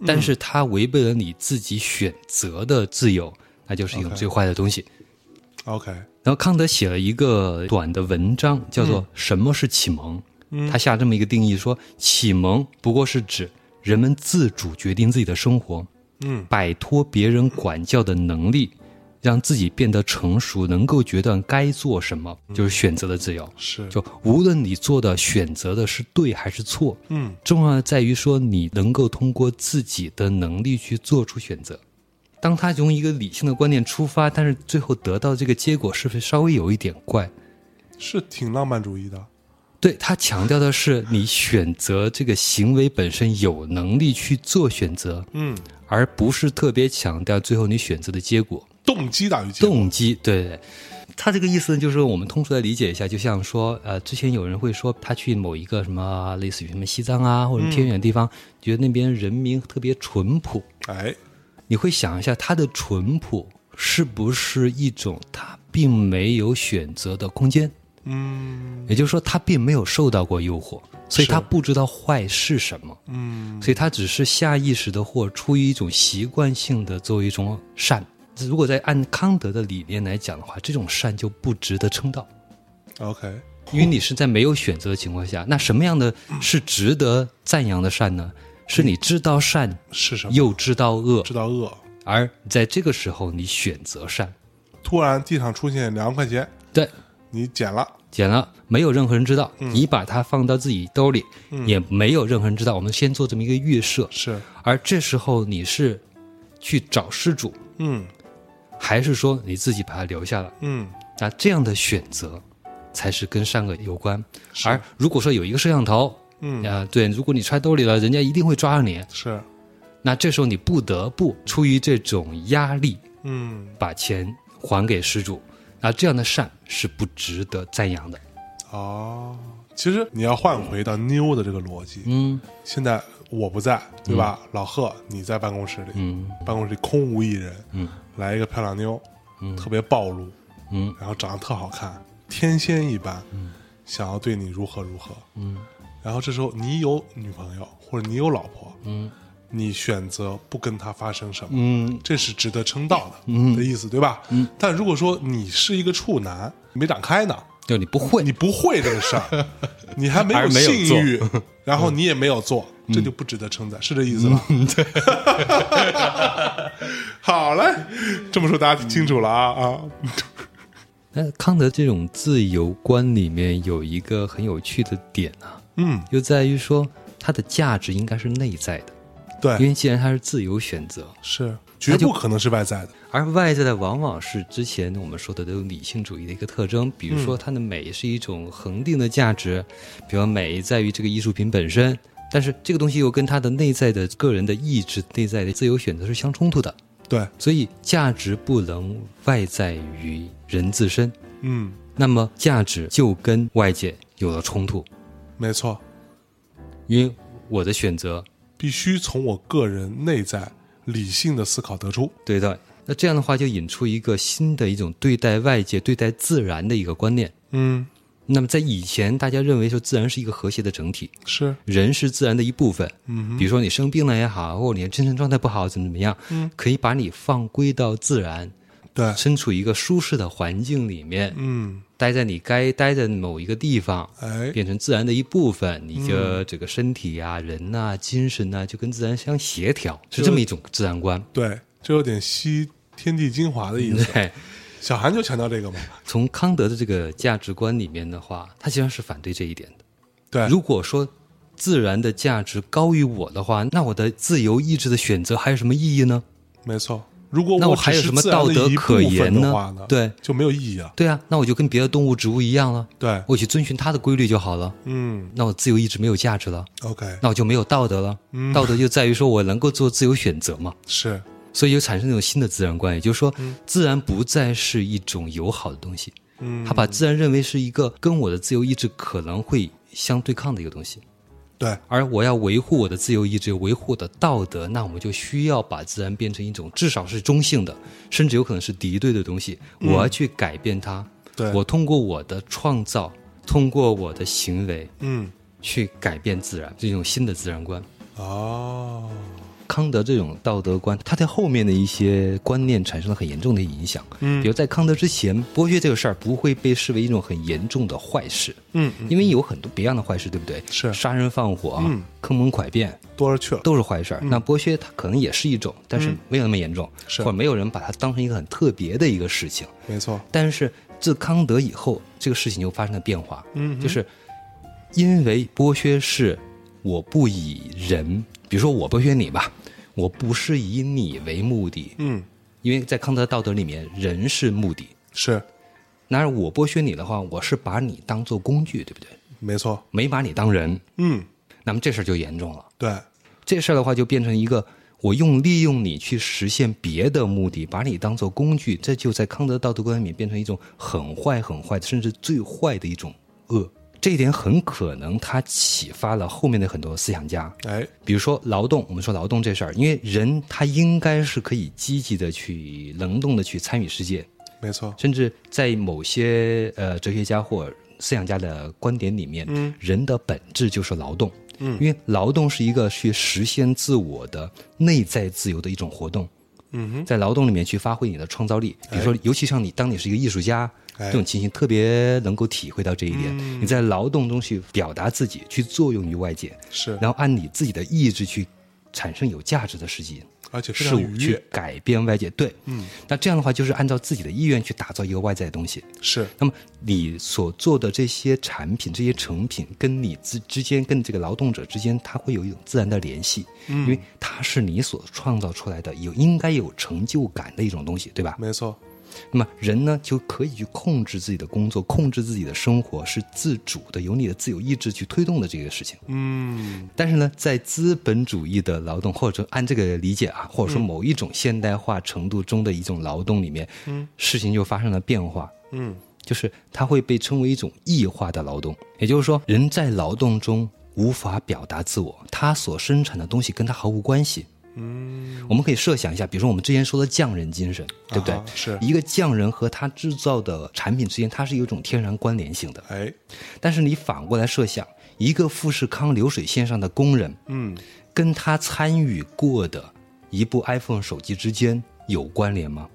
[SPEAKER 2] 嗯
[SPEAKER 1] 但是它违背了你自己选择的自由，那就是一种最坏的东西。
[SPEAKER 2] OK，
[SPEAKER 1] 然后康德写了一个短的文章，叫
[SPEAKER 2] 嗯
[SPEAKER 1] 做《什么是启蒙》。他下这么一个定义说：启蒙不过是指人们自主决定自己的生活，
[SPEAKER 2] 嗯，
[SPEAKER 1] 摆脱别人管教的能力，让自己变得成熟，能够决断该做什么，就是选择的自由。
[SPEAKER 2] 是
[SPEAKER 1] 就无论你做的选择的是对还是错，
[SPEAKER 2] 嗯，
[SPEAKER 1] 重要的在于说你能够通过自己的能力去做出选择。当他从一个理性的观念出发，但是最后得到这个结果，是不是稍微有一点怪？
[SPEAKER 2] 是挺浪漫主义的。
[SPEAKER 1] 对他强调的是，你选择这个行为本身有能力去做选择，
[SPEAKER 2] 嗯，
[SPEAKER 1] 而不是特别强调最后你选择的结果。
[SPEAKER 2] 动机大于结果。
[SPEAKER 1] 动机，对对对。他这个意思就是我们通俗来理解一下，就像说，呃，之前有人会说他去某一个什么类似于什么西藏啊，或者偏远地方，觉得那边人民特别淳朴。
[SPEAKER 2] 哎，
[SPEAKER 1] 你会想一下，他的淳朴是不是一种他并没有选择的空间？
[SPEAKER 2] 嗯
[SPEAKER 1] 也就是说，他并没有受到过诱惑，所以
[SPEAKER 2] 是
[SPEAKER 1] 他不知道坏是什么，
[SPEAKER 2] 嗯，
[SPEAKER 1] 所以他只是下意识的或出于一种习惯性的作为一种善。如果再按康德的理念来讲的话，这种善就不值得称道，
[SPEAKER 2] OK，
[SPEAKER 1] 因为你是在没有选择的情况下。那什么样的是值得赞扬的善呢？是你知道善
[SPEAKER 2] 是什么？
[SPEAKER 1] 又知道恶
[SPEAKER 2] 知，道饿。
[SPEAKER 1] 而在这个时候你选择善，
[SPEAKER 2] 突然地上出现两万块钱，
[SPEAKER 1] 对，
[SPEAKER 2] 你捡了，
[SPEAKER 1] 捡了，没有任何人知道，
[SPEAKER 2] 嗯
[SPEAKER 1] 你把它放到自己兜里，也没有任何人知道。我们先做这么一个预设，
[SPEAKER 2] 是，
[SPEAKER 1] 而这时候你是去找失主，
[SPEAKER 2] 嗯
[SPEAKER 1] 还是说你自己把它留下了？
[SPEAKER 2] 嗯，
[SPEAKER 1] 那这样的选择才是跟善恶有关。而如果说有一个摄像头，
[SPEAKER 2] 嗯
[SPEAKER 1] 啊、对，如果你揣兜里了，人家一定会抓着你。
[SPEAKER 2] 是，
[SPEAKER 1] 那这时候你不得不出于这种压力，
[SPEAKER 2] 嗯
[SPEAKER 1] 把钱还给失主。那这样的善是不值得赞扬的。
[SPEAKER 2] 哦。其实你要换回到妞的这个逻辑，
[SPEAKER 1] 嗯
[SPEAKER 2] 现在我不在，对吧？老贺你在办公室里，
[SPEAKER 1] 嗯
[SPEAKER 2] 办公室里空无一人，
[SPEAKER 1] 嗯，
[SPEAKER 2] 来一个漂亮妞，特别暴露，
[SPEAKER 1] 嗯，
[SPEAKER 2] 然后长得特好看，天仙一般，想要对你如何如何，嗯，然后这时候你有女朋友或者你有老婆，嗯，你选择不跟她发生什么，
[SPEAKER 1] 嗯，
[SPEAKER 2] 这是值得称道的，的意思对吧？嗯，但如果说你是一个处男，没长开呢，
[SPEAKER 1] 就你不会
[SPEAKER 2] 你，不会这个事儿，你还没
[SPEAKER 1] 还
[SPEAKER 2] 有
[SPEAKER 1] 是没有
[SPEAKER 2] 性
[SPEAKER 1] 做
[SPEAKER 2] 欲，然后你也没有做，这就不值得称赞，是这意思吧？对， [laughs] 好嘞，这么说大家听清楚了啊啊，
[SPEAKER 1] 那康德这种自由观里面有一个很有趣的点啊，
[SPEAKER 2] 嗯，
[SPEAKER 1] 就在于说它的价值应该是内在的，因
[SPEAKER 2] 对，
[SPEAKER 1] 为既然它是自由选择，
[SPEAKER 2] 是绝
[SPEAKER 1] 就
[SPEAKER 2] 不可能是外在的，
[SPEAKER 1] 而外在的往往是之前我们说的这种理性主义的一个特征，比如说它的美是一种恒定的价值，比如美在于这个艺术品本身，但是这个东西又跟他的内在的个人的意志、内在的自由选择是相冲突的。
[SPEAKER 2] 对，
[SPEAKER 1] 所以价值不能外在于人自身，
[SPEAKER 2] 嗯，
[SPEAKER 1] 那么价值就跟外界有了冲突，
[SPEAKER 2] 没错，
[SPEAKER 1] 因为我的选择，
[SPEAKER 2] 必须从我个人内在理性的思考得出。
[SPEAKER 1] 对的。那这样的话，就引出一个新的一种对待外界、对待自然的一个观念。
[SPEAKER 2] 嗯，
[SPEAKER 1] 那么在以前，大家认为说自然是一个和谐的整体，
[SPEAKER 2] 是，
[SPEAKER 1] 人是自然的一部分。
[SPEAKER 2] 嗯
[SPEAKER 1] 比如说你生病了也好，或者你的精神状态不好，怎么怎么样，
[SPEAKER 2] 嗯，
[SPEAKER 1] 可以把你放归到自然，
[SPEAKER 2] 哼，对，
[SPEAKER 1] 身处一个舒适的环境里面，
[SPEAKER 2] 嗯，
[SPEAKER 1] 待在你该待的某一个地方，
[SPEAKER 2] 哎，
[SPEAKER 1] 变成自然的一部分，
[SPEAKER 2] 嗯
[SPEAKER 1] 你的这个身体啊、人呐、精神呐、就跟自然相协调，是这么一种自然观。
[SPEAKER 2] 对，这有点吸天地精华的
[SPEAKER 1] [laughs]
[SPEAKER 2] 意思。
[SPEAKER 1] 对，
[SPEAKER 2] 小韩就强调这个嘛，
[SPEAKER 1] 从康德的这个价值观里面的话，他其实是反对这一点的。
[SPEAKER 2] 对，
[SPEAKER 1] 如果说自然的价值高于我的话，那我的自由意志的选择还有什么意义呢？
[SPEAKER 2] 没错。如果
[SPEAKER 1] 那我
[SPEAKER 2] 只
[SPEAKER 1] 还有
[SPEAKER 2] 是
[SPEAKER 1] 什么
[SPEAKER 2] 自然
[SPEAKER 1] 道
[SPEAKER 2] 的
[SPEAKER 1] 德
[SPEAKER 2] 一
[SPEAKER 1] 可
[SPEAKER 2] 部分
[SPEAKER 1] 言
[SPEAKER 2] 的话
[SPEAKER 1] 呢？对
[SPEAKER 2] 就没有意义了。
[SPEAKER 1] 对啊，那我就跟别的动物、植物一样了，
[SPEAKER 2] 对，
[SPEAKER 1] 我去遵循它的规律就好了。
[SPEAKER 2] 嗯
[SPEAKER 1] 那我自由意志没有价值了，
[SPEAKER 2] ，OK，
[SPEAKER 1] 那我就没有道德了。
[SPEAKER 2] 嗯
[SPEAKER 1] 道德就在于说我能够做自由选择嘛。
[SPEAKER 2] 是，
[SPEAKER 1] 所以就产生一种新的自然观，也就是说，自然不再是一种友好的东西，
[SPEAKER 2] 嗯
[SPEAKER 1] 他，把自然认为是一个跟我的自由意志可能会相对抗的一个东西。
[SPEAKER 2] 对，
[SPEAKER 1] 而我要维护我的自由意志，维护我的道德，那我们就需要把自然变成一种至少是中性的，甚至有可能是敌对的东西。我要去改变它，
[SPEAKER 2] 嗯对，
[SPEAKER 1] 我通过我的创造，通过我的行为
[SPEAKER 2] 嗯，
[SPEAKER 1] 去改变自然，这种新的自然观。
[SPEAKER 2] 哦，
[SPEAKER 1] 康德这种道德观，他对后面的一些观念产生了很严重的影响。
[SPEAKER 2] 嗯
[SPEAKER 1] 比如在康德之前，剥削这个事儿不会被视为一种很严重的坏事，
[SPEAKER 2] 嗯嗯，
[SPEAKER 1] 因为有很多别样的坏事，对不对？
[SPEAKER 2] 是
[SPEAKER 1] 杀人放火、
[SPEAKER 2] 嗯
[SPEAKER 1] 坑蒙拐骗
[SPEAKER 2] 多了去了。嗯
[SPEAKER 1] 都是坏事儿。那剥削它可能也是一种，但是没有那么严重，
[SPEAKER 2] 是
[SPEAKER 1] 或者没有人把它当成一个很特别的一个事情。
[SPEAKER 2] 没错，
[SPEAKER 1] 但是自康德以后，这个事情就发生了变化，
[SPEAKER 2] 嗯哼
[SPEAKER 1] 就是因为剥削是我不以人，比如说我剥削你吧，我不是以你为目的，
[SPEAKER 2] 嗯，
[SPEAKER 1] 因为在康德道德里面，人是目的。
[SPEAKER 2] 是，
[SPEAKER 1] 那我剥削你的话，我是把你当做工具，对不对？
[SPEAKER 2] 没错，
[SPEAKER 1] 没把你当人，
[SPEAKER 2] 嗯，
[SPEAKER 1] 那么这事儿就严重了。
[SPEAKER 2] 对，
[SPEAKER 1] 这事儿的话，就变成一个我用利用你去实现别的目的，把你当做工具，这就在康德道德观里面变成一种很坏、很坏的，甚至最坏的一种恶。这一点很可能它启发了后面的很多思想家，
[SPEAKER 2] 哎，
[SPEAKER 1] 比如说劳动。我们说劳动这事儿，因为人他应该是可以积极的去、能动的去参与世界，
[SPEAKER 2] 没错，
[SPEAKER 1] 甚至在某些呃哲学家或思想家的观点里面，
[SPEAKER 2] 嗯
[SPEAKER 1] 人的本质就是劳动，
[SPEAKER 2] 嗯
[SPEAKER 1] 因为劳动是一个去实现自我的内在自由的一种活动，
[SPEAKER 2] 嗯哼，
[SPEAKER 1] 在劳动里面去发挥你的创造力，比如说，尤其像你当你是一个艺术家。
[SPEAKER 2] 哎
[SPEAKER 1] 这种情形特别能够体会到这一点，
[SPEAKER 2] 嗯
[SPEAKER 1] 你在劳动中去表达自己，去作用于外界，
[SPEAKER 2] 是，
[SPEAKER 1] 然后按你自己的意志去产生有价值的事情。
[SPEAKER 2] 而且非
[SPEAKER 1] 事
[SPEAKER 2] 常
[SPEAKER 1] 物
[SPEAKER 2] 愉
[SPEAKER 1] 去
[SPEAKER 2] 悦，
[SPEAKER 1] 改变外界。对，
[SPEAKER 2] 嗯，
[SPEAKER 1] 那这样的话就是按照自己的意愿去打造一个外在的东西。
[SPEAKER 2] 是，
[SPEAKER 1] 那么你所做的这些产品、这些成品，跟你之之间、跟这个劳动者之间，它会有一种自然的联系，
[SPEAKER 2] 嗯
[SPEAKER 1] 因为它是你所创造出来的，有应该有成就感的一种东西，对吧？
[SPEAKER 2] 没错，
[SPEAKER 1] 那么人呢，就可以去控制自己的工作，控制自己的生活，是自主的，由你的自由意志去推动的这个事情。
[SPEAKER 2] 嗯，
[SPEAKER 1] 但是呢，在资本主义的劳动，或者说按这个理解啊，或者说某一种现代化程度中的一种劳动里面，
[SPEAKER 2] 嗯，
[SPEAKER 1] 事情就发生了变化，
[SPEAKER 2] 嗯，
[SPEAKER 1] 就是它会被称为一种异化的劳动，也就是说，人在劳动中无法表达自我，他所生产的东西跟他毫无关系。
[SPEAKER 2] 嗯，
[SPEAKER 1] 我们可以设想一下，比如说我们之前说的匠人精神，对不对？
[SPEAKER 2] 啊哈是
[SPEAKER 1] 一个匠人和他制造的产品之间，它是有一种天然关联性的。
[SPEAKER 2] 哎，
[SPEAKER 1] 但是你反过来设想，一个富士康流水线上的工人，
[SPEAKER 2] 嗯，
[SPEAKER 1] 跟他参与过的一部 iPhone 手机之间有关联吗？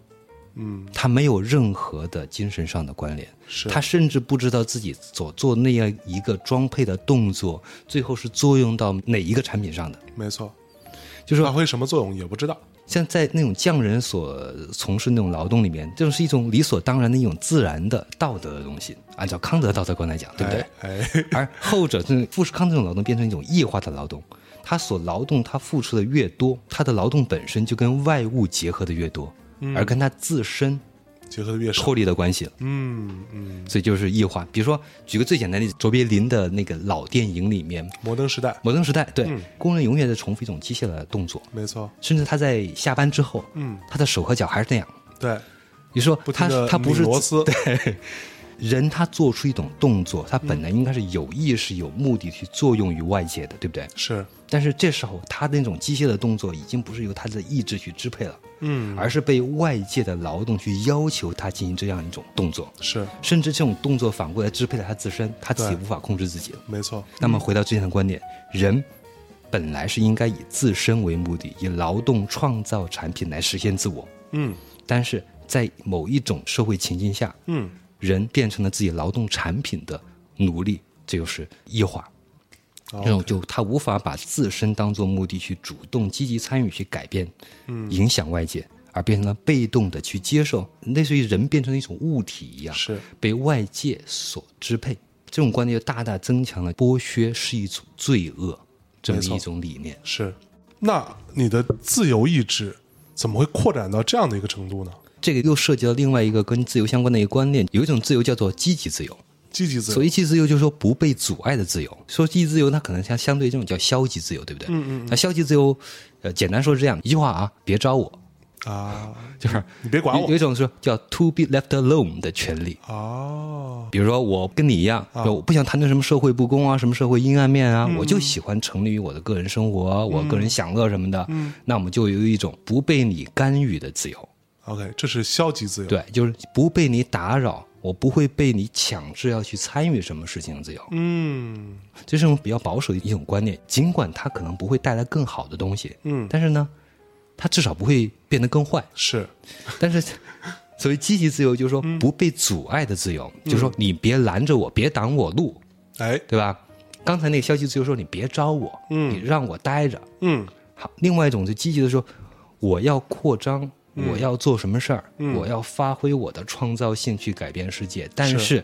[SPEAKER 2] 嗯，
[SPEAKER 1] 他没有任何的精神上的关联，
[SPEAKER 2] 是，
[SPEAKER 1] 他甚至不知道自己所做那样一个装配的动作，最后是作用到哪一个产品上的。
[SPEAKER 2] 没错，
[SPEAKER 1] 就是
[SPEAKER 2] 发挥什么作用也不知道，
[SPEAKER 1] 像在那种匠人所从事那种劳动里面，这种是一种理所当然的一种自然的道德的东西。按照康德道德观来讲，对不对？
[SPEAKER 2] 哎，哎，
[SPEAKER 1] [laughs] 而后者这种富士康这种劳动变成一种异化的劳动，他所劳动他付出的越多，他的劳动本身就跟外物结合的越多，而跟他自身
[SPEAKER 2] 结合的
[SPEAKER 1] [laughs]
[SPEAKER 2] 越少，
[SPEAKER 1] 脱离的关系了，
[SPEAKER 2] 嗯嗯，
[SPEAKER 1] 所以就是异化。比如说，举个最简单的例子，卓别林的那个老电影里面，《
[SPEAKER 2] 摩登时代，
[SPEAKER 1] 摩登时代》对、
[SPEAKER 2] 嗯
[SPEAKER 1] 工人永远在重复一种机械的动作，
[SPEAKER 2] 没错，
[SPEAKER 1] 甚至他在下班之后，
[SPEAKER 2] 嗯，
[SPEAKER 1] 他的手和脚还是那样。
[SPEAKER 2] 对，
[SPEAKER 1] 你说
[SPEAKER 2] 不停
[SPEAKER 1] 他
[SPEAKER 2] 地
[SPEAKER 1] 他不
[SPEAKER 2] 拧
[SPEAKER 1] 是
[SPEAKER 2] 螺丝
[SPEAKER 1] [laughs] 对人，他做出一种动作，他本来应该是有意识、有目的去作用于外界的，对不对？
[SPEAKER 2] 是，
[SPEAKER 1] 但是这时候他的那种机械的动作已经不是由他的意志去支配了，
[SPEAKER 2] 嗯，
[SPEAKER 1] 而是被外界的劳动去要求他进行这样一种动作，
[SPEAKER 2] 是
[SPEAKER 1] 甚至这种动作反过来支配了他自身，他自己
[SPEAKER 2] 对
[SPEAKER 1] 无法控制自己了。
[SPEAKER 2] 没错，
[SPEAKER 1] 那么回到之前的观点，人本来是应该以自身为目的，以劳动创造产品来实现自我，
[SPEAKER 2] 嗯
[SPEAKER 1] 但是在某一种社会情境下，
[SPEAKER 2] 嗯，
[SPEAKER 1] 人变成了自己劳动产品的奴隶，这就是异化。这
[SPEAKER 2] 哦
[SPEAKER 1] 种就他无法把自身当做目的去主动积极参与去改变，
[SPEAKER 2] 嗯
[SPEAKER 1] 影响外界，而变成了被动的去接受，类似于人变成了一种物体一样，
[SPEAKER 2] 是
[SPEAKER 1] 被外界所支配。这种观念就大大增强了剥削是一种罪恶这么一种理念。
[SPEAKER 2] 是。那你的自由意志怎么会扩展到这样的一个程度呢？
[SPEAKER 1] 这个又涉及到另外一个跟自由相关的一个观念，有一种自由叫做积极自由。
[SPEAKER 2] 积极自由，
[SPEAKER 1] 所谓积极自由，就是说不被阻碍的自由。说积极自由，它可能相相对这种叫消极自由，对不对？嗯嗯。那消极自由，呃，简单说是这样一句话啊，别招我，
[SPEAKER 2] 啊，
[SPEAKER 1] 就是
[SPEAKER 2] 你别管
[SPEAKER 1] 有
[SPEAKER 2] 我
[SPEAKER 1] 有一种是叫 to be left alone 的权利。
[SPEAKER 2] 哦，啊
[SPEAKER 1] 比如说，我跟你一样，我不想谈论什么社会不公啊，什么社会阴暗面
[SPEAKER 2] 嗯
[SPEAKER 1] 啊，我就喜欢沉溺于我的个人生活，我个人享乐什么的。
[SPEAKER 2] 嗯
[SPEAKER 1] 那我们就有一种不被你干预的自由，
[SPEAKER 2] OK，这是消极自由。，
[SPEAKER 1] 对，就是不被你打扰，我不会被你强制要去参与什么事情的自由。
[SPEAKER 2] 嗯
[SPEAKER 1] 这是一种比较保守的一种观念，尽管它可能不会带来更好的东西，
[SPEAKER 2] 嗯，
[SPEAKER 1] 但是呢，它至少不会变得更坏。 [laughs]
[SPEAKER 2] 是
[SPEAKER 1] 但是，所谓积极自由，就是说
[SPEAKER 2] 嗯
[SPEAKER 1] 不被阻碍的自由，就是说你别拦着我，别挡我路，
[SPEAKER 2] 哎，
[SPEAKER 1] 对吧？刚才那个消极自由说你别招我，嗯，你让我待着。
[SPEAKER 2] 嗯，
[SPEAKER 1] 好，另外一种就积极的说，我要扩张，
[SPEAKER 2] 嗯
[SPEAKER 1] 我要做什么事儿，我要发挥我的创造性去改变世界，但是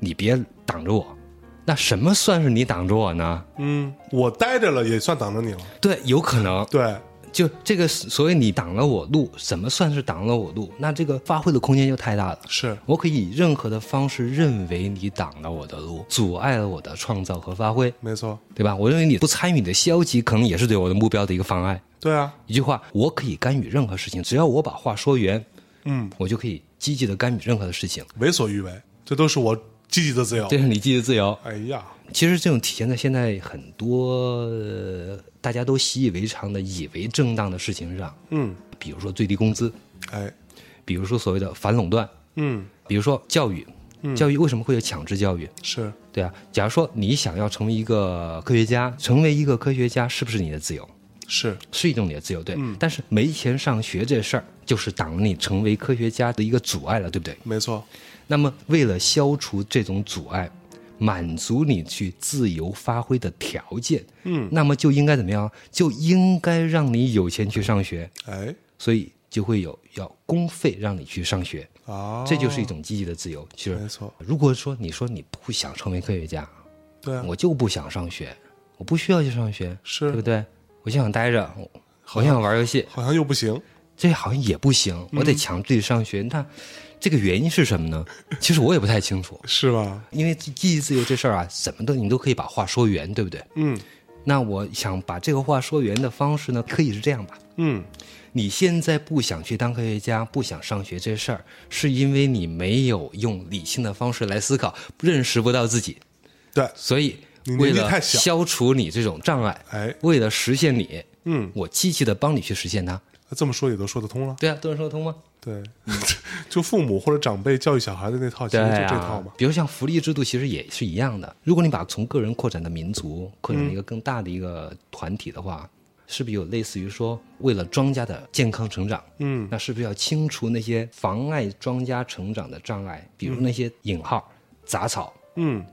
[SPEAKER 1] 你别挡着我。那什么算是你挡着我呢？
[SPEAKER 2] 嗯，我待着了也算挡着你了。
[SPEAKER 1] 对，有可能。
[SPEAKER 2] 对，
[SPEAKER 1] 就这个，所以你挡了我路，什么算是挡了我路？那这个发挥的空间就太大了。
[SPEAKER 2] 是
[SPEAKER 1] 我可以以任何的方式认为你挡了我的路，阻碍了我的创造和发挥，
[SPEAKER 2] 没错。
[SPEAKER 1] 对吧？我认为你不参与你的消极，可能也是对我的目标的一个妨碍。
[SPEAKER 2] 对啊，
[SPEAKER 1] 一句话，我可以干预任何事情，只要我把话说圆，
[SPEAKER 2] 嗯，
[SPEAKER 1] 我就可以积极的干预任何的事情。
[SPEAKER 2] 为所欲为，这都是我积极的自由
[SPEAKER 1] 这。是你积极自由。
[SPEAKER 2] 哎呀，
[SPEAKER 1] 其实这种体现在现在很多、呃大家都习以为常的、以为正当的事情上，
[SPEAKER 2] 嗯，
[SPEAKER 1] 比如说最低工资，
[SPEAKER 2] 哎，
[SPEAKER 1] 比如说所谓的反垄断，
[SPEAKER 2] 嗯，
[SPEAKER 1] 比如说教育，教育为什么会有强制教育？
[SPEAKER 2] 是
[SPEAKER 1] 对啊，假如说你想要成为一个科学家，成为一个科学家是不是你的自由？
[SPEAKER 2] 是，嗯
[SPEAKER 1] 是一种你的自由，对。但是没钱上学这事儿，就是挡了你成为科学家的一个阻碍了，对不对？
[SPEAKER 2] 没错。
[SPEAKER 1] 那么为了消除这种阻碍，满足你去自由发挥的条件，嗯，那么就应该怎么样？就应该让你有钱去上学，
[SPEAKER 2] 哎，
[SPEAKER 1] 所以就会有要公费让你去上学。
[SPEAKER 2] 啊，
[SPEAKER 1] 这就是一种积极的自由。就
[SPEAKER 2] 没
[SPEAKER 1] 是
[SPEAKER 2] 错。
[SPEAKER 1] 如果说你说你不想成为科学家，
[SPEAKER 2] 对啊，
[SPEAKER 1] 我就不想上学，我不需要去上学，对不
[SPEAKER 2] 是，
[SPEAKER 1] 对？我就想待着，我我想玩游戏，
[SPEAKER 2] 好像又不行。
[SPEAKER 1] 这好像也不行，我
[SPEAKER 2] 嗯
[SPEAKER 1] 得强制上学。那这个原因是什么呢？其实我也不太清楚，
[SPEAKER 2] 是吧？
[SPEAKER 1] 因为记忆自由这事儿啊，怎么都你都可以把话说圆，对不对？
[SPEAKER 2] 嗯
[SPEAKER 1] 那我想把这个话说圆的方式呢，可以是这样吧。
[SPEAKER 2] 嗯，
[SPEAKER 1] 你现在不想去当科学家，不想上学这事儿，是因为你没有用理性的方式来思考，认识不到自己，
[SPEAKER 2] 对，
[SPEAKER 1] 所以
[SPEAKER 2] 你
[SPEAKER 1] 为
[SPEAKER 2] 年纪
[SPEAKER 1] 了
[SPEAKER 2] 太小
[SPEAKER 1] 消除你这种障碍，
[SPEAKER 2] 哎，
[SPEAKER 1] 为了实现你，
[SPEAKER 2] 嗯，
[SPEAKER 1] 我积极的帮你去实现它。
[SPEAKER 2] 这么说也都说得通了。
[SPEAKER 1] 对啊，都能说得通吗？
[SPEAKER 2] 对，就父母或者长辈教育小孩的那套，其
[SPEAKER 1] 对
[SPEAKER 2] 实
[SPEAKER 1] 啊，
[SPEAKER 2] 就这套嘛。
[SPEAKER 1] 比如像福利制度，其实也是一样的。如果你把从个人扩展到民族，扩展到一个更大的一个团体的话，是不是有类似于说，为了庄稼的健康成长，
[SPEAKER 2] 嗯，
[SPEAKER 1] 那是不是要清除那些妨碍庄稼成长的障碍，比如那些引号杂草，
[SPEAKER 2] 嗯，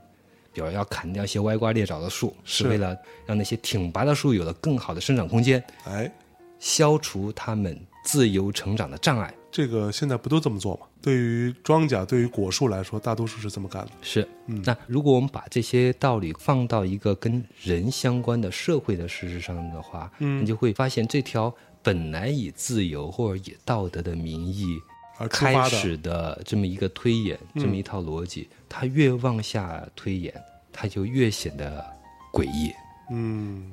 [SPEAKER 1] 比如要砍掉一些歪瓜裂枣的树，
[SPEAKER 2] 是
[SPEAKER 1] 是为了让那些挺拔的树有了更好的生长空间，
[SPEAKER 2] 哎，
[SPEAKER 1] 消除它们自由成长的障碍。
[SPEAKER 2] 这个现在不都这么做吗？对于庄稼，对于果树来说，大多数是这么干的。
[SPEAKER 1] 是，
[SPEAKER 2] 嗯
[SPEAKER 1] 那如果我们把这些道理放到一个跟人相关的社会的事实上的话，嗯，你就会发现这条本来以自由或者以道德的名义
[SPEAKER 2] 而出
[SPEAKER 1] 开
[SPEAKER 2] 发的嗯
[SPEAKER 1] 始的这么一个推演，这么一套逻辑，它越往下推演，它就越显得诡异。
[SPEAKER 2] 嗯，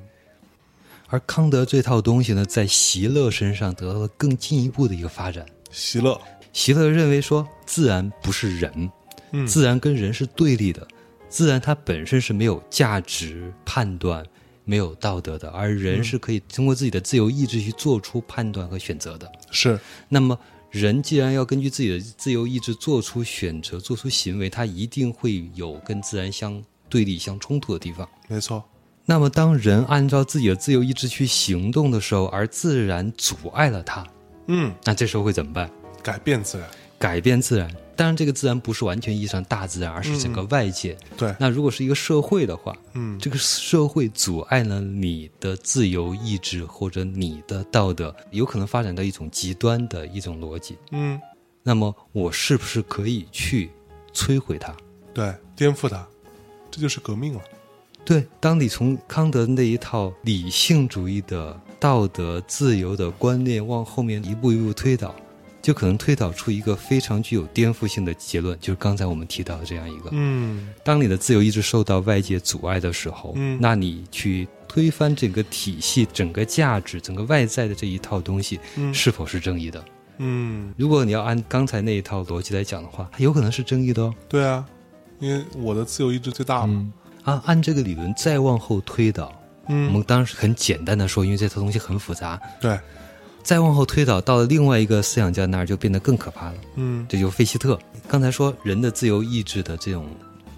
[SPEAKER 1] 而康德这套东西呢，在席勒身上得到了更进一步的一个发展。
[SPEAKER 2] 席勒，
[SPEAKER 1] 席勒认为说，自然不是人，
[SPEAKER 2] 嗯
[SPEAKER 1] 自然跟人是对立的，自然它本身是没有价值判断、没有道德的，而
[SPEAKER 2] 嗯
[SPEAKER 1] 人是可以通过自己的自由意志去做出判断和选择的。
[SPEAKER 2] 是
[SPEAKER 1] 那么，人既然要根据自己的自由意志做出选择、做出行为，他一定会有跟自然相对立、相冲突的地方。
[SPEAKER 2] 没错，
[SPEAKER 1] 那么，当人按照自己的自由意志去行动的时候，而自然阻碍了他，
[SPEAKER 2] 嗯，
[SPEAKER 1] 那这时候会怎么办？
[SPEAKER 2] 改变自然，
[SPEAKER 1] 改变自然。当然，这个自然不是完全意义上大自然，而是整个外界。
[SPEAKER 2] 嗯对，
[SPEAKER 1] 那如果是一个社会的话，
[SPEAKER 2] 嗯，
[SPEAKER 1] 这个社会阻碍了你的自由意志或者你的道德，有可能发展到一种极端的一种逻辑。
[SPEAKER 2] 嗯，
[SPEAKER 1] 那么我是不是可以去摧毁它？
[SPEAKER 2] 对，颠覆它，这就是革命了，
[SPEAKER 1] 对，当你从康德那一套理性主义的道德自由的观念往后面一步一步推导，就可能推导出一个非常具有颠覆性的结论，就是刚才我们提到的这样一个：
[SPEAKER 2] 嗯，
[SPEAKER 1] 当你的自由意志受到外界阻碍的时候，
[SPEAKER 2] 嗯
[SPEAKER 1] 那你去推翻整个体系、整个价值、整个外在的这一套东西，
[SPEAKER 2] 嗯
[SPEAKER 1] 是否是正义的？
[SPEAKER 2] 嗯，
[SPEAKER 1] 如果你要按刚才那一套逻辑来讲的话，它有可能是正义的哦。
[SPEAKER 2] 对啊，因为我的自由意志最大嘛，
[SPEAKER 1] 嗯，按按这个理论再往后推导，我
[SPEAKER 2] 嗯，
[SPEAKER 1] 们当时很简单的说，因为这套东西很复杂，
[SPEAKER 2] 对，
[SPEAKER 1] 再往后推导到了另外一个思想家那儿，就变得更可怕了。
[SPEAKER 2] 嗯，
[SPEAKER 1] 这就是费希特。刚才说人的自由意志的这种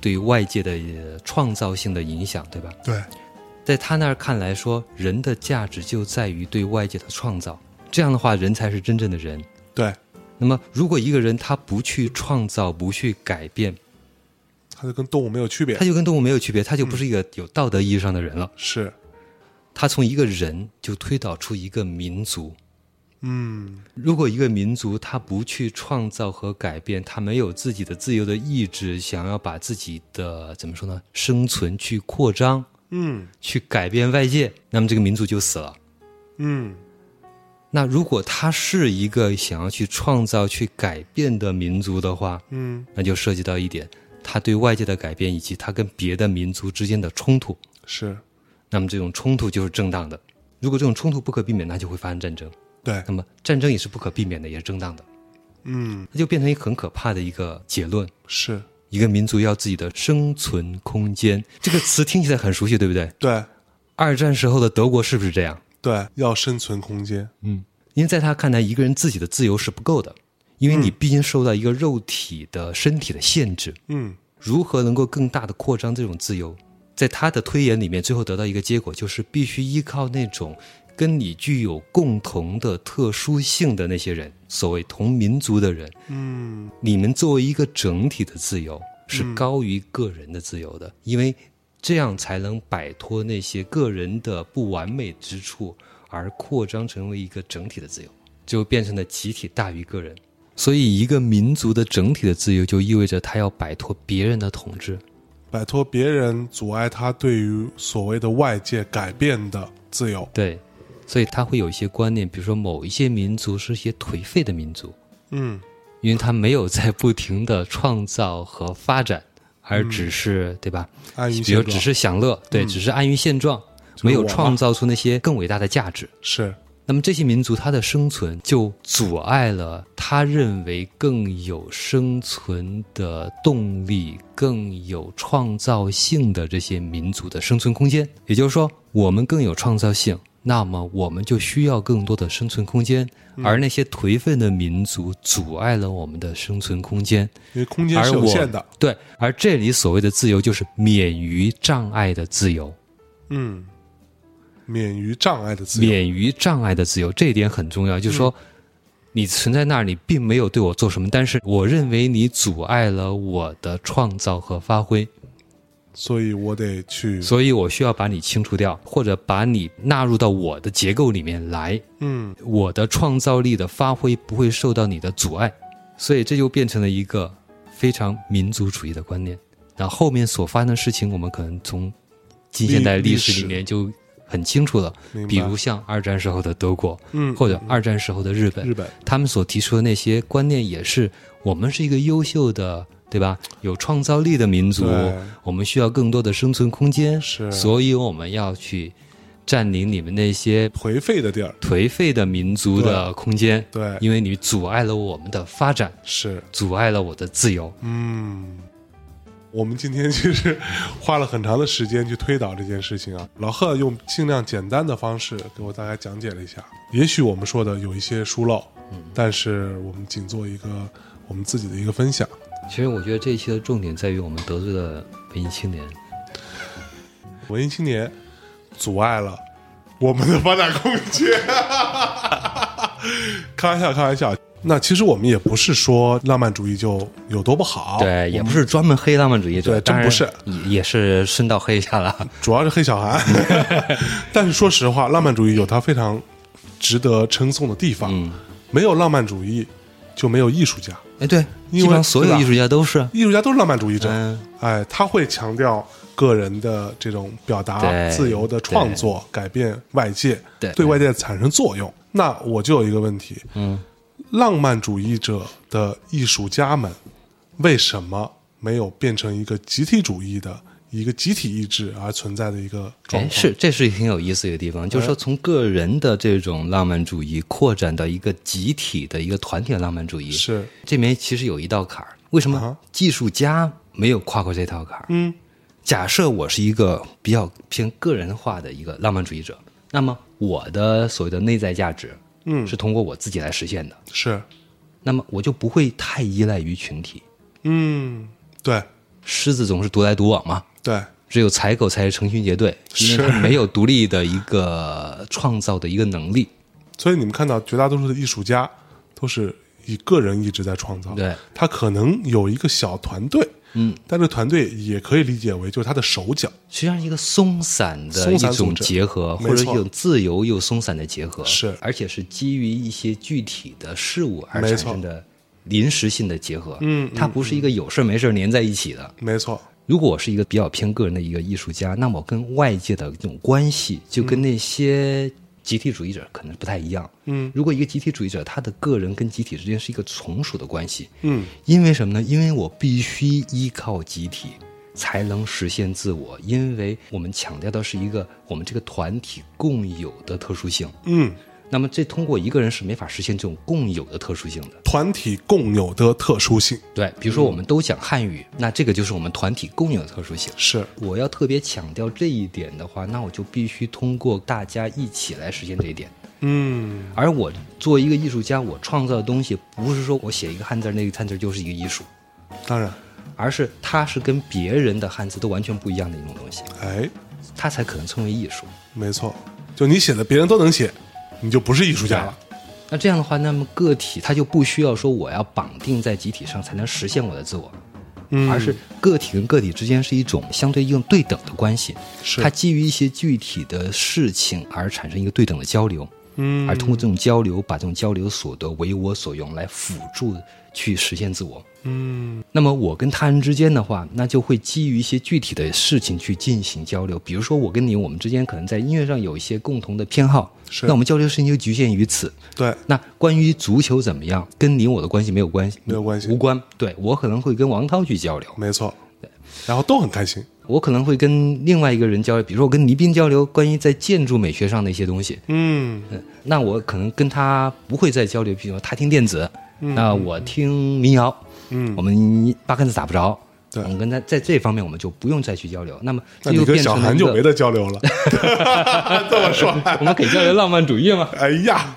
[SPEAKER 1] 对外界的呃创造性的影响，对吧？
[SPEAKER 2] 对，
[SPEAKER 1] 在他那儿看来说，人的价值就在于对外界的创造。这样的话，人才是真正的人。
[SPEAKER 2] 对，
[SPEAKER 1] 那么，如果一个人他不去创造、不去改变，
[SPEAKER 2] 它就跟动物没有区别
[SPEAKER 1] 他，就跟动物没有区别，他就
[SPEAKER 2] 嗯
[SPEAKER 1] 不是一个有道德意义上的人了。
[SPEAKER 2] 是，
[SPEAKER 1] 他从一个人就推导出一个民族。
[SPEAKER 2] 嗯，
[SPEAKER 1] 如果一个民族他不去创造和改变，他没有自己的自由的意志，想要把自己的怎么说呢，生存去扩张，
[SPEAKER 2] 嗯，
[SPEAKER 1] 去改变外界，那么这个民族就死了。
[SPEAKER 2] 嗯，
[SPEAKER 1] 那如果他是一个想要去创造、去改变的民族的话，
[SPEAKER 2] 嗯，
[SPEAKER 1] 那就涉及到一点，他对外界的改变以及他跟别的民族之间的冲突。
[SPEAKER 2] 是，
[SPEAKER 1] 那么这种冲突就是正当的。如果这种冲突不可避免，那就会发生战争。
[SPEAKER 2] 对，
[SPEAKER 1] 那么战争也是不可避免的，也是正当的。
[SPEAKER 2] 嗯，
[SPEAKER 1] 那就变成一个很可怕的一个结论：
[SPEAKER 2] 是，
[SPEAKER 1] 一个民族要自己的生存空间。这个词听起来很熟悉，对不对？
[SPEAKER 2] 对，
[SPEAKER 1] 二战时候的德国是不是这样？
[SPEAKER 2] 对，要生存空间，
[SPEAKER 1] 嗯，因为在他看来，一个人自己的自由是不够的，因为你毕竟受到一个肉体的身体的限制。
[SPEAKER 2] 嗯，
[SPEAKER 1] 如何能够更大的扩张这种自由？在他的推演里面，最后得到一个结果，就是必须依靠那种跟你具有共同的特殊性的那些人，所谓同民族的人，
[SPEAKER 2] 嗯，
[SPEAKER 1] 你们作为一个整体的自由是高于个人的自由的，因为这样才能摆脱那些个人的不完美之处，而扩张成为一个整体的自由，就变成了集体大于个人。所以，一个民族的整体的自由就意味着他要摆脱别人的统治。
[SPEAKER 2] 摆脱别人阻碍他对于所谓的外界改变的自由。
[SPEAKER 1] 对，所以他会有一些观念，比如说某一些民族是一些颓废的民族，
[SPEAKER 2] 嗯，
[SPEAKER 1] 因为他没有在不停的创造和发展，而只是、对吧？
[SPEAKER 2] 嗯安于
[SPEAKER 1] 比如
[SPEAKER 2] 现
[SPEAKER 1] 只
[SPEAKER 2] 状嗯
[SPEAKER 1] 是享乐，对，只是安于现状，
[SPEAKER 2] 是
[SPEAKER 1] 没有
[SPEAKER 2] 我嘛
[SPEAKER 1] 创造出那些更伟大的价值。
[SPEAKER 2] 是
[SPEAKER 1] 那么这些民族它的生存就阻碍了他认为更有生存的动力、更有创造性的这些民族的生存空间。也就是说，我们更有创造性，那么我们就需要更多的生存空间，
[SPEAKER 2] 嗯
[SPEAKER 1] 而那些颓废的民族阻碍了我们的生存空间。
[SPEAKER 2] 因为空间
[SPEAKER 1] 而
[SPEAKER 2] 是有
[SPEAKER 1] 我
[SPEAKER 2] 限的。
[SPEAKER 1] 对，而这里所谓的自由就是免于障碍的自由，
[SPEAKER 2] 嗯，免于障碍的自由。嗯
[SPEAKER 1] 免于障碍的自由，这一点很重要。就是说，你存在那儿，你并没有对我做什么，但是我认为你阻碍了我的创造和发挥，
[SPEAKER 2] 所以我得去。
[SPEAKER 1] 所以我需要把你清除掉，或者把你纳入到我的结构里面来。
[SPEAKER 2] 嗯
[SPEAKER 1] 我的创造力的发挥不会受到你的阻碍，所以这就变成了一个非常民族主义的观念。那后面所发生的事情，我们可能从近现代
[SPEAKER 2] 历
[SPEAKER 1] 历
[SPEAKER 2] 历
[SPEAKER 1] 史
[SPEAKER 2] 史
[SPEAKER 1] 里面就很清楚了
[SPEAKER 2] 明白。
[SPEAKER 1] 比如像二战时候的德国，
[SPEAKER 2] 嗯
[SPEAKER 1] 或者二战时候的日本，
[SPEAKER 2] 日本
[SPEAKER 1] 他们所提出的那些观念也是，我们是一个优秀的，对吧？有创造力的民族
[SPEAKER 2] 对，
[SPEAKER 1] 我们需要更多的生存空间，
[SPEAKER 2] 是
[SPEAKER 1] 所以我们要去占领你们那些
[SPEAKER 2] 颓废的地儿，
[SPEAKER 1] 颓废的民族的空间，
[SPEAKER 2] 对
[SPEAKER 1] 因为你阻碍了我们的发展，
[SPEAKER 2] 是
[SPEAKER 1] 阻碍了我的自由。
[SPEAKER 2] 嗯，我们今天其实花了很长的时间去推导这件事情啊。老贺用尽量简单的方式给我大概讲解了一下，也许我们说的有一些疏漏，嗯，但是我们仅做一个我们自己的一个分享。
[SPEAKER 1] 其实我觉得这一期的重点在于我们得罪了文艺青年，
[SPEAKER 2] 文艺青年阻碍了我们的发展空间。开玩笑，开玩笑。那其实我们也不是说浪漫主义就有多不好，
[SPEAKER 1] 对，也不是专门黑浪漫主义者，
[SPEAKER 2] 哦对真
[SPEAKER 1] 当然
[SPEAKER 2] 不是
[SPEAKER 1] 也，也是顺道黑一下了。
[SPEAKER 2] 主要是黑小孩。
[SPEAKER 1] [laughs]
[SPEAKER 2] 但是说实话，浪漫主义有它非常值得称颂的地方。
[SPEAKER 1] 嗯
[SPEAKER 2] 没有浪漫主义，就没有艺术家。
[SPEAKER 1] 哎，对，
[SPEAKER 2] 因为
[SPEAKER 1] 基本上所
[SPEAKER 2] 对
[SPEAKER 1] 有
[SPEAKER 2] 吧
[SPEAKER 1] 艺术家都是啊，
[SPEAKER 2] 艺术家都是浪漫主义者，
[SPEAKER 1] 嗯
[SPEAKER 2] 哎，他会强调个人的这种表达、
[SPEAKER 1] 对
[SPEAKER 2] 自由的创作、改变外界，
[SPEAKER 1] 对
[SPEAKER 2] 外界产生作用。那我就有一个问题，嗯，浪漫主义者的艺术家们为什么没有变成一个集体主义的一个集体意志而存在的一个状
[SPEAKER 1] 哎，
[SPEAKER 2] 况？
[SPEAKER 1] 是，这是挺有意思的一个地方，
[SPEAKER 2] 嗯
[SPEAKER 1] 就是说从个人的这种浪漫主义扩展到一个集体的一个团体的浪漫主义，
[SPEAKER 2] 是
[SPEAKER 1] 这里面其实有一道坎儿。为什么技术家没有跨过这道坎儿？
[SPEAKER 2] 啊嗯，
[SPEAKER 1] 假设我是一个比较偏个人化的一个浪漫主义者，那么我的所谓的内在价值，
[SPEAKER 2] 嗯
[SPEAKER 1] 是通过我自己来实现的，
[SPEAKER 2] 是，
[SPEAKER 1] 那么我就不会太依赖于群体。
[SPEAKER 2] 嗯，对
[SPEAKER 1] 狮子总是独来独往嘛，
[SPEAKER 2] 对，
[SPEAKER 1] 只有采狗才是成群结队，因为它没有独立的一个创造的一个能力。
[SPEAKER 2] 所以你们看到绝大多数的艺术家都是以个人意志在创造，
[SPEAKER 1] 对，
[SPEAKER 2] 他可能有一个小团队，
[SPEAKER 1] 嗯，
[SPEAKER 2] 但这个团队也可以理解为就是他的手脚，
[SPEAKER 1] 实际上是一个松散的
[SPEAKER 2] 松
[SPEAKER 1] 一
[SPEAKER 2] 散组
[SPEAKER 1] 种
[SPEAKER 2] 织
[SPEAKER 1] 结合，
[SPEAKER 2] 没
[SPEAKER 1] 或者一
[SPEAKER 2] 错
[SPEAKER 1] 种自由又松散的结合，
[SPEAKER 2] 是
[SPEAKER 1] 而且是基于一些具体的事物而
[SPEAKER 2] 没
[SPEAKER 1] 产
[SPEAKER 2] 错
[SPEAKER 1] 生的临时性的结合。嗯，它不是一个有事儿没事儿连在一起的。
[SPEAKER 2] 没错，
[SPEAKER 1] 如果我是一个比较偏个人的一个艺术家，那么我跟外界的这种关系，就跟那些集体主义者可能不太一样。
[SPEAKER 2] 嗯，
[SPEAKER 1] 如果一个集体主义者，他的个人跟集体之间是一个从属的关系，
[SPEAKER 2] 嗯，
[SPEAKER 1] 因为什么呢？因为我必须依靠集体才能实现自我，因为我们强调的是一个我们这个团体共有的特殊性。
[SPEAKER 2] 嗯，
[SPEAKER 1] 那么这通过一个人是没法实现这种共有的特殊性的。
[SPEAKER 2] 团体共有的特殊性
[SPEAKER 1] 对，比如
[SPEAKER 2] 嗯
[SPEAKER 1] 说我们都讲汉语，那这个就是我们团体共有的特殊性。
[SPEAKER 2] 是
[SPEAKER 1] 我要特别强调这一点的话，那我就必须通过大家一起来实现这一点。
[SPEAKER 2] 嗯，
[SPEAKER 1] 而我作为一个艺术家，我创造的东西不是说我写一个汉字儿，那个汉字儿就是一个艺术，
[SPEAKER 2] 当然，
[SPEAKER 1] 而是它是跟别人的汉字都完全不一样的一种东西，
[SPEAKER 2] 哎，
[SPEAKER 1] 它才可能称为艺术。
[SPEAKER 2] 没错，就你写的别人都能写，你就不是艺术家了，
[SPEAKER 1] 那这样的话，那么个体它就不需要说我要绑定在集体上才能实现我的自我，
[SPEAKER 2] 嗯，
[SPEAKER 1] 而是个体跟个体之间是一种相对应对等的关系，
[SPEAKER 2] 是
[SPEAKER 1] 它基于一些具体的事情而产生一个对等的交流，
[SPEAKER 2] 嗯，
[SPEAKER 1] 而通过这种交流，把这种交流所得为我所用，来辅助去实现自我。
[SPEAKER 2] 嗯
[SPEAKER 1] 那么我跟他人之间的话，那就会基于一些具体的事情去进行交流。比如说我跟你，我们之间可能在音乐上有一些共同的偏好，
[SPEAKER 2] 是
[SPEAKER 1] 那我们交流事情就局限于此。
[SPEAKER 2] 对，
[SPEAKER 1] 那关于足球怎么样，跟你我的关系没有关系，
[SPEAKER 2] 没有关系
[SPEAKER 1] 无关。对我可能会跟王涛去交流，
[SPEAKER 2] 没错，然后都很开心，
[SPEAKER 1] 我可能会跟另外一个人交流，比如说我跟倪斌交流关于在建筑美学上的一些东西，
[SPEAKER 2] 嗯，
[SPEAKER 1] 嗯，那我可能跟他不会再交流，比如说他听电子，那我听民谣，
[SPEAKER 2] 嗯，
[SPEAKER 1] 我们八竿子打不着，
[SPEAKER 2] 对
[SPEAKER 1] 我们跟他在这方面我们就不用再去交流，那么
[SPEAKER 2] 那
[SPEAKER 1] 这
[SPEAKER 2] 你
[SPEAKER 1] 就
[SPEAKER 2] 跟
[SPEAKER 1] 变
[SPEAKER 2] 小
[SPEAKER 1] 成了
[SPEAKER 2] 韩
[SPEAKER 1] 一
[SPEAKER 2] 就没
[SPEAKER 1] 个，
[SPEAKER 2] 得交流了，这么说，
[SPEAKER 1] [laughs] 我们可以交流浪漫主义嘛？
[SPEAKER 2] 哎呀，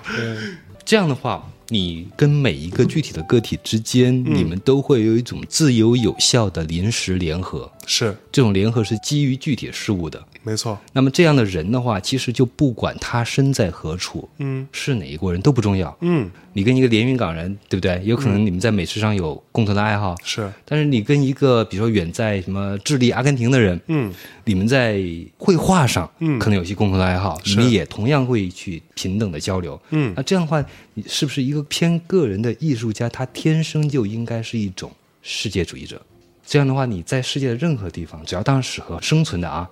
[SPEAKER 1] 这样的话，你跟每一个具体的个体之间，
[SPEAKER 2] 嗯
[SPEAKER 1] 你们都会有一种自由有效的临时联合，
[SPEAKER 2] 是
[SPEAKER 1] 这种联合是基于具体事物的。
[SPEAKER 2] 没错，
[SPEAKER 1] 那么这样的人的话，其实就不管他身在何处，
[SPEAKER 2] 嗯
[SPEAKER 1] 是哪一国人都不重要。
[SPEAKER 2] 嗯，
[SPEAKER 1] 你跟一个连云港人，对不对？有可能你们在美食上有共同的爱好，
[SPEAKER 2] 是
[SPEAKER 1] 但是你跟一个比如说远在什么智利、阿根廷的人，
[SPEAKER 2] 嗯，
[SPEAKER 1] 你们在绘画上，
[SPEAKER 2] 嗯
[SPEAKER 1] 可能有些共同的爱好，你
[SPEAKER 2] 是
[SPEAKER 1] 们也同样会去平等的交流，
[SPEAKER 2] 嗯
[SPEAKER 1] 那这样的话，你是不是一个偏个人的艺术家？他天生就应该是一种世界主义者。这样的话，你在世界的任何地方，只要当时和生存的啊，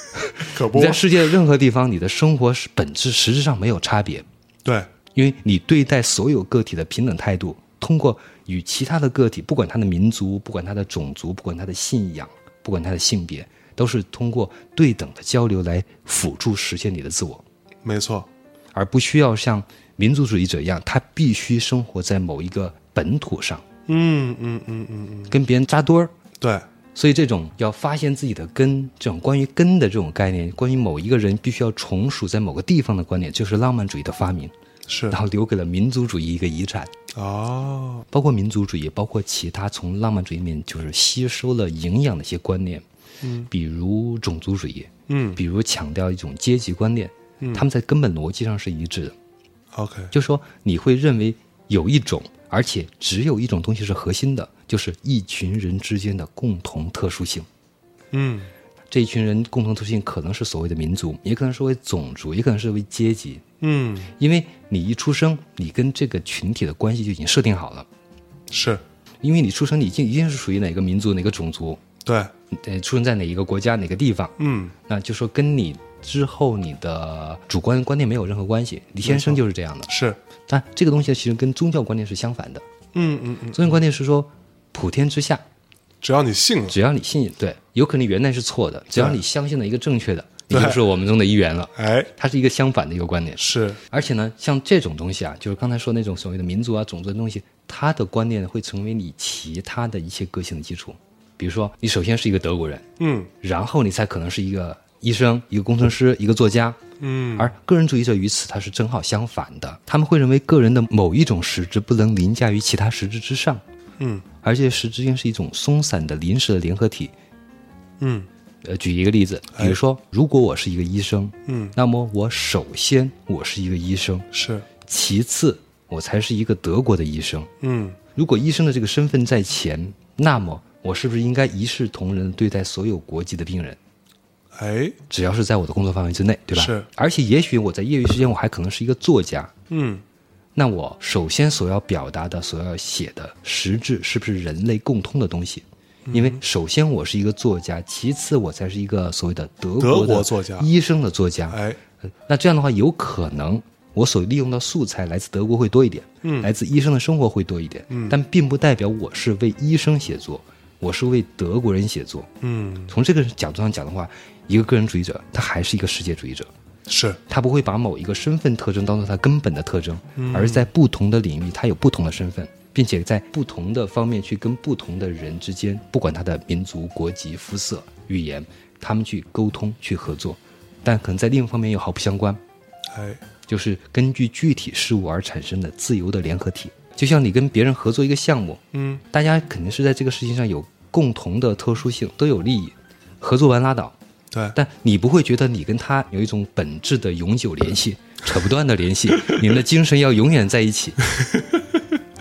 [SPEAKER 2] [laughs] 可不
[SPEAKER 1] 你，在世界的任何地方，你的生活是本质实质上没有差别，
[SPEAKER 2] 对，
[SPEAKER 1] 因为你对待所有个体的平等态度，通过与其他的个体，不管他的民族，不管他的种族，不管他的信仰，不管他的性别，都是通过对等的交流来辅助实现你的自我，
[SPEAKER 2] 没错，
[SPEAKER 1] 而不需要像民族主义者一样，他必须生活在某一个本土上，
[SPEAKER 2] 嗯嗯嗯嗯嗯，
[SPEAKER 1] 跟别人扎堆儿。
[SPEAKER 2] 对，
[SPEAKER 1] 所以，这种要发现自己的根，这种关于根的这种概念，关于某一个人必须要从属在某个地方的观点，就是浪漫主义的发明，
[SPEAKER 2] 是
[SPEAKER 1] 然后留给了民族主义一个遗产。
[SPEAKER 2] 哦，
[SPEAKER 1] 包括民族主义，包括其他从浪漫主义里面就是吸收了营养的一些观念，嗯，比如种族主义，
[SPEAKER 2] 嗯
[SPEAKER 1] 比如强调一种阶级观念，嗯，他们在根本逻辑上是一致的。
[SPEAKER 2] ，OK，
[SPEAKER 1] 就说你会认为有一种，而且只有一种东西是核心的，就是一群人之间的共同特殊性。
[SPEAKER 2] 嗯，
[SPEAKER 1] 这一群人共同特殊性可能是所谓的民族，也可能是为种族，也可能是为阶级。
[SPEAKER 2] 嗯，
[SPEAKER 1] 因为你一出生，你跟这个群体的关系就已经设定好了。
[SPEAKER 2] 是
[SPEAKER 1] 因为你出生，你一定一定是属于哪个民族、哪个种族，
[SPEAKER 2] 对，
[SPEAKER 1] 呃，出生在哪一个国家、哪个地方，
[SPEAKER 2] 嗯，
[SPEAKER 1] 那就说跟你之后你的主观观念没有任何关系。你天生就是这样的。
[SPEAKER 2] 是，
[SPEAKER 1] 但这个东西其实跟宗教观念是相反的。
[SPEAKER 2] 嗯嗯嗯，
[SPEAKER 1] 宗教观念是说，普天之下，
[SPEAKER 2] 只要你信了，
[SPEAKER 1] 只要你信，对，有可能原来是错的，只要你相信了一个正确的，你就是我们中的一员了。
[SPEAKER 2] 哎，
[SPEAKER 1] 它是一个相反的一个观点。
[SPEAKER 2] 是，
[SPEAKER 1] 而且呢，像这种东西啊，就是刚才说那种所谓的民族啊、种族的东西，它的观念会成为你其他的一些个性的基础。比如说，你首先是一个德国人，
[SPEAKER 2] 嗯
[SPEAKER 1] 然后你才可能是一个医生、一个工程师、一个作家。
[SPEAKER 2] 嗯，
[SPEAKER 1] 而个人主义者与此它是正好相反的，他们会认为个人的某一种实质不能凌驾于其他实质之上，
[SPEAKER 2] 嗯
[SPEAKER 1] 而且实质间是一种松散的、临时的联合体。
[SPEAKER 2] 嗯
[SPEAKER 1] 呃，举一个例子，比如说，如果我是一个医生，
[SPEAKER 2] 哎嗯，
[SPEAKER 1] 那么我首先我是一个医生，
[SPEAKER 2] 是，
[SPEAKER 1] 其次我才是一个德国的医生。
[SPEAKER 2] 嗯
[SPEAKER 1] 如果医生的这个身份在前，那么我是不是应该一视同仁地对待所有国籍的病人？
[SPEAKER 2] 哎，
[SPEAKER 1] 只要是在我的工作范围之内，对吧？
[SPEAKER 2] 是。
[SPEAKER 1] 而且也许我在业余时间，我还可能是一个作家。
[SPEAKER 2] 嗯
[SPEAKER 1] 那我首先所要表达的、所要写的实质，是不是人类共通的东西？因
[SPEAKER 2] 嗯
[SPEAKER 1] 为首先我是一个作家，其次我才是一个所谓的德国
[SPEAKER 2] 德
[SPEAKER 1] 的
[SPEAKER 2] 国作家
[SPEAKER 1] 医生的作家。
[SPEAKER 2] 哎，
[SPEAKER 1] 呃那这样的话，有可能我所利用的素材来自德国会多一点，嗯，来自医生的生活会多一点，嗯，但并不代表我是为医生写作，我是为德国人写作。
[SPEAKER 2] 嗯
[SPEAKER 1] 从这个角度上讲的话，一个个人主义者，他还是一个世界主义者，
[SPEAKER 2] 是，
[SPEAKER 1] 他不会把某一个身份特征当做他根本的特征，而在不同的领域，他有不同的身份。并且在不同的方面去跟不同的人之间，不管他的民族、国籍、肤色、语言，他们去沟通、去合作，但可能在另一方面又毫不相关。
[SPEAKER 2] 哎，
[SPEAKER 1] 就是根据具体事物而产生的自由的联合体。就像你跟别人合作一个项目，
[SPEAKER 2] 嗯
[SPEAKER 1] 大家肯定是在这个事情上有共同的特殊性，都有利益，合作完拉倒。
[SPEAKER 2] 对，
[SPEAKER 1] 但你不会觉得你跟他有一种本质的永久联系，扯不断的联系，你们的精神要永远在一起，
[SPEAKER 2] [laughs]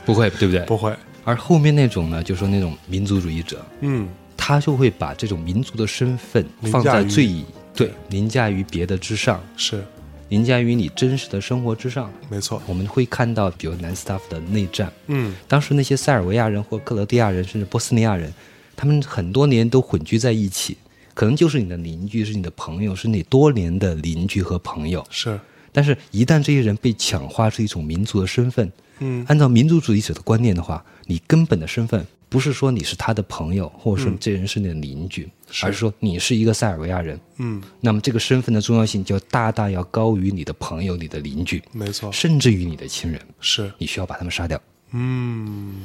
[SPEAKER 1] 不会，对不对？
[SPEAKER 2] 不会，
[SPEAKER 1] 而后面那种呢，就说那种民族主义者，
[SPEAKER 2] 嗯
[SPEAKER 1] 他就会把这种民族的身份
[SPEAKER 2] 凌驾
[SPEAKER 1] 放在
[SPEAKER 2] 于
[SPEAKER 1] 最对凌驾于别的之上，
[SPEAKER 2] 是，
[SPEAKER 1] 凌驾于你真实的生活之上。
[SPEAKER 2] 没错，
[SPEAKER 1] 我们会看到，比如南斯拉夫的内战，
[SPEAKER 2] 嗯
[SPEAKER 1] 当时那些塞尔维亚人或克罗地亚人，甚至波斯尼亚人，他们很多年都混居在一起，可能就是你的邻居，是你的朋友，是你多年的邻居和朋友。
[SPEAKER 2] 是，
[SPEAKER 1] 但是，一旦这些人被强化出一种民族的身份，
[SPEAKER 2] 嗯
[SPEAKER 1] 按照民族主义者的观念的话，你根本的身份不是说你是他的朋友，或者说这人是你的邻居，而是说你是一个塞尔维亚人。
[SPEAKER 2] 嗯，
[SPEAKER 1] 那么，这个身份的重要性就大大要高于你的朋友、你的邻居，
[SPEAKER 2] 没错，
[SPEAKER 1] 甚至于你的亲人。
[SPEAKER 2] 是，
[SPEAKER 1] 你需要把他们杀掉。
[SPEAKER 2] 嗯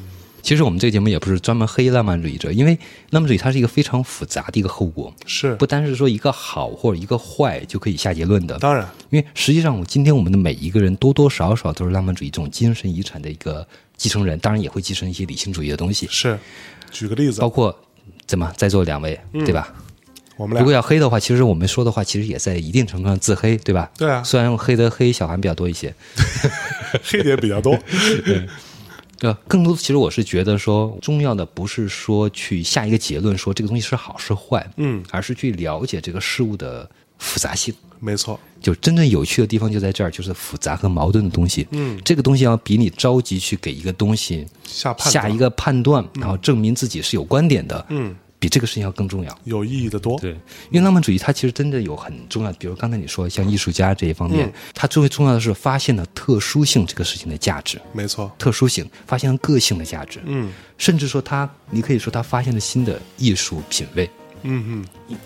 [SPEAKER 1] 其实我们这个节目也不是专门黑浪漫主义者，因为浪漫主义它是一个非常复杂的一个后果，
[SPEAKER 2] 是，
[SPEAKER 1] 不单是说一个好或者一个坏就可以下结论的。
[SPEAKER 2] 当然，
[SPEAKER 1] 因为实际上，我今天我们的每一个人多多少少都是浪漫主义这种精神遗产的一个继承人，当然也会继承一些理性主义的东西，
[SPEAKER 2] 是，举个例子
[SPEAKER 1] 包，括怎么在座两位，对吧？
[SPEAKER 2] 嗯我们
[SPEAKER 1] 如
[SPEAKER 2] 俩
[SPEAKER 1] 果要黑的话，其实我们说的话，其实也在一定程度上自黑，对吧？
[SPEAKER 2] 对啊 [laughs]
[SPEAKER 1] 虽然黑的黑小韩比较多一些，
[SPEAKER 2] 黑点比较多，
[SPEAKER 1] 呃，更多的其实我是觉得说，重要的不是说去下一个结论，说这个东西是好是坏，
[SPEAKER 2] 嗯，
[SPEAKER 1] 而是去了解这个事物的复杂性。
[SPEAKER 2] 没错，
[SPEAKER 1] 就真正有趣的地方就在这儿，就是复杂和矛盾的东西。嗯，这个东西要比你着急去给一个东西
[SPEAKER 2] 下判
[SPEAKER 1] 下一
[SPEAKER 2] 断
[SPEAKER 1] 个判断，然后证明自己是有观点的，嗯，比这个事情要更重要。
[SPEAKER 2] 有意义的多。
[SPEAKER 1] 对，因为浪漫主义它其实真的有很重要，比如刚才你说像艺术家这一方面，它最为重要的是发现了特殊性这个事情的价值，
[SPEAKER 2] 没错，
[SPEAKER 1] 特殊性发现了个性的价值，
[SPEAKER 2] 嗯
[SPEAKER 1] 甚至说他，你可以说他发现了新的艺术品味。
[SPEAKER 2] 嗯嗯，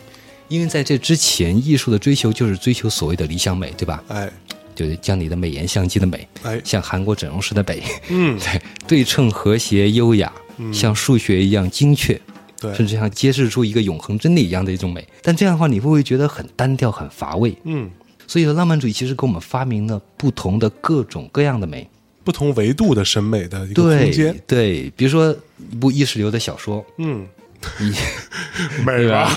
[SPEAKER 1] 因为在这之前，艺术的追求就是追求所谓的理想美，对吧？
[SPEAKER 2] 哎
[SPEAKER 1] 就是像你的美颜相机的美，
[SPEAKER 2] 哎，
[SPEAKER 1] 像韩国整容师的美，
[SPEAKER 2] 嗯
[SPEAKER 1] [laughs] 对对称、和谐、优雅，像数学一样精确，
[SPEAKER 2] 对，
[SPEAKER 1] 甚至像揭示出一个永恒真理一样的一种美。但这样的话，你会不会觉得很单调、很乏味？
[SPEAKER 2] 嗯，
[SPEAKER 1] 所以说，浪漫主义其实给我们发明了不同的各种各样的美。
[SPEAKER 2] 不同维度的审美的一个空
[SPEAKER 1] 对
[SPEAKER 2] 间，
[SPEAKER 1] 对，比如说一部意识流的小说，
[SPEAKER 2] 嗯，
[SPEAKER 1] 你
[SPEAKER 2] 美吧，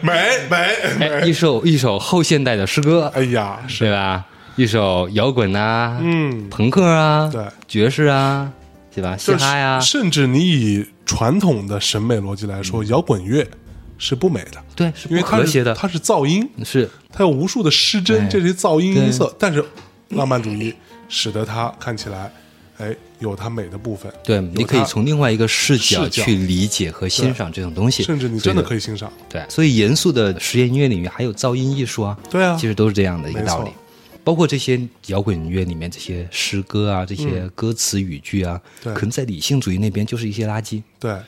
[SPEAKER 2] 美美， [laughs]
[SPEAKER 1] 哎一首一首后现代的诗歌，
[SPEAKER 2] 哎呀，
[SPEAKER 1] 对吧？一首摇滚啊，
[SPEAKER 2] 嗯，
[SPEAKER 1] 朋克啊，
[SPEAKER 2] 对，
[SPEAKER 1] 爵士啊，对吧？嘻
[SPEAKER 2] 就是
[SPEAKER 1] 哈呀、
[SPEAKER 2] 甚至你以传统的审美逻辑来说，摇滚乐是不美的，
[SPEAKER 1] 对，是不
[SPEAKER 2] 因为它
[SPEAKER 1] 嗯和谐
[SPEAKER 2] 是
[SPEAKER 1] 的，
[SPEAKER 2] 它是噪音，
[SPEAKER 1] 是
[SPEAKER 2] 它有无数的失真，
[SPEAKER 1] 哎
[SPEAKER 2] 这些噪音
[SPEAKER 1] 对
[SPEAKER 2] 音色，但是浪漫主义使得它看起来，哎，有它美的部分，
[SPEAKER 1] 对，
[SPEAKER 2] 有
[SPEAKER 1] 你可以
[SPEAKER 2] 它
[SPEAKER 1] 从另外一个视角
[SPEAKER 2] 视角
[SPEAKER 1] 去理解和欣赏这种东西，
[SPEAKER 2] 甚至你真
[SPEAKER 1] 所
[SPEAKER 2] 的
[SPEAKER 1] 以
[SPEAKER 2] 可以欣赏，
[SPEAKER 1] 对。所以严肃的实验音乐里面还有噪音艺术啊，
[SPEAKER 2] 对啊
[SPEAKER 1] 其实都是这样的一个
[SPEAKER 2] 没
[SPEAKER 1] 道
[SPEAKER 2] 错
[SPEAKER 1] 理。包括这些摇滚乐里面这些诗歌啊，这些歌词语句啊，
[SPEAKER 2] 嗯对
[SPEAKER 1] 可能在理性主义那边就是一些垃圾。对
[SPEAKER 2] 对
[SPEAKER 1] 啊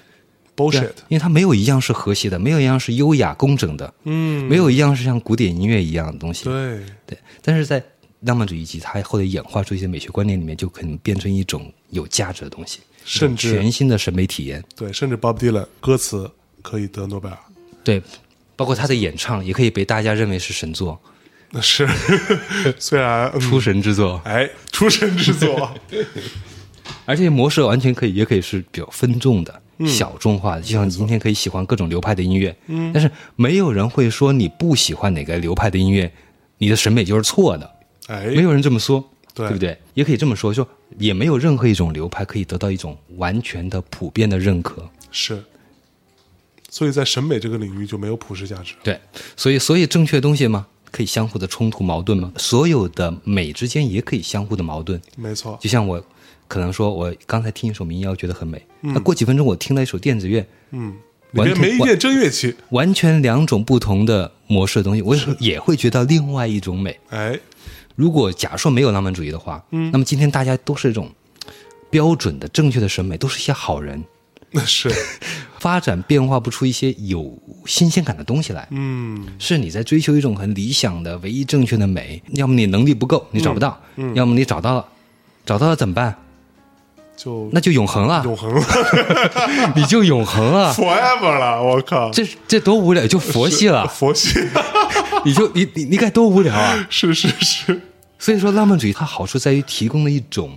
[SPEAKER 2] ，bullshit，
[SPEAKER 1] 因为它没有一样是和谐的，没有一样是优雅工整的，
[SPEAKER 2] 嗯，
[SPEAKER 1] 没有一样是像古典音乐一样的东西。
[SPEAKER 2] 对，
[SPEAKER 1] 对，但是在浪漫主义及它后来演化出一些美学观念里面，就可能变成一种有价值的东西，
[SPEAKER 2] 甚
[SPEAKER 1] 一种
[SPEAKER 2] 至
[SPEAKER 1] 全新的审美体验。
[SPEAKER 2] 对，甚至 Bob Dylan 歌词可以得诺贝尔，
[SPEAKER 1] 对，包括他的演唱也可以被大家认为是神作、
[SPEAKER 2] 那是 [laughs] 虽然嗯
[SPEAKER 1] 出神之
[SPEAKER 2] [laughs]
[SPEAKER 1] 作，
[SPEAKER 2] 哎出神之作， [laughs]
[SPEAKER 1] 而这些模式完全可以，也可以是比较分众的。
[SPEAKER 2] 嗯
[SPEAKER 1] 小众化的，就像你今天可以喜欢各种流派的音乐，嗯，但是没有人会说你不喜欢哪个流派的音乐，你的审美就是错的。
[SPEAKER 2] 哎
[SPEAKER 1] 没，有人这么说，
[SPEAKER 2] 对
[SPEAKER 1] 不对？也可以这么说，说也没有任何一种流派可以得到一种完全的普遍的认可。
[SPEAKER 2] 是，所以在审美这个领域就没有普世价值，
[SPEAKER 1] 对，所以所以正确的东西嘛，可以相互的冲突矛盾嘛，所有的美之间也可以相互的矛盾。
[SPEAKER 2] 没错，
[SPEAKER 1] 就像我可能说，我刚才听一首民谣觉得很美，那过几分钟我听了一首电子乐，
[SPEAKER 2] 嗯，里
[SPEAKER 1] 完
[SPEAKER 2] 面
[SPEAKER 1] 全
[SPEAKER 2] 没一件真乐器，
[SPEAKER 1] 完全两种不同的模式的东西，我也会也会觉得另外一种美。
[SPEAKER 2] 哎，
[SPEAKER 1] 如果假如说没有浪漫主义的话，嗯，那么今天大家都是一种标准的正确的审美，都是一些好人。
[SPEAKER 2] 那是， [laughs]
[SPEAKER 1] 发展变化不出一些有新鲜感的东西来，
[SPEAKER 2] 嗯，
[SPEAKER 1] 是你在追求一种很理想的、唯一正确的美。要么你能力不够，你找不到；要么你找到了，找到了怎么办？
[SPEAKER 2] 就
[SPEAKER 1] 那就永恒了，
[SPEAKER 2] 永恒了
[SPEAKER 1] [laughs] 你就永恒了。
[SPEAKER 2] ，forever 了，我靠，
[SPEAKER 1] 这这多无聊，就佛系了，
[SPEAKER 2] 佛系，
[SPEAKER 1] [laughs]
[SPEAKER 2] [laughs]
[SPEAKER 1] 你就你你你该多无聊啊！
[SPEAKER 2] 是是是，
[SPEAKER 1] 所以说，浪漫主义它好处在于提供了一种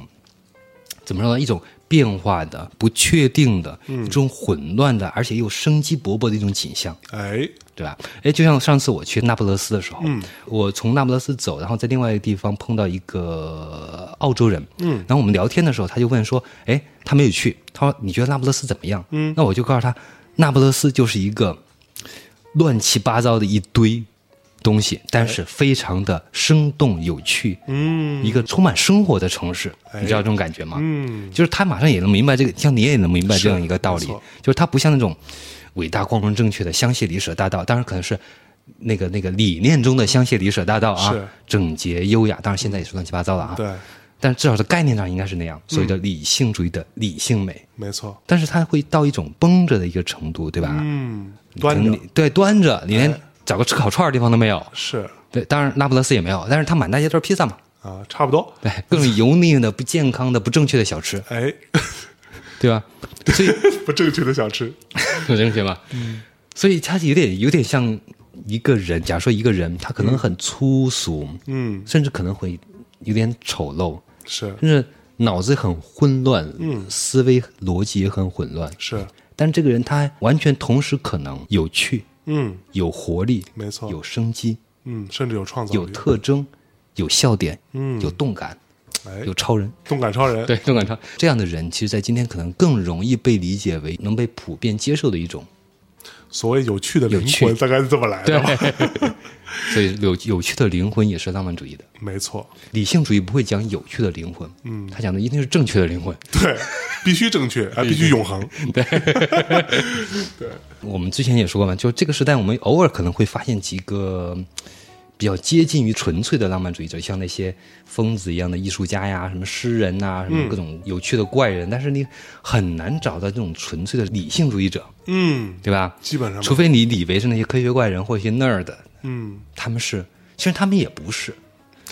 [SPEAKER 1] 怎么说呢？一种变化的、不确定的、一种混乱的，而且又生机勃勃的一种景象。
[SPEAKER 2] 哎，
[SPEAKER 1] 对吧？哎，就像上次我去那不勒斯的时候，我从那不勒斯走，然后在另外一个地方碰到一个澳洲人，嗯，然后我们聊天的时候，他就问说，哎，他没有去，他说你觉得那不勒斯怎么样？嗯，那我就告诉他，那不勒斯就是一个乱七八糟的一堆东西，但是非常的生动有趣，
[SPEAKER 2] 嗯
[SPEAKER 1] 一个充满生活的城市，
[SPEAKER 2] 哎
[SPEAKER 1] 你知道这种感觉吗？
[SPEAKER 2] 嗯，
[SPEAKER 1] 就是他马上也能明白这个，像你也能明白这样一个道理，
[SPEAKER 2] 是没错
[SPEAKER 1] 就是他不像那种伟大、光荣、正确的香榭里舍大道，当然可能是那个那个理念中的香榭里舍大道啊
[SPEAKER 2] 是，
[SPEAKER 1] 整洁优雅，当然现在也是乱七八糟了啊，
[SPEAKER 2] 对，
[SPEAKER 1] 但至少是概念上应该是那样，所谓的理性主义的理性美，
[SPEAKER 2] 没错，
[SPEAKER 1] 但是它会到一种绷着的一个程度，对吧？
[SPEAKER 2] 嗯，
[SPEAKER 1] 可
[SPEAKER 2] 端
[SPEAKER 1] 能
[SPEAKER 2] 着
[SPEAKER 1] 你对，端着，哎你连找个吃烤串的地方都没有，
[SPEAKER 2] 是
[SPEAKER 1] 对，当然那不勒斯也没有，但是他满大街都是披萨嘛。
[SPEAKER 2] 啊，差不多，
[SPEAKER 1] 对，各 [laughs] 种油腻的、不健康的、不正确的小吃，
[SPEAKER 2] 哎，
[SPEAKER 1] 对吧？所 [laughs] 以
[SPEAKER 2] 不正确的小吃，
[SPEAKER 1] 有正确吧？嗯，所以他有点有点像一个人，假如说一个人，他可能很粗俗，
[SPEAKER 2] 嗯，
[SPEAKER 1] 甚至可能会有点丑陋，
[SPEAKER 2] 是
[SPEAKER 1] 甚至脑子很混乱，嗯，思维逻辑也很混乱。
[SPEAKER 2] 是，
[SPEAKER 1] 但这个人他完全同时可能有趣、
[SPEAKER 2] 嗯，
[SPEAKER 1] 有活力、
[SPEAKER 2] 没错，
[SPEAKER 1] 有生机、
[SPEAKER 2] 嗯，甚至有创造
[SPEAKER 1] 有
[SPEAKER 2] 力，
[SPEAKER 1] 特征、有笑点、
[SPEAKER 2] 嗯
[SPEAKER 1] 有动感、
[SPEAKER 2] 哎，
[SPEAKER 1] 有超人。
[SPEAKER 2] 动感超人，
[SPEAKER 1] 对，动感超这样的人，其实，在今天可能更容易被理解为能被普遍接受的一种
[SPEAKER 2] 所谓有趣的灵
[SPEAKER 1] 有趣
[SPEAKER 2] 魂，大概是这么来的吧？
[SPEAKER 1] [laughs] 所以有有趣的灵魂也是浪漫主义的，
[SPEAKER 2] 没错，
[SPEAKER 1] 理性主义不会讲有趣的灵魂，嗯，他讲的一定是正确的灵魂，
[SPEAKER 2] 对，必须正确啊，必须永恒。
[SPEAKER 1] 对，对，我们之前也说过嘛，就是这个时代，我们偶尔可能会发现几个嗯比较接近于纯粹的浪漫主义者，像那些疯子一样的艺术家呀，什么诗人呐、什么
[SPEAKER 2] 嗯
[SPEAKER 1] 各种有趣的怪人，但是你很难找到这种纯粹的理性主义者，
[SPEAKER 2] 嗯，
[SPEAKER 1] 对吧？
[SPEAKER 2] 基本上
[SPEAKER 1] 除非你以为是那些科学怪人或一些 nerd，
[SPEAKER 2] 嗯，
[SPEAKER 1] 他们是，其实他们也不是。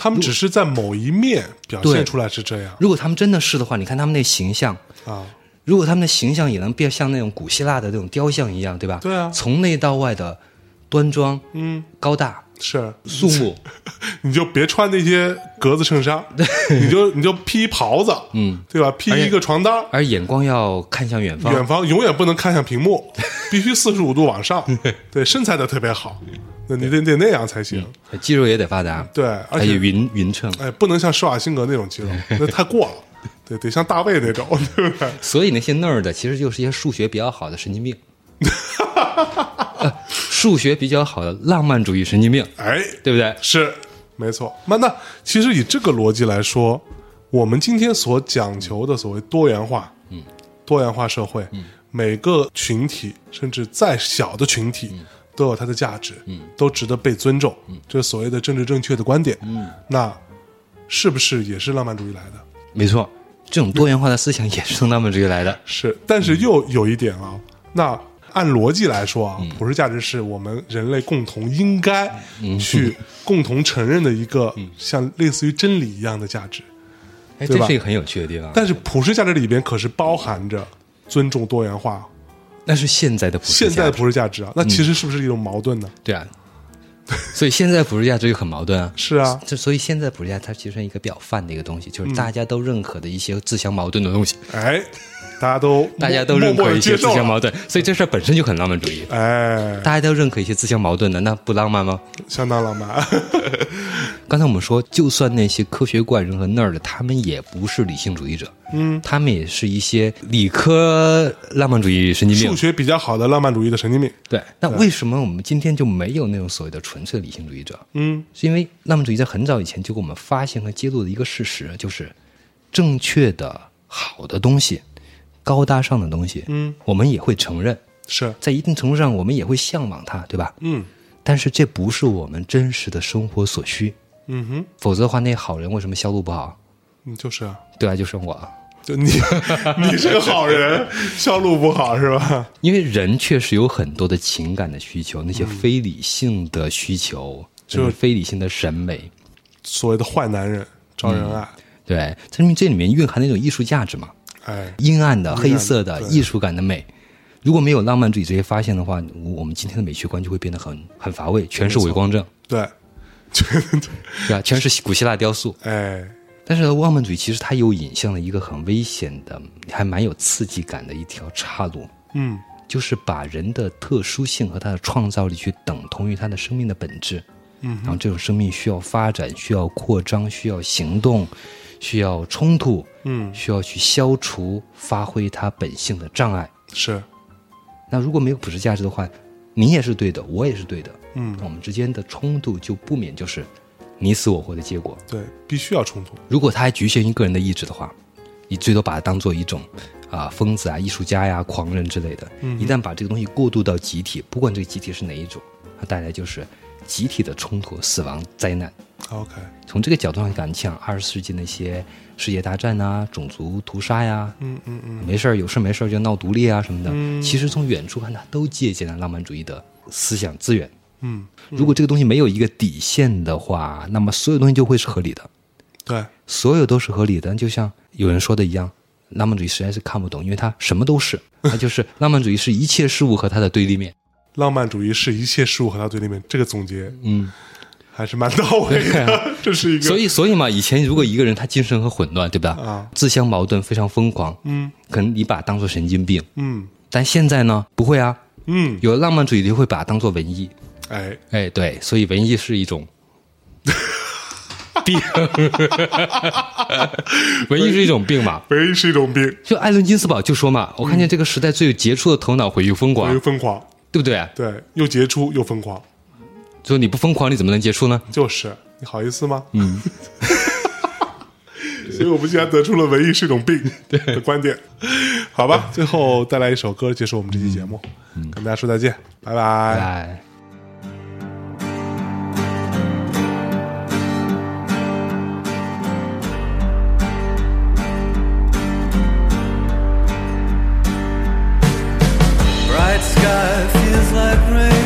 [SPEAKER 2] 他们只是在某一面表
[SPEAKER 1] 对
[SPEAKER 2] 现出来是这样
[SPEAKER 1] 如果他们真的是的话，你看他们那形象，
[SPEAKER 2] 啊，
[SPEAKER 1] 如果他们的形象也能变像那种古希腊的那种雕像一样，对吧？
[SPEAKER 2] 对啊
[SPEAKER 1] 从内到外的端庄、
[SPEAKER 2] 嗯，
[SPEAKER 1] 高大、
[SPEAKER 2] 是，
[SPEAKER 1] 肃穆，
[SPEAKER 2] 你就别穿那些格子衬衫，你就你就披一袍子，嗯，啊对吧？披一个床单儿，
[SPEAKER 1] 而眼光要看向远方。
[SPEAKER 2] 远方永远不能看向屏 [laughs] 幕，必须四十五度往上，对，嗯身材得特别好，那你得得那样才行，
[SPEAKER 1] 肌肉也得发达，
[SPEAKER 2] 对，而
[SPEAKER 1] 而
[SPEAKER 2] 且
[SPEAKER 1] 且匀匀称。
[SPEAKER 2] 哎，不能像施瓦辛格那种 [laughs] 肌肉，那太过了。对，得像大卫那 [laughs] 种，对不对？
[SPEAKER 1] 所以那些 nerd 其实就是一些数学比较好的神
[SPEAKER 2] [laughs]
[SPEAKER 1] 经病，呃数学比较好的浪漫主义神经病，
[SPEAKER 2] 哎，
[SPEAKER 1] 对不对？
[SPEAKER 2] 是没错。那那其实以这个逻辑来说，我们今天所讲求的所谓多元化，嗯，多元化社会，嗯，每个群体甚至再小的群体。都有它的价值，嗯，都值得被尊重，嗯，这所谓的政治正确的观点，嗯，那是不是也是浪漫主义来的？
[SPEAKER 1] 没错，这种多元化的思想也是从浪漫主义来的。
[SPEAKER 2] 是，但是又有一点啊，那按逻辑来说啊，普世价值是我们人类共同应该去共同承认的一个像类似于真理一样的价值。
[SPEAKER 1] 哎，
[SPEAKER 2] 对
[SPEAKER 1] 这
[SPEAKER 2] 吧
[SPEAKER 1] 是一个很有趣的地方。
[SPEAKER 2] 但是普世价值里边可是包含着尊重多元化，
[SPEAKER 1] 那是现在的普世
[SPEAKER 2] 现在
[SPEAKER 1] 价
[SPEAKER 2] 的
[SPEAKER 1] 值
[SPEAKER 2] 普世价值啊，那其实是不是一种矛盾呢？
[SPEAKER 1] 对啊，所以现在普世价值就很矛盾啊。
[SPEAKER 2] 是啊，嗯
[SPEAKER 1] 这所以现在普世价值它其实是一个比较泛的一个东西，就是大家都认可的一些自相矛盾的东西，
[SPEAKER 2] 哎，大家都
[SPEAKER 1] 大家都
[SPEAKER 2] 默
[SPEAKER 1] 认
[SPEAKER 2] 默
[SPEAKER 1] 可
[SPEAKER 2] 地
[SPEAKER 1] 一些
[SPEAKER 2] 接
[SPEAKER 1] 自
[SPEAKER 2] 受
[SPEAKER 1] 相
[SPEAKER 2] 了，
[SPEAKER 1] 矛盾，所以这事儿本身就很浪漫主义。
[SPEAKER 2] 哎，
[SPEAKER 1] 大家都认可一些自相矛盾的，那不浪漫吗？
[SPEAKER 2] 相当浪漫，
[SPEAKER 1] 刚才我们说，就算那些科学怪人和 nerd，他们也不是理性主义者，嗯，他们也是一些理科浪漫主义神经
[SPEAKER 2] 数
[SPEAKER 1] 病。
[SPEAKER 2] 学比较好的浪漫主义的神经病，
[SPEAKER 1] 对，那为什么我们今天就没有那种所谓的纯粹的理性主义者？
[SPEAKER 2] 嗯，
[SPEAKER 1] 是因为浪漫主义在很早以前就给我们发现和揭露的一个事实，就是正确的、好的东西、高大上的东西，
[SPEAKER 2] 嗯，
[SPEAKER 1] 我们也会承认，
[SPEAKER 2] [laughs] 是，
[SPEAKER 1] 在一定程度上我们也会向往它，对吧？
[SPEAKER 2] 嗯
[SPEAKER 1] 但是这不是我们真实的生活所需，
[SPEAKER 2] 嗯哼
[SPEAKER 1] 否则的话，那些好人为什么销路不好？
[SPEAKER 2] 嗯，就是啊。
[SPEAKER 1] 对啊，就剩我了，
[SPEAKER 2] 就你， [laughs] 你是个好人，销路不好是吧？
[SPEAKER 1] 因为人确实有很多的情感的需求，那些非理性的需求，
[SPEAKER 2] 就是
[SPEAKER 1] 是非理性的审美，
[SPEAKER 2] 所谓的坏男人招人啊爱，
[SPEAKER 1] 嗯对，这里面这里面蕴含的一种艺术价值嘛，
[SPEAKER 2] 哎，
[SPEAKER 1] 阴暗的、黑色的
[SPEAKER 2] 对
[SPEAKER 1] 艺术感的美。如果没有浪漫主义这些发现的话，我我们今天的美学观就会变得很很乏味，全是伪光正，
[SPEAKER 2] 对，就对，
[SPEAKER 1] 对吧？全是古希腊雕塑。
[SPEAKER 2] 哎，
[SPEAKER 1] 但是浪漫主义其实它又引向了一个很危险的、还蛮有刺激感的一条岔路，
[SPEAKER 2] 嗯，
[SPEAKER 1] 就是把人的特殊性和他的创造力去等同于他的生命的本质。嗯，然后这种生命需要发展，需要扩张，需要行动，需要冲突，
[SPEAKER 2] 嗯，
[SPEAKER 1] 需要去消除、发挥它本性的障碍。
[SPEAKER 2] 是，
[SPEAKER 1] 那如果没有普世价值的话，你也是对的，我也是对的，
[SPEAKER 2] 嗯，
[SPEAKER 1] 我们之间的冲突就不免就是你死我活的结果。
[SPEAKER 2] 对，必须要冲突，
[SPEAKER 1] 如果它还局限于个人的意志的话，你最多把它当做一种啊、疯子啊、艺术家呀、狂人之类的。一旦把这个东西过渡到集体，不管这个集体是哪一种，它带来就是集体的冲突、死亡、灾难。
[SPEAKER 2] OK，
[SPEAKER 1] 从这个角度上讲，你像二十世纪那些世界大战啊、种族屠杀呀、
[SPEAKER 2] 嗯嗯嗯，
[SPEAKER 1] 没事儿有事儿没事儿就闹独立啊什么的，其实从远处看，它都借鉴了浪漫主义的思想资源。
[SPEAKER 2] 嗯，
[SPEAKER 1] 如果这个东西没有一个底线的话，那么所有东西就会是合理的，
[SPEAKER 2] 对，
[SPEAKER 1] 所有都是合理的。就像有人说的一样，浪漫主义实在是看不懂，因为它什么都是，它就是 [laughs] 浪漫主义是一切事物和它的对立面。
[SPEAKER 2] 浪漫主义是一切事物和它对立面，这个总结
[SPEAKER 1] 嗯，
[SPEAKER 2] 还是蛮到位
[SPEAKER 1] 对 [laughs]
[SPEAKER 2] 的，这是一个，
[SPEAKER 1] 所以所以嘛，以前如果一个人他精神很混乱，对吧？
[SPEAKER 2] 啊，
[SPEAKER 1] 自相矛盾，非常疯狂，
[SPEAKER 2] 嗯
[SPEAKER 1] 可能你把它当做神经病，
[SPEAKER 2] 嗯
[SPEAKER 1] 但现在呢，不会啊，
[SPEAKER 2] 嗯，
[SPEAKER 1] 有了浪漫主义就会把它当做文艺。
[SPEAKER 2] 哎，
[SPEAKER 1] 哎，对，所以文艺是一种病，文艺是一种病嘛。
[SPEAKER 2] 唯一是一种病，
[SPEAKER 1] 就艾伦金斯堡就说嘛，我看见这个时代最有杰出的头脑毁于疯
[SPEAKER 2] 我
[SPEAKER 1] 狂
[SPEAKER 2] 又，疯狂，
[SPEAKER 1] 对不对？
[SPEAKER 2] 对，又杰出又疯狂，
[SPEAKER 1] 就你不疯狂，你怎么能杰出呢？
[SPEAKER 2] 嗯就是你好意思吗？
[SPEAKER 1] 嗯，
[SPEAKER 2] [laughs] 所以我们竟然得出了“文艺是一种病”的观点，好吧？最后带来一首歌结束我们这期节目，跟大家说再见，拜拜。
[SPEAKER 1] 哎。
[SPEAKER 3] Bright sky feels like rain.